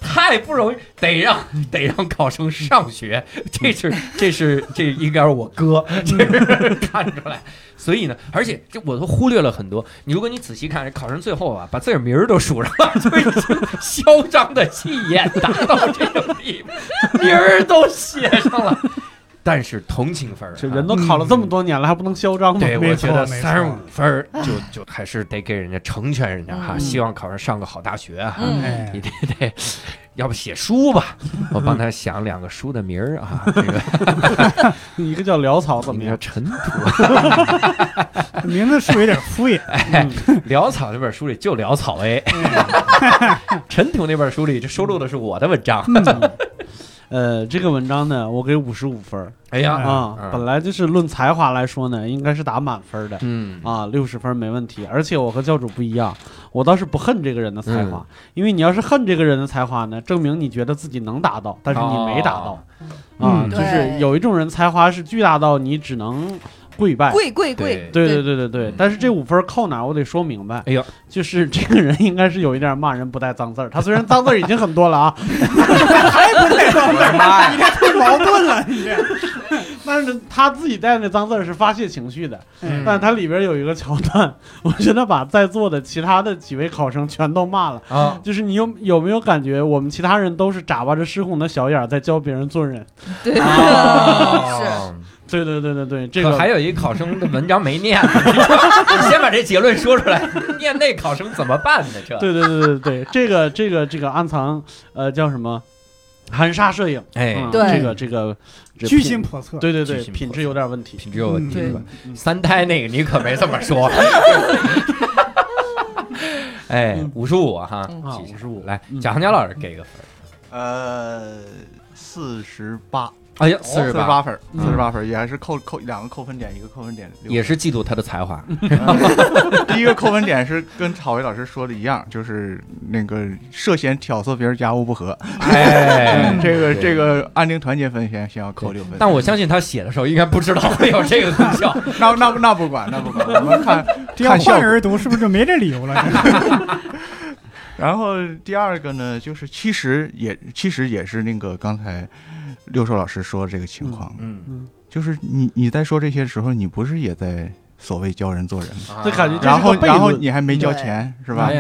B: 太不容易，得让得让考生上
C: <laughs>
B: 学，这是这是这应该是我哥，这是看出来。所以呢，而且这我都忽略了很多。你如果你仔细看，这考生最后啊，把自个儿名儿都数上了， <laughs> 就已经嚣张的气焰达到这种地步，名儿都写上了。但是同情分儿啊，
C: 这人都考了这么多年了，还不能嚣张吗？
B: 对，
A: 没
B: 我觉得
A: 错没
B: 三十
A: 错
B: 五分儿就就还是得给人家成全人家哈，
E: 嗯
B: 希望考上上个好大学哈，
E: 嗯，
A: 哎
B: 你，得得，要不写书吧，我帮他想两个书的名儿啊，这个
C: <laughs> 一个叫潦草怎么
B: 名叫
C: 样
B: 《尘土》。
A: 名字是不是有点敷衍？
B: 潦草那本书里就潦草 A，尘土那本书里这收录的是我的文章。
C: 呃，这个文章呢，我给五十五分儿
B: 哎呀
C: 啊，本来就是论才华来说呢，应该是打满分儿的。
B: 嗯
C: 啊，六十分儿没问题，而且我和教主不一样，我倒是不恨这个人的才
B: 嗯
C: 华，因为你要是恨这个人的才华呢，证明你觉得自己能达到，但是你没达
B: 哦
C: 到，啊，
A: 嗯
C: 就是
E: 对
C: 有一种人才华是巨大到你只能跪拜，
E: 贵贵贵，
C: 对对对对对，
B: 嗯
C: 但是这五分扣哪儿我得说明白。
B: 哎呦，
C: 就是 <laughs> 这个人应该是有一点骂人不带脏字儿，他虽然脏字儿已经很多了啊， <laughs>
D: 我
A: <laughs>
D: 的妈呀！
A: 矛盾了，
C: 但是他自己带那脏字儿是发泄情绪的。
B: 嗯
C: 但它里边有一个桥段， <laughs> 我觉得把在座的其他的几位考生全都骂了。
B: 啊，
C: 就是你有有没有感觉，我们其他人都是眨巴着失控的小眼儿在教别人做人？
E: 对，啊是，
B: 哦
C: 对对对对对，这
B: 可
C: 个
B: 还有一考生的文章没念呢， <laughs> 你说你先把这结论说出来，念那考生怎么办呢？这
C: 对对对对对，这个这个这个暗藏呃叫什么含沙射影？
B: 哎
C: 嗯
E: 对
C: 这个这个这
A: 居
C: 品
A: 心叵测。
C: 对对对
B: 居，心叵
C: 品质
B: 测
C: 有点问题。
B: 品质有问题
E: 对
B: 吧？三胎那个你可没这么说。哎，五十五哈，
C: 啊
B: 记下
C: 55
B: 来，贾行家老师给个分
F: 呃，四十八，
B: 哎呀，四
F: 四
B: 十
F: 十
B: 八，
F: 八分儿，
B: 嗯
F: 四十八分儿也还是扣扣两个扣分点，一个扣分点六分
B: 也是嫉妒他的才华。
F: 嗯第一个扣分点是跟郝伟老师说的一样，就是那个涉嫌挑唆别人家务不和，
B: 哎，
F: 这个
D: 对
F: 这个安定团结分先先要扣六分。
B: 但我相信他写的时候应该不知道会有这个功效。
F: 那那那不管，那不管，我们看
A: 这要
F: 看效
A: 换
F: 果
A: 人读，是不是就没这理由了？
F: 然后第二个呢，就是其实也其实也是那个刚才六兽老师说的这个情况，
B: 嗯，
F: 就是你你在说这些时候，你不是也在所谓教人做人吗？
C: 这感
D: 啊
C: 觉这是个
F: 然后
C: 悖论
F: 然后你还没交钱是吧？
B: 哎，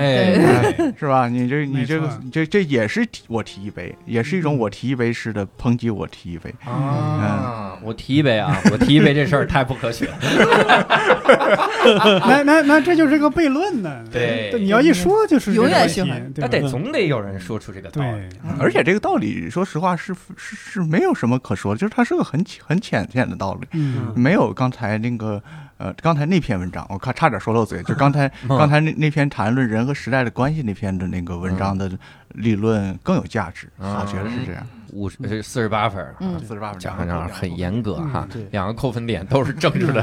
F: 哎是吧？你这你
A: 没
F: 这个
A: 错
F: 你这这也是提我提一杯，也是一种我提一杯式的抨击我提一杯。
B: 啊，我提一杯啊，我提一杯这事儿太不科学了。
A: 那那那这就是个悖论呢。
B: 对
A: 你要一说就是
E: 永远
A: 喜
E: 循环，
A: 对
B: 那
A: 吧
B: 得总得有人说出这个道理。
A: 对。
F: 而且这个道理，说实话是是是没有什么可说的，就是它是个很浅很浅显的道理。
A: 嗯，
F: 没有刚才那个呃，刚才那篇文章，我看差点说漏嘴，就
B: <laughs>
F: 刚才
B: 嗯
F: 刚才那那篇谈论人和时代的关系那篇的那个文章的理论更有价值，
B: 嗯
F: 我觉得是这样。
B: 五十呃四十八分儿，
E: 嗯
F: 四十八分
B: 讲讲很严格哈
C: 嗯对，
B: 两个扣分点都是政治的。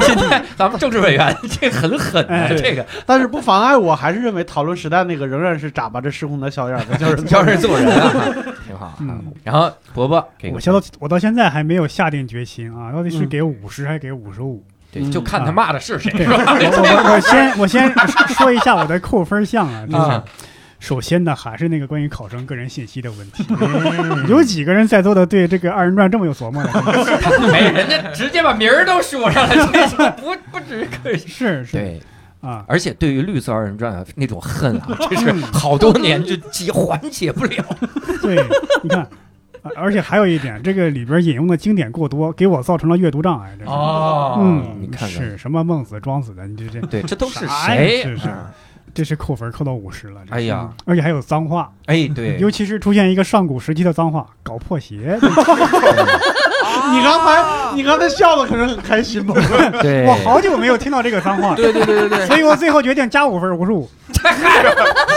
B: 现在咱们政治委员这很狠啊，
A: 哎
B: 这个
C: 但是不妨碍我还是认为讨论时代那个仍然是眨巴着失控的小眼儿
B: <laughs>
C: 的叫人
B: 教人做人啊，挺好啊。
A: 嗯
B: 然后伯伯给个
A: 我现到我到现在还没有下定决心啊，到底是
C: 嗯
A: 给五十还是给五
B: <laughs>
A: 十五？
B: 对，就
A: 啊
B: 看他骂的
A: <laughs>
B: 是谁， <laughs>
A: 对
B: 是吧？
A: 我我我先我先说一下我的扣分项啊，就是
B: 啊
A: 首先呢，还是那个关于考生个人信息的问题，有几个人在座的对这个二人转这么有琢磨的？
B: 没，哎人家直接把名儿都说上了，
A: <laughs>
B: 这就不不只是个人。
A: 是是
B: 对，
A: 啊，
B: 而且对于绿色二人转啊那种恨
A: <laughs>
B: 啊，这
A: 嗯
B: 是好多年就解缓解不了。
A: <laughs> 对，你看。啊而且还有一点，这个里边引用的经典过多，给我造成了阅读障碍。这是，
B: 哦
A: 嗯，
B: 你看看，
A: 是什么孟子、庄子的，你这这
B: 对，这都是
A: 啥呀
B: 谁
A: 是？是，这是扣分扣到五十了。这是
B: 哎呀，
A: 而且还有脏话，
B: 哎，对，
A: 尤其是出现一个上古时期的脏话，搞
B: <laughs>
A: 破鞋，
C: 你刚才你刚才笑的可是很开心吧？
B: 对
A: 我好久没有听到这个脏话，
D: 对对对对
A: 所以我最后决定加五分，五十五。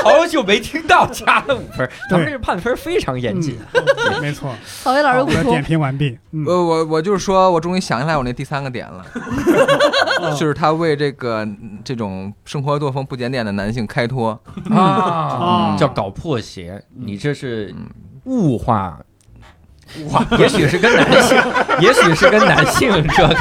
B: 好久没听到加了五分儿，咱们
A: 对
B: 这判分非常严谨。
A: 嗯没错，
E: 郝伟老师
A: 我
E: 补
A: 的
E: 充
A: 点，评完毕。嗯
B: 呃
D: 我，我我就是说，我终于想起来我那第三个点了，就是他为这个嗯这种生活作风不检点的男性开脱，
B: 啊
E: 嗯
A: 啊
B: 叫搞破鞋，你这是
D: 嗯
B: 物化。物化， <laughs> 也许是跟男
E: <laughs>
B: 性，也许是跟男性这个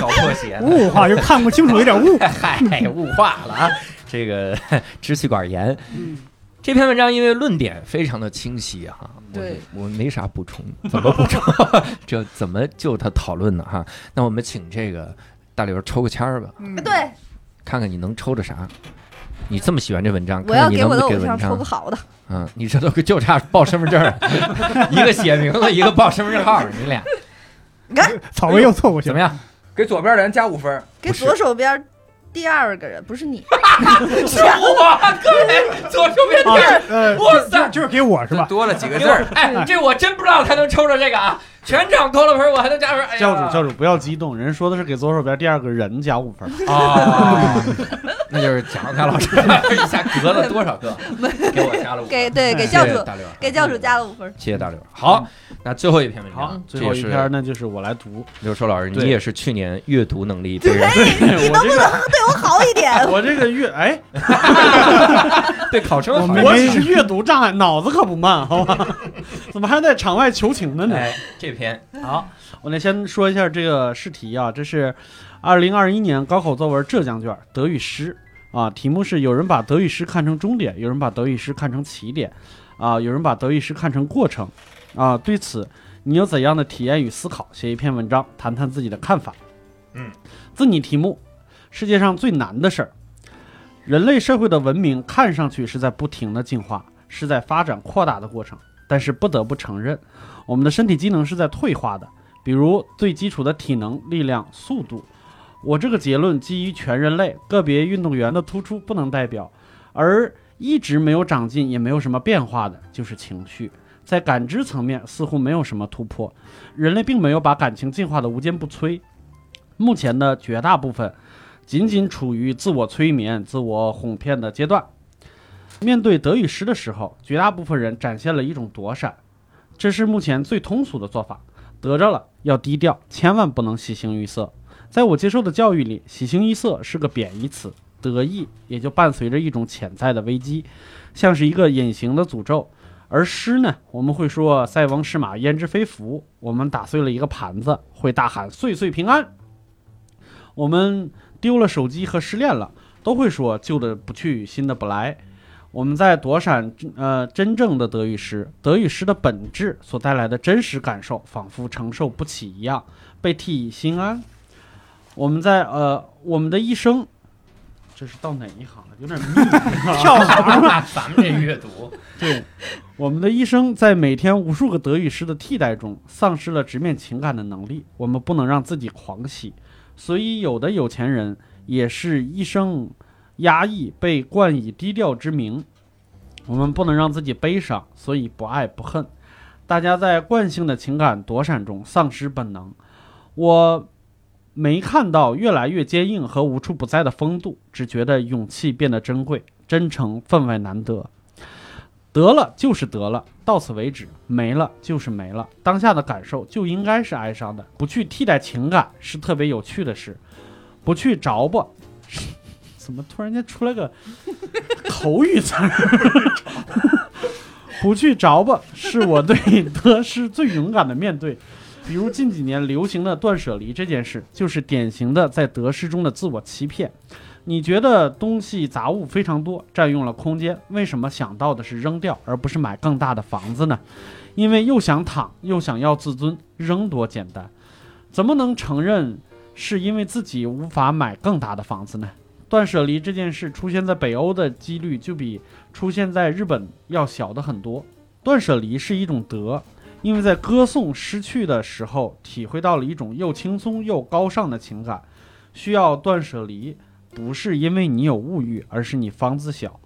B: 搞破鞋呢，
A: 雾化就看不清楚，有点雾。
B: <laughs> 嗨，物化了啊！这个 <laughs> 支气管炎。
E: 嗯
B: 这篇文章因为论点非常的清晰哈，我
E: 对
B: 我没啥补充，怎么补充？ <laughs> 这怎么就他讨论呢哈？那我们请这个大刘抽个签儿吧，
E: 对
B: 看看你能抽着啥。你这么喜欢这文章，
E: 我
B: 看
E: 要
B: 看你
E: 给
B: 能
E: 我
B: 不
E: 的
B: 能
E: 偶
B: 给文
E: 像抽
B: 章
E: 个。好的，
B: 嗯，你这都就差报身份证 <laughs> 了，一个写名字，一个报身份证号，你俩
A: 草莓又凑过去
B: 怎么
A: 了，
B: <laughs> 样？
D: 给左边的人加五分。
E: 给左手边第二个人，不是你，
B: 是我，各位左手边
A: 啊
B: 地儿，
A: 呃，
B: 哇
A: 就
B: 塞
A: 就就是给我是吧？
D: 多了几个
B: 给
D: 字
B: 我 <laughs>
D: 儿，
B: 哎，这我真不知道他能抽着这个啊！全场扣了分，我还能加分。哎呀、
C: 教主教主不要激动，人说的是给左手边第二个人加五分。
B: 主啊， <laughs> 那就是蒋太老师 <laughs> 一下隔了多少个，给我加了五分
E: 给对给
B: 谢
E: 教
B: 谢
E: 主
B: 大刘，啊
E: 给教主加了五分，
B: 谢谢大刘。好，那最后一篇文
C: 好
B: 章，，
C: 啊最后一
B: 这也
C: 篇
B: 是
C: 那就是我来读，
B: 刘硕老师，你
C: 对
B: 也是去年阅读能力被人
C: <laughs> 我这个
E: 对我好一点，
G: <laughs>
C: 我这个阅哎，
B: 对考生
A: 我
B: 好
A: 没
C: 我只是阅读障碍，脑子可不慢，好吧？ <laughs> 怎么还在场外求情了呢？
B: 哎，这篇
C: <laughs> 好，我来先说一下这个试题啊，这是二零二一年高考作文浙江卷德语诗啊，题目是有人把德语诗看成终点，有人把德语诗看成起点，啊，有人把德语诗看成过程，啊，对此你有怎样的体验与思考？写一篇文章，谈谈自己的看法。
B: 嗯，
C: 自拟题目：世界上最难的事儿。人类社会的文明看上去是在不停的进化，是在发展扩大的过程，但是不得不承认。我们的身体机能是在退化的，比如最基础的体能、力量、速度。我这个结论基于全人类个别运动员的突出不能代表，而一直没有长进也没有什么变化的就是情绪，在感知层面似乎没有什么突破，人类并没有把感情进化的无坚不摧。目前的绝大部分仅仅处于自我催眠、自我哄骗的阶段。面对德语诗的时候，绝大部分人展现了一种躲闪，这是目前最通俗的做法。得着了要低调，千万不能喜形于色。在我接受的教育里，喜形于色是个贬义词，得意也就伴随着一种潜在的危机，像是一个隐形的诅咒。而诗呢，我们会说“塞翁失马，焉知非福”。我们打碎了一个盘子，会大喊“岁岁平安”。我们丢了手机和失恋了，都会说“旧的不去，新的不来”。我们在躲闪呃真正的德语诗，德语诗的本质所带来的真实感受，仿佛承受不起一样，被替心安。我们在呃我们的一生，这是到哪一行了？有点迷茫啊
G: 咱们这阅读，
C: 对，我们的一生在每天无数个德语诗的替代中，丧失了直面情感的能力。我们不能让自己狂喜，所以有的有钱人也是一生压抑，被冠以低调之名。我们不能让自己悲伤，所以不爱不恨。大家在惯性的情感躲闪中丧失本能。我没看到越来越坚硬和无处不在的风度，只觉得勇气变得珍贵，真诚分外难得。得了就是得了，到此为止；没了就是没了。当下的感受就应该是哀伤的，不去替代情感是特别有趣的事，不去着吧。 <laughs> 怎么突然间出来个口语词儿？ <laughs> 不去着吧，是我对得失最勇敢的面对。比如近几年流行的断舍离这件事，就是典型的在得失中的自我欺骗。你觉得东西杂物非常多，占用了空间，为什么想到的是扔掉，而不是买更大的房子呢？因为又想躺，又想要自尊，扔多简单，怎么能承认是因为自己无法买更大的房子呢？断舍离这件事出现在北欧的几率就比出现在日本要小的很多。断舍离是一种德，因为在歌颂失去的时候，体会到了一种又轻松又高尚的情感，需要断舍离。不是因为你有物欲，而是你房子小。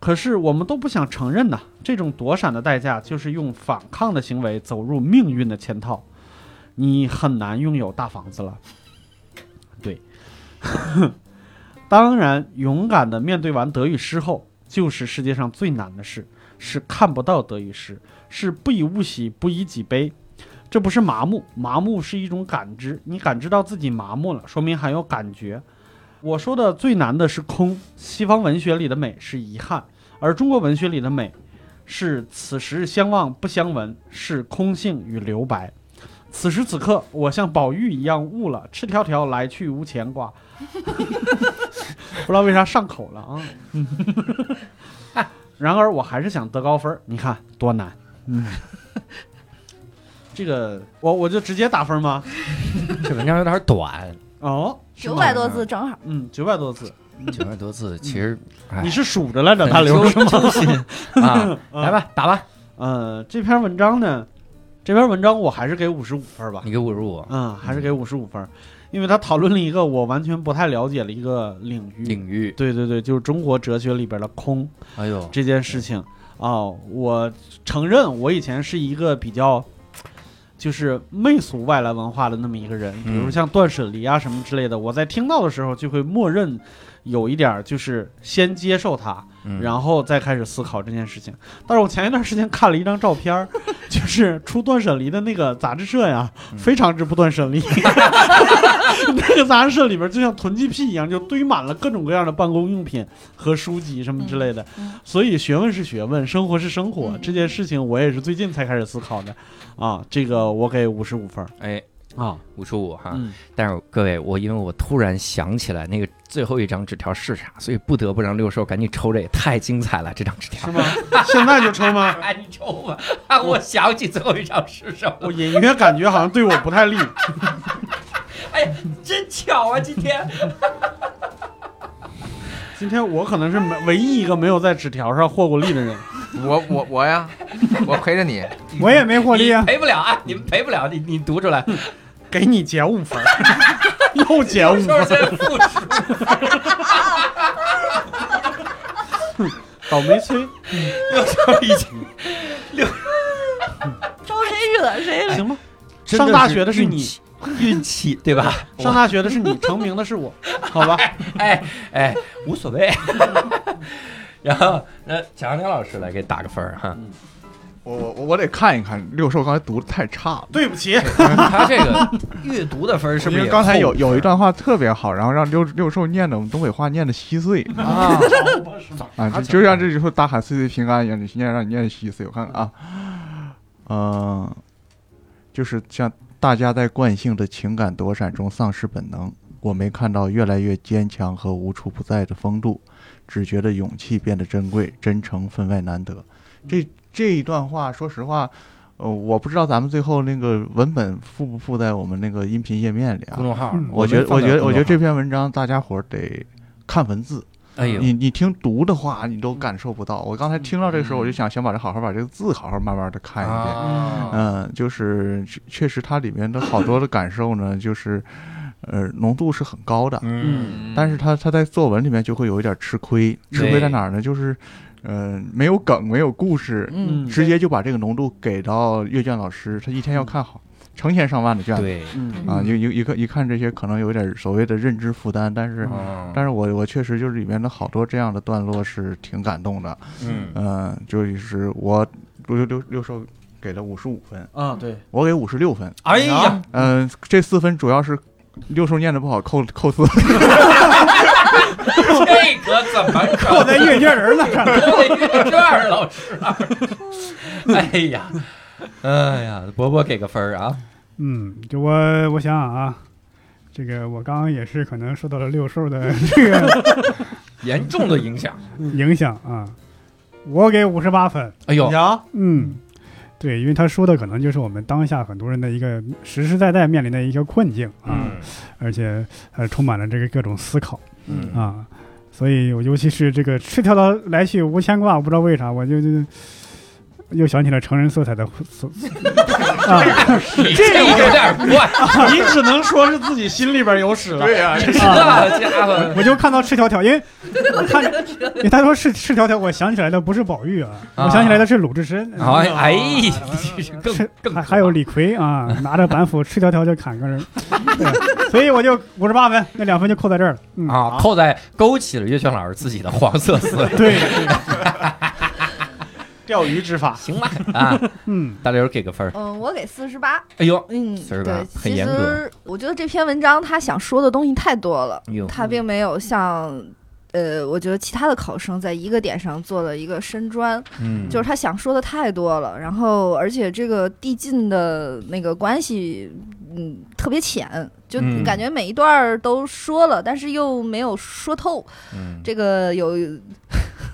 C: 可是我们都不想承认呐、这种躲闪的代价就是用反抗的行为走入命运的圈套，你很难拥有大房子了。对， <laughs> 当然，勇敢的面对完德语诗后，就是世界上最难的事，是看不到德语诗，是不以物喜，不以己悲。这不是麻木，麻木是一种感知，你感知到自己麻木了，说明还有感觉。我说的最难的是空，西方文学里的美是遗憾，而中国文学里的美是此时相望不相闻，是空性与留白。此时此刻，我像宝玉一样悟了，赤条条来去无牵挂。 <laughs> 不知道为啥上口了啊！ <laughs> 然而我还是想得高分儿，你看多难。 <laughs> 嗯，这个我我就直接打分吗？
G: 这文章有点短，
C: 哦，是
E: 九
C: 吗
E: 百多字正好。
C: 嗯，九百多字，
G: 九百多字，其实哎
C: 你是数着来着，
G: 很
C: 大刘
G: 揪
C: 是吗？
G: 揪心啊！来吧，打吧，
C: 呃，这篇文章呢，这篇文章我还是给五十五分吧，
G: 你给五十五
C: 嗯，还是给五十五分，因为他讨论了一个我完全不太了解的一个领域。
G: 领域。
C: 对对对，就是中国哲学里边的空
G: 哎呦，
C: 这件事情啊、我承认我以前是一个比较，就是媚俗外来文化的那么一个人，比如
G: 嗯
C: 像断舍离啊什么之类的，我在听到的时候就会默认有一点儿就是先接受它，
G: 后
E: 嗯
C: 然后再开始思考这件事情。但是我前一段时间看了一张照片
E: <laughs>
C: 儿，就是出断舍离的那个杂志社呀，
E: 嗯
C: 非常之不断舍
E: <laughs>
C: 离。那个杂志社里边就像囤积癖一样，就堆满了各种各样的办公用品和书籍什么之类的。
E: 嗯嗯
C: 所以学问是学问，生活是生活，
E: 嗯
C: 这件事情我也是最近才开始思考的。啊，这个我给五十五分儿
B: 哎，
C: 啊，
B: 五十五哈，
C: 嗯，
G: 但是各位，我因为我突然想起来那个最后一张纸条是啥，所以不得不让六兽赶紧抽这，也太精彩了，这张纸条
C: 是。吗？ <laughs> 现在就抽吗？
B: 啊，你抽吧！啊，我想起最后一张是什么
C: 我隐约感觉好像对我不太利。
B: 了，真巧啊！今天
C: 今天我可能是没唯一一个没有在纸条上获过利的人。
D: 我我我呀，我陪着你。
A: 我也没获利啊
B: 你。赔不了啊，你们赔不了，你你读出来，
C: 给你减五分儿，又减五分
B: 说
C: 儿，
B: 是复制
C: 倒霉催。
B: 六兽已经
E: 招谁惹谁了？
C: 行吧，
G: 真
C: 哎上
G: 是
C: 大学的是你，
G: 运气对吧？
C: 上大学的是你，成名的是我，好吧？
B: 哎哎，无 <laughs> 所谓。然后，那蒋亮老师来给打个分儿哈。
F: 我我我得看一看，六兽刚才读的太差了。
C: 对不起，
B: 他这个阅读的分儿是不
F: 因
B: 是
F: 为
B: 也
F: 刚才有
B: 厚
F: 有一段话特别好，然后让六六兽念的我们东北话念的稀碎
B: 啊？
F: 啊，就就让这就说大喊岁岁平安一样，你念让你念的稀碎，我看看啊，嗯、就是像大家在惯性的情感躲闪中丧失本能，我没看到越来越坚强和无处不在的风度，只觉得勇气变得珍贵，真诚分外难得。这这一段话，说实话。呃，我不知道咱们最后那个文本附不附在我们那个音频页面里啊？
B: 公众号，
A: 嗯
F: 我觉得，我觉得，我觉得这篇文章大家伙儿得看文字。
B: 哎呦，
F: 你你听读的话，你
B: 嗯
F: 都感受不到。我刚才听到这个时候，我就想想把这好好把这个字好好慢慢的看一遍。
B: 啊，
F: 嗯，就是确确实它里面的好多的感受呢，就是呃浓度是很高的，
B: 嗯，
F: 但是它它在作文里面就会有一点吃亏。吃亏在哪儿呢？就是呃没有梗，没有故事，
C: 嗯
F: 直接就把这个浓度给到阅卷老师，他一天要看好成千上万的卷
B: 嗯
F: 子。
B: 对，
C: 嗯
F: 啊，一一一看一看这些可能有点所谓的认知负担，但
B: 哦
F: 是、
B: 嗯
F: 但是我我确实就是里面的好多这样的段落是挺感动的，
B: 嗯，
F: 嗯、就是我六六六兽给了五十五分，
C: 啊，对，
F: 我给五十六分，
C: 哎呀，
F: 嗯、这四分主要是六兽念的不好，扣扣四分，
B: 这个怎么
A: 我
B: 可
F: <laughs>
A: 在
B: 能？
A: 阅卷人呢，上来
B: 这儿老师啊，哎呀，哎呀，伯伯给个分儿啊，
A: 嗯，就我我想想啊，这个我刚刚也是可能受到了六兽的这个
G: 严重的影响。
A: 影响啊，我给五十八分。
B: 哎呦，
C: 呀，
A: 嗯，对，因为他说的可能就是我们当下很多人的一个实实在在面临的一个困境啊，
F: 嗯
A: 而且呃充满了这个各种思考
B: 嗯
A: 啊，所以我尤其是这个“赤条条来去无牵挂”，我不知道为啥我就就。又想起了成人色彩的色啊，
B: 你这有点怪，
F: 啊
C: 你只能说是自己心里边有屎了。
F: 呀、
B: 这家 <laughs> 伙
A: 我就看到赤条条，因为我看，因为他说是赤条条，我想起来的不是宝玉啊，
B: 啊
A: 我想起来的是鲁智深，嗯
B: 哎
E: 哦
B: 哎，
G: <laughs>
B: 更
A: 是
B: 更
A: 还还有李
B: <laughs>
A: 逵啊，拿着板斧赤条条就砍个人，对，所以我就五十八分，那两分就扣在这儿了。嗯，
G: 啊
B: 啊，扣在勾起了岳轩老师自己的黄色思维，
A: <laughs> 对，
C: 钓鱼执法，
B: 行吧啊，
A: 嗯，
B: 大刘给个分儿，
E: 嗯，我给四十八。
B: 哎呦，
E: 嗯，
G: 48
E: 对，
G: 很
E: 其
G: 严格
E: 实我觉得这篇文章他想说的东西太多了，
G: 哎呦，
E: 他并没有像。呃，我觉得其他的考生在一个点上做了一个深钻，
G: 嗯
E: 就是他想说的太多了，然后而且这个递进的那个关系，嗯，特别浅，就
G: 嗯
E: 感觉每一段儿都说了，但是又没有说透。
G: 嗯
E: 这个有，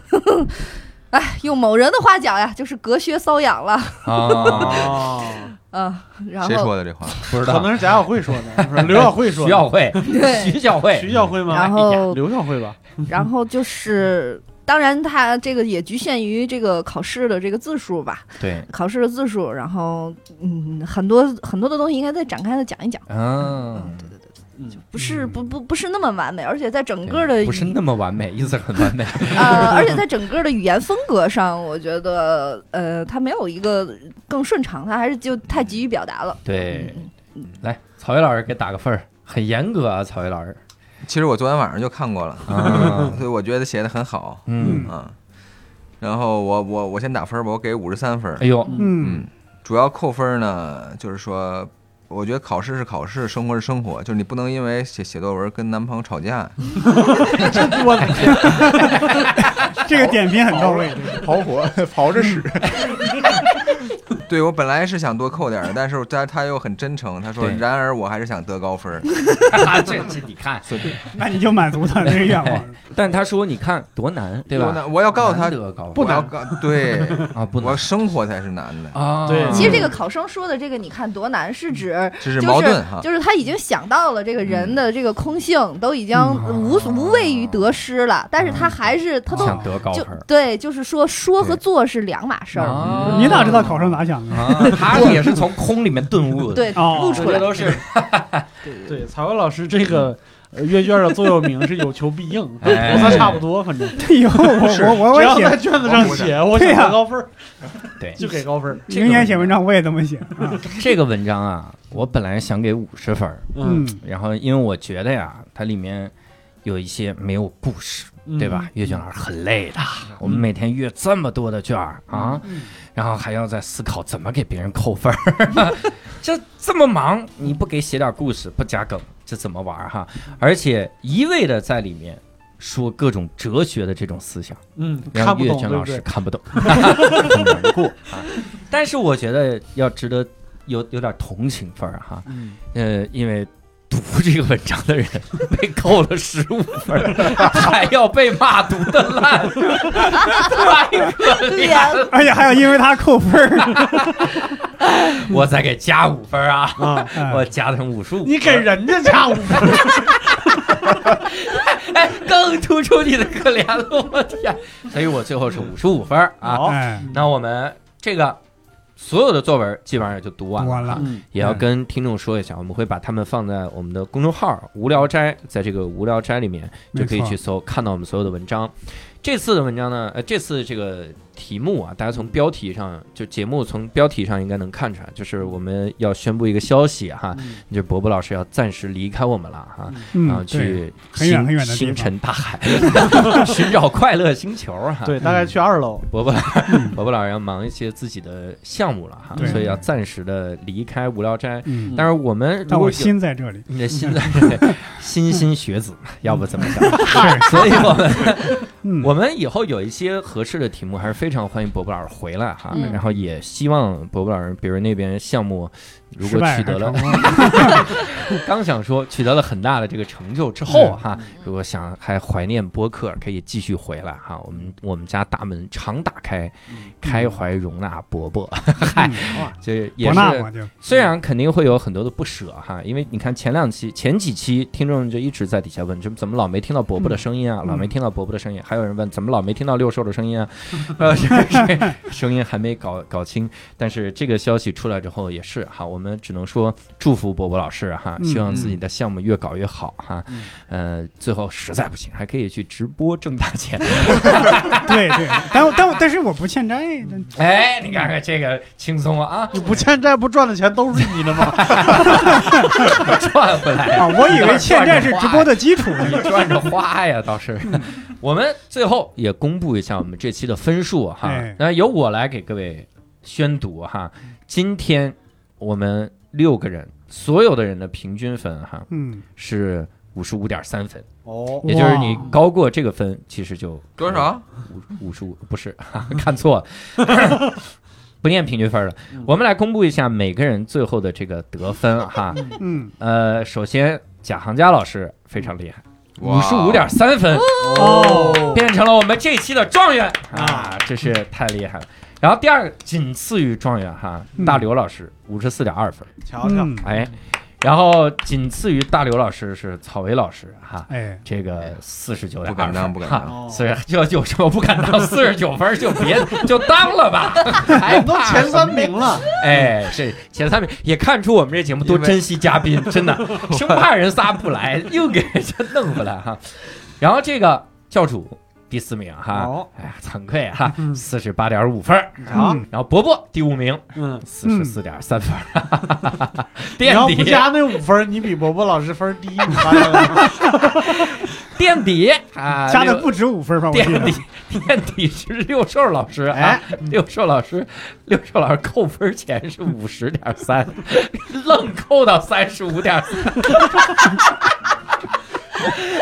E: <laughs> 哎，用某人的话讲呀，就是隔靴搔痒了，
G: 啊，
C: 哦，
E: 嗯，然
D: 谁
E: 后
D: 说的这话？
G: 不知
C: 可
G: 道
C: 能是贾晓慧说的，不是刘晓慧说
G: 徐
C: 的，
G: 小慧，
E: 对
G: 徐小慧，
C: 徐晓慧吗？哎
E: 然后
C: 刘晓慧吧，
E: 然后就是，当然它这个也局限于这个考试的这个字数吧，
G: 对，
E: 考试的字数。然后，嗯，很多很多的东西应该再展开的讲一讲，
G: 嗯，
E: 不是不不不是那么完美，而且在整
G: 对
E: 个的
G: 不是那么完美，意思很
E: <laughs>
G: 完美，
E: 呃，而且在整个的语言风格上，我觉得呃，它没有一个更顺畅，它还是就太急于表达了。
G: 对，来，草莓老师给打个分儿，很严格啊，草莓老师，
D: 其实我昨天晚上就看过了，
G: 啊
D: <laughs> 所以我觉得写的很好，
G: 嗯，
D: 嗯。然后我我我先打分吧，我给五十三分。
G: 哎呦， <laughs>
A: 嗯
D: 嗯，主要扣分呢，就是说，我觉得考试是考试，生活是生活，就是你不能因为写写作文跟男朋友吵架，
G: 嗯
C: 我
A: 这个点评很到位，
F: 刨火刨着使，
D: 对我本来是想多扣点儿，但是他他又很真诚，他说
G: 对：“
D: 然而我还是想得高分儿。
G: 啊这这你看，
A: 那哎你就满足他这个愿
B: <laughs>
A: 望。
B: 啊
G: 但他说你看多难，”对
D: 我
G: 吧？
D: 呢我要告诉他
G: 难，得高
D: 我要告对，
G: 啊， <laughs> 不
D: 我
G: 能
D: 生活才是难的，
G: 啊，
C: 对
E: 其实这个考生说的这个，你看多难，是
G: 嗯
E: 指
D: 这是矛盾哈。
E: 就是他已经想到了这个人的这个空性，都已经无无谓于得失了，但是他还是他都
G: 嗯想得高
E: 哦就哦
G: 分儿。
E: 对，就是说说和
G: 对
E: 做是两码事儿。
G: 啊
A: 你哪知道考生
B: <laughs>
A: 咋想的？
G: 啊？ <laughs> 他也是从空里面顿悟的，
E: 对，
A: 哦
E: 露出
G: 这
E: 来
G: 都是
C: 对曹薇老师这个呃阅卷的座右铭是有求必应，跟
G: 哎
C: 菩萨差不多，反正
A: 哎呦，我我我
C: 只
A: 我
C: 要在
A: 写
C: 卷子上写，我
A: 对
C: 想
A: 呀
C: 得高分儿
G: 对
C: 就给高分儿。
A: 明年写文章我也这么写。
B: 嗯
A: 啊
G: 这个文章啊，我本来想给五十分儿，
A: 嗯，
G: 然后因为我觉得呀，它里面有一些没有故事，
C: 嗯
B: 对吧？阅卷老师很累的，
G: 嗯
B: <laughs> 我们每天阅这么多的卷儿啊，然后还要再思考怎么给别人扣分儿，
G: <laughs>
B: <laughs> 就这么忙，你不给写点故事，不加梗，这怎么玩儿哈？而且一味的在里面说各种哲学的这种思想，
C: 嗯，看
B: 让
C: 不
B: 阅
C: 懂，
B: 卷
C: 对
B: 老
C: 不
B: 师
C: 对？
B: 看不 <laughs> 懂，很难过啊。但是我觉得要值得有有点同情分儿哈，
C: 嗯，
B: 呃，因为读这个文章的人 <laughs> 被扣了十五分儿， <laughs> 还要被骂读的烂，太可
E: 对
B: 怜。
E: 呀，
A: 而且还要哎因为他扣分儿。
B: 我再给加五分儿啊，
C: 啊，
A: 哎
B: 我加成五十五。
C: 你给
A: 嗯
C: 人家加五分，
B: 哎，更突出你的可怜了，我天！所以我最后是五十五分儿啊。
C: 好，
A: 哎，
B: 那我们这个所有的作文基本上也就读完了啊。
A: 完了
C: 嗯
B: 也要跟听众说一下，我们会把他们放在我们的公众号“无聊斋”，在这个“无聊斋”里面
A: 没
B: 就
A: 错
B: 可以去搜，看到我们所有的文章。这次的文章呢，呃，这次这个题目啊，大家从标题上，就节目从标题上应该能看出来，就是我们要宣布一个消息哈，
C: 嗯
B: 就是伯伯老师要暂时离开我们了哈，然后
A: 嗯，对，
B: 去
A: 很远
B: 星
A: 很远的地
B: 星
A: 方
B: 辰大海寻找快乐星球
A: <laughs>
B: 哈。
C: 对，大概去二楼，
B: 伯伯老伯伯老师要忙一些自己的项目了哈，
A: 嗯对
B: 所以要暂时的离开无聊斋。
A: 嗯，
B: 但是我们如
A: 但
B: 果
A: 我
B: 有
A: 心在这里。
B: 你的
A: <laughs>
B: 心在莘莘学子嘛，要不怎么讲？
A: 是，
B: 所以我们
A: 嗯，
B: 我们以后有一些合适的题目，还是非常欢迎伯伯老师回来哈。
E: 嗯
B: 然后也希望伯伯老师，比如那边项目如
A: 失
B: 果
A: 败
B: 取得
A: 还
B: 了，<laughs>
A: 成功
B: 刚想说取得了很大的这个成就之后哈，
A: 嗯
B: 如果想还怀念播客，可以继续回来哈。我们我们家大门常打开，
A: 嗯
B: 开怀容纳伯伯，嗨，这 <laughs> 也
A: 博嗯纳
B: 是
A: 嘛就
B: 虽然肯定会有很多的不舍哈，因为你看前两期、前几期听众就一直在底下问，这怎么老没听到伯伯的声音啊？
A: 嗯
B: 老没听到伯伯的声音，还有人问怎么老没听到六兽的声
A: <laughs>
B: 音啊？呃， <laughs> 这声音还没搞搞清。但是这个消息出来之后也是哈，我们只能说祝福伯伯老师啊哈，
A: 嗯
B: 希望自己的项目越搞越好哈。呃，最后实在不行还可以去直播挣大钱。
A: 嗯对对，但我但我但是我不欠债，
B: 哎，你看看这个轻松啊，
C: 你不欠债不赚的钱都是你的吗？ <laughs>
B: 赚回来
A: 啊，我以为欠债是直播的基础呢。
B: <laughs> 你赚着花呀，倒是。我们最后也公布一下我们这期的分数哈
A: 哎，
B: 那由我来给各位宣读哈。今天我们六个人，所有的人的平均分哈
A: 嗯，
B: 是五十五点三分，
C: 哦，
B: 也就是你高过这个分，其实就
D: 多少？
B: 五十五不是， <laughs> 哈哈看错了， <laughs> 不念平均分了。我们来公布一下每个人最后的这个得分哈。 <laughs>
A: 嗯，
B: 呃，首先贾行家老师非常厉害，
D: 哇
B: 五十五点三分。
C: 哦，
B: 变成了我们这期的状元啊，这是太厉害了。然后第二个仅次于状元哈，
A: 嗯
B: 大刘老师五十四点二分，
C: 瞧瞧，
A: 嗯，
B: 哎，然后仅次于大刘老师是草莓老师哈，
A: 哎，
B: 这个四十九点
D: 不
B: 二
D: 敢当，不敢当。
C: 哦
B: 所以这有什么不敢当？四十九分就别就当了吧，还
C: 我都
B: 怕
C: 前
B: 什么
C: 三名了，
B: 哎，这前三名也看出我们这节目多珍惜嘉宾，真的，生怕人仨不来，又给人家弄回来哈。然后这个教主第四名哈，
C: 哦
B: 哎呀，惭愧哈，
C: 嗯
B: 四十八点五分儿。
A: 嗯
C: 啊，
B: 然后伯伯第五名，
C: 嗯，
B: 四十四点三分儿，
C: 你
B: 垫
C: 要嗯不
B: 底
C: 加那五分，你比伯伯老师分低，你发现了吗？
B: 垫底啊，
A: 加的
B: 六
A: 不止五分吧？我记
B: 垫
A: 得
B: 底垫底是六兽老师啊
C: 哎，
B: 六兽老师，六兽老师扣分前是五十点三，
C: <laughs>
B: 愣扣到三十五点三。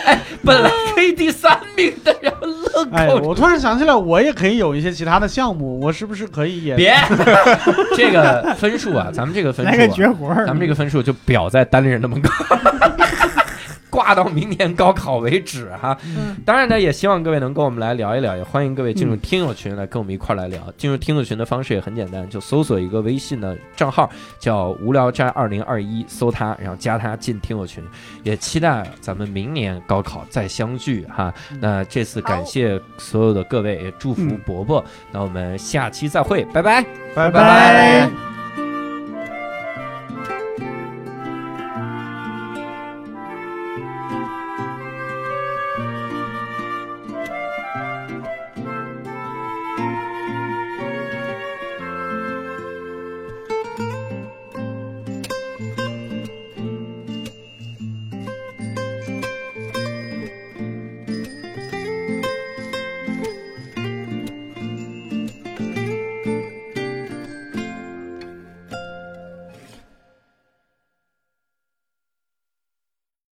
B: 哎，本来可以第三名的，然后愣
C: 哎，
B: 扣
C: 我突然想起来，我也可以有一些其他的项目，我是不是可以也
B: 别这个分数啊，咱们这个分数、啊，
A: 来个绝活儿
B: 咱们这个分数就表在单立人的门口， <laughs> 挂到明年高考为止哈。
E: 嗯
B: 当然呢，也希望各位能跟我们来聊一聊，也欢迎各位进入听友群来跟我们一块儿来聊。进入听友群的方式也很简单，就搜索一个微信的账号叫“无聊斋二零二一”，搜他，然后加他进听友群。也期待咱们明年高考再相聚哈。那这次感谢所有的各位，也祝福
A: 嗯
B: 伯伯。那我们下期再会，拜拜。
C: 拜
D: 拜拜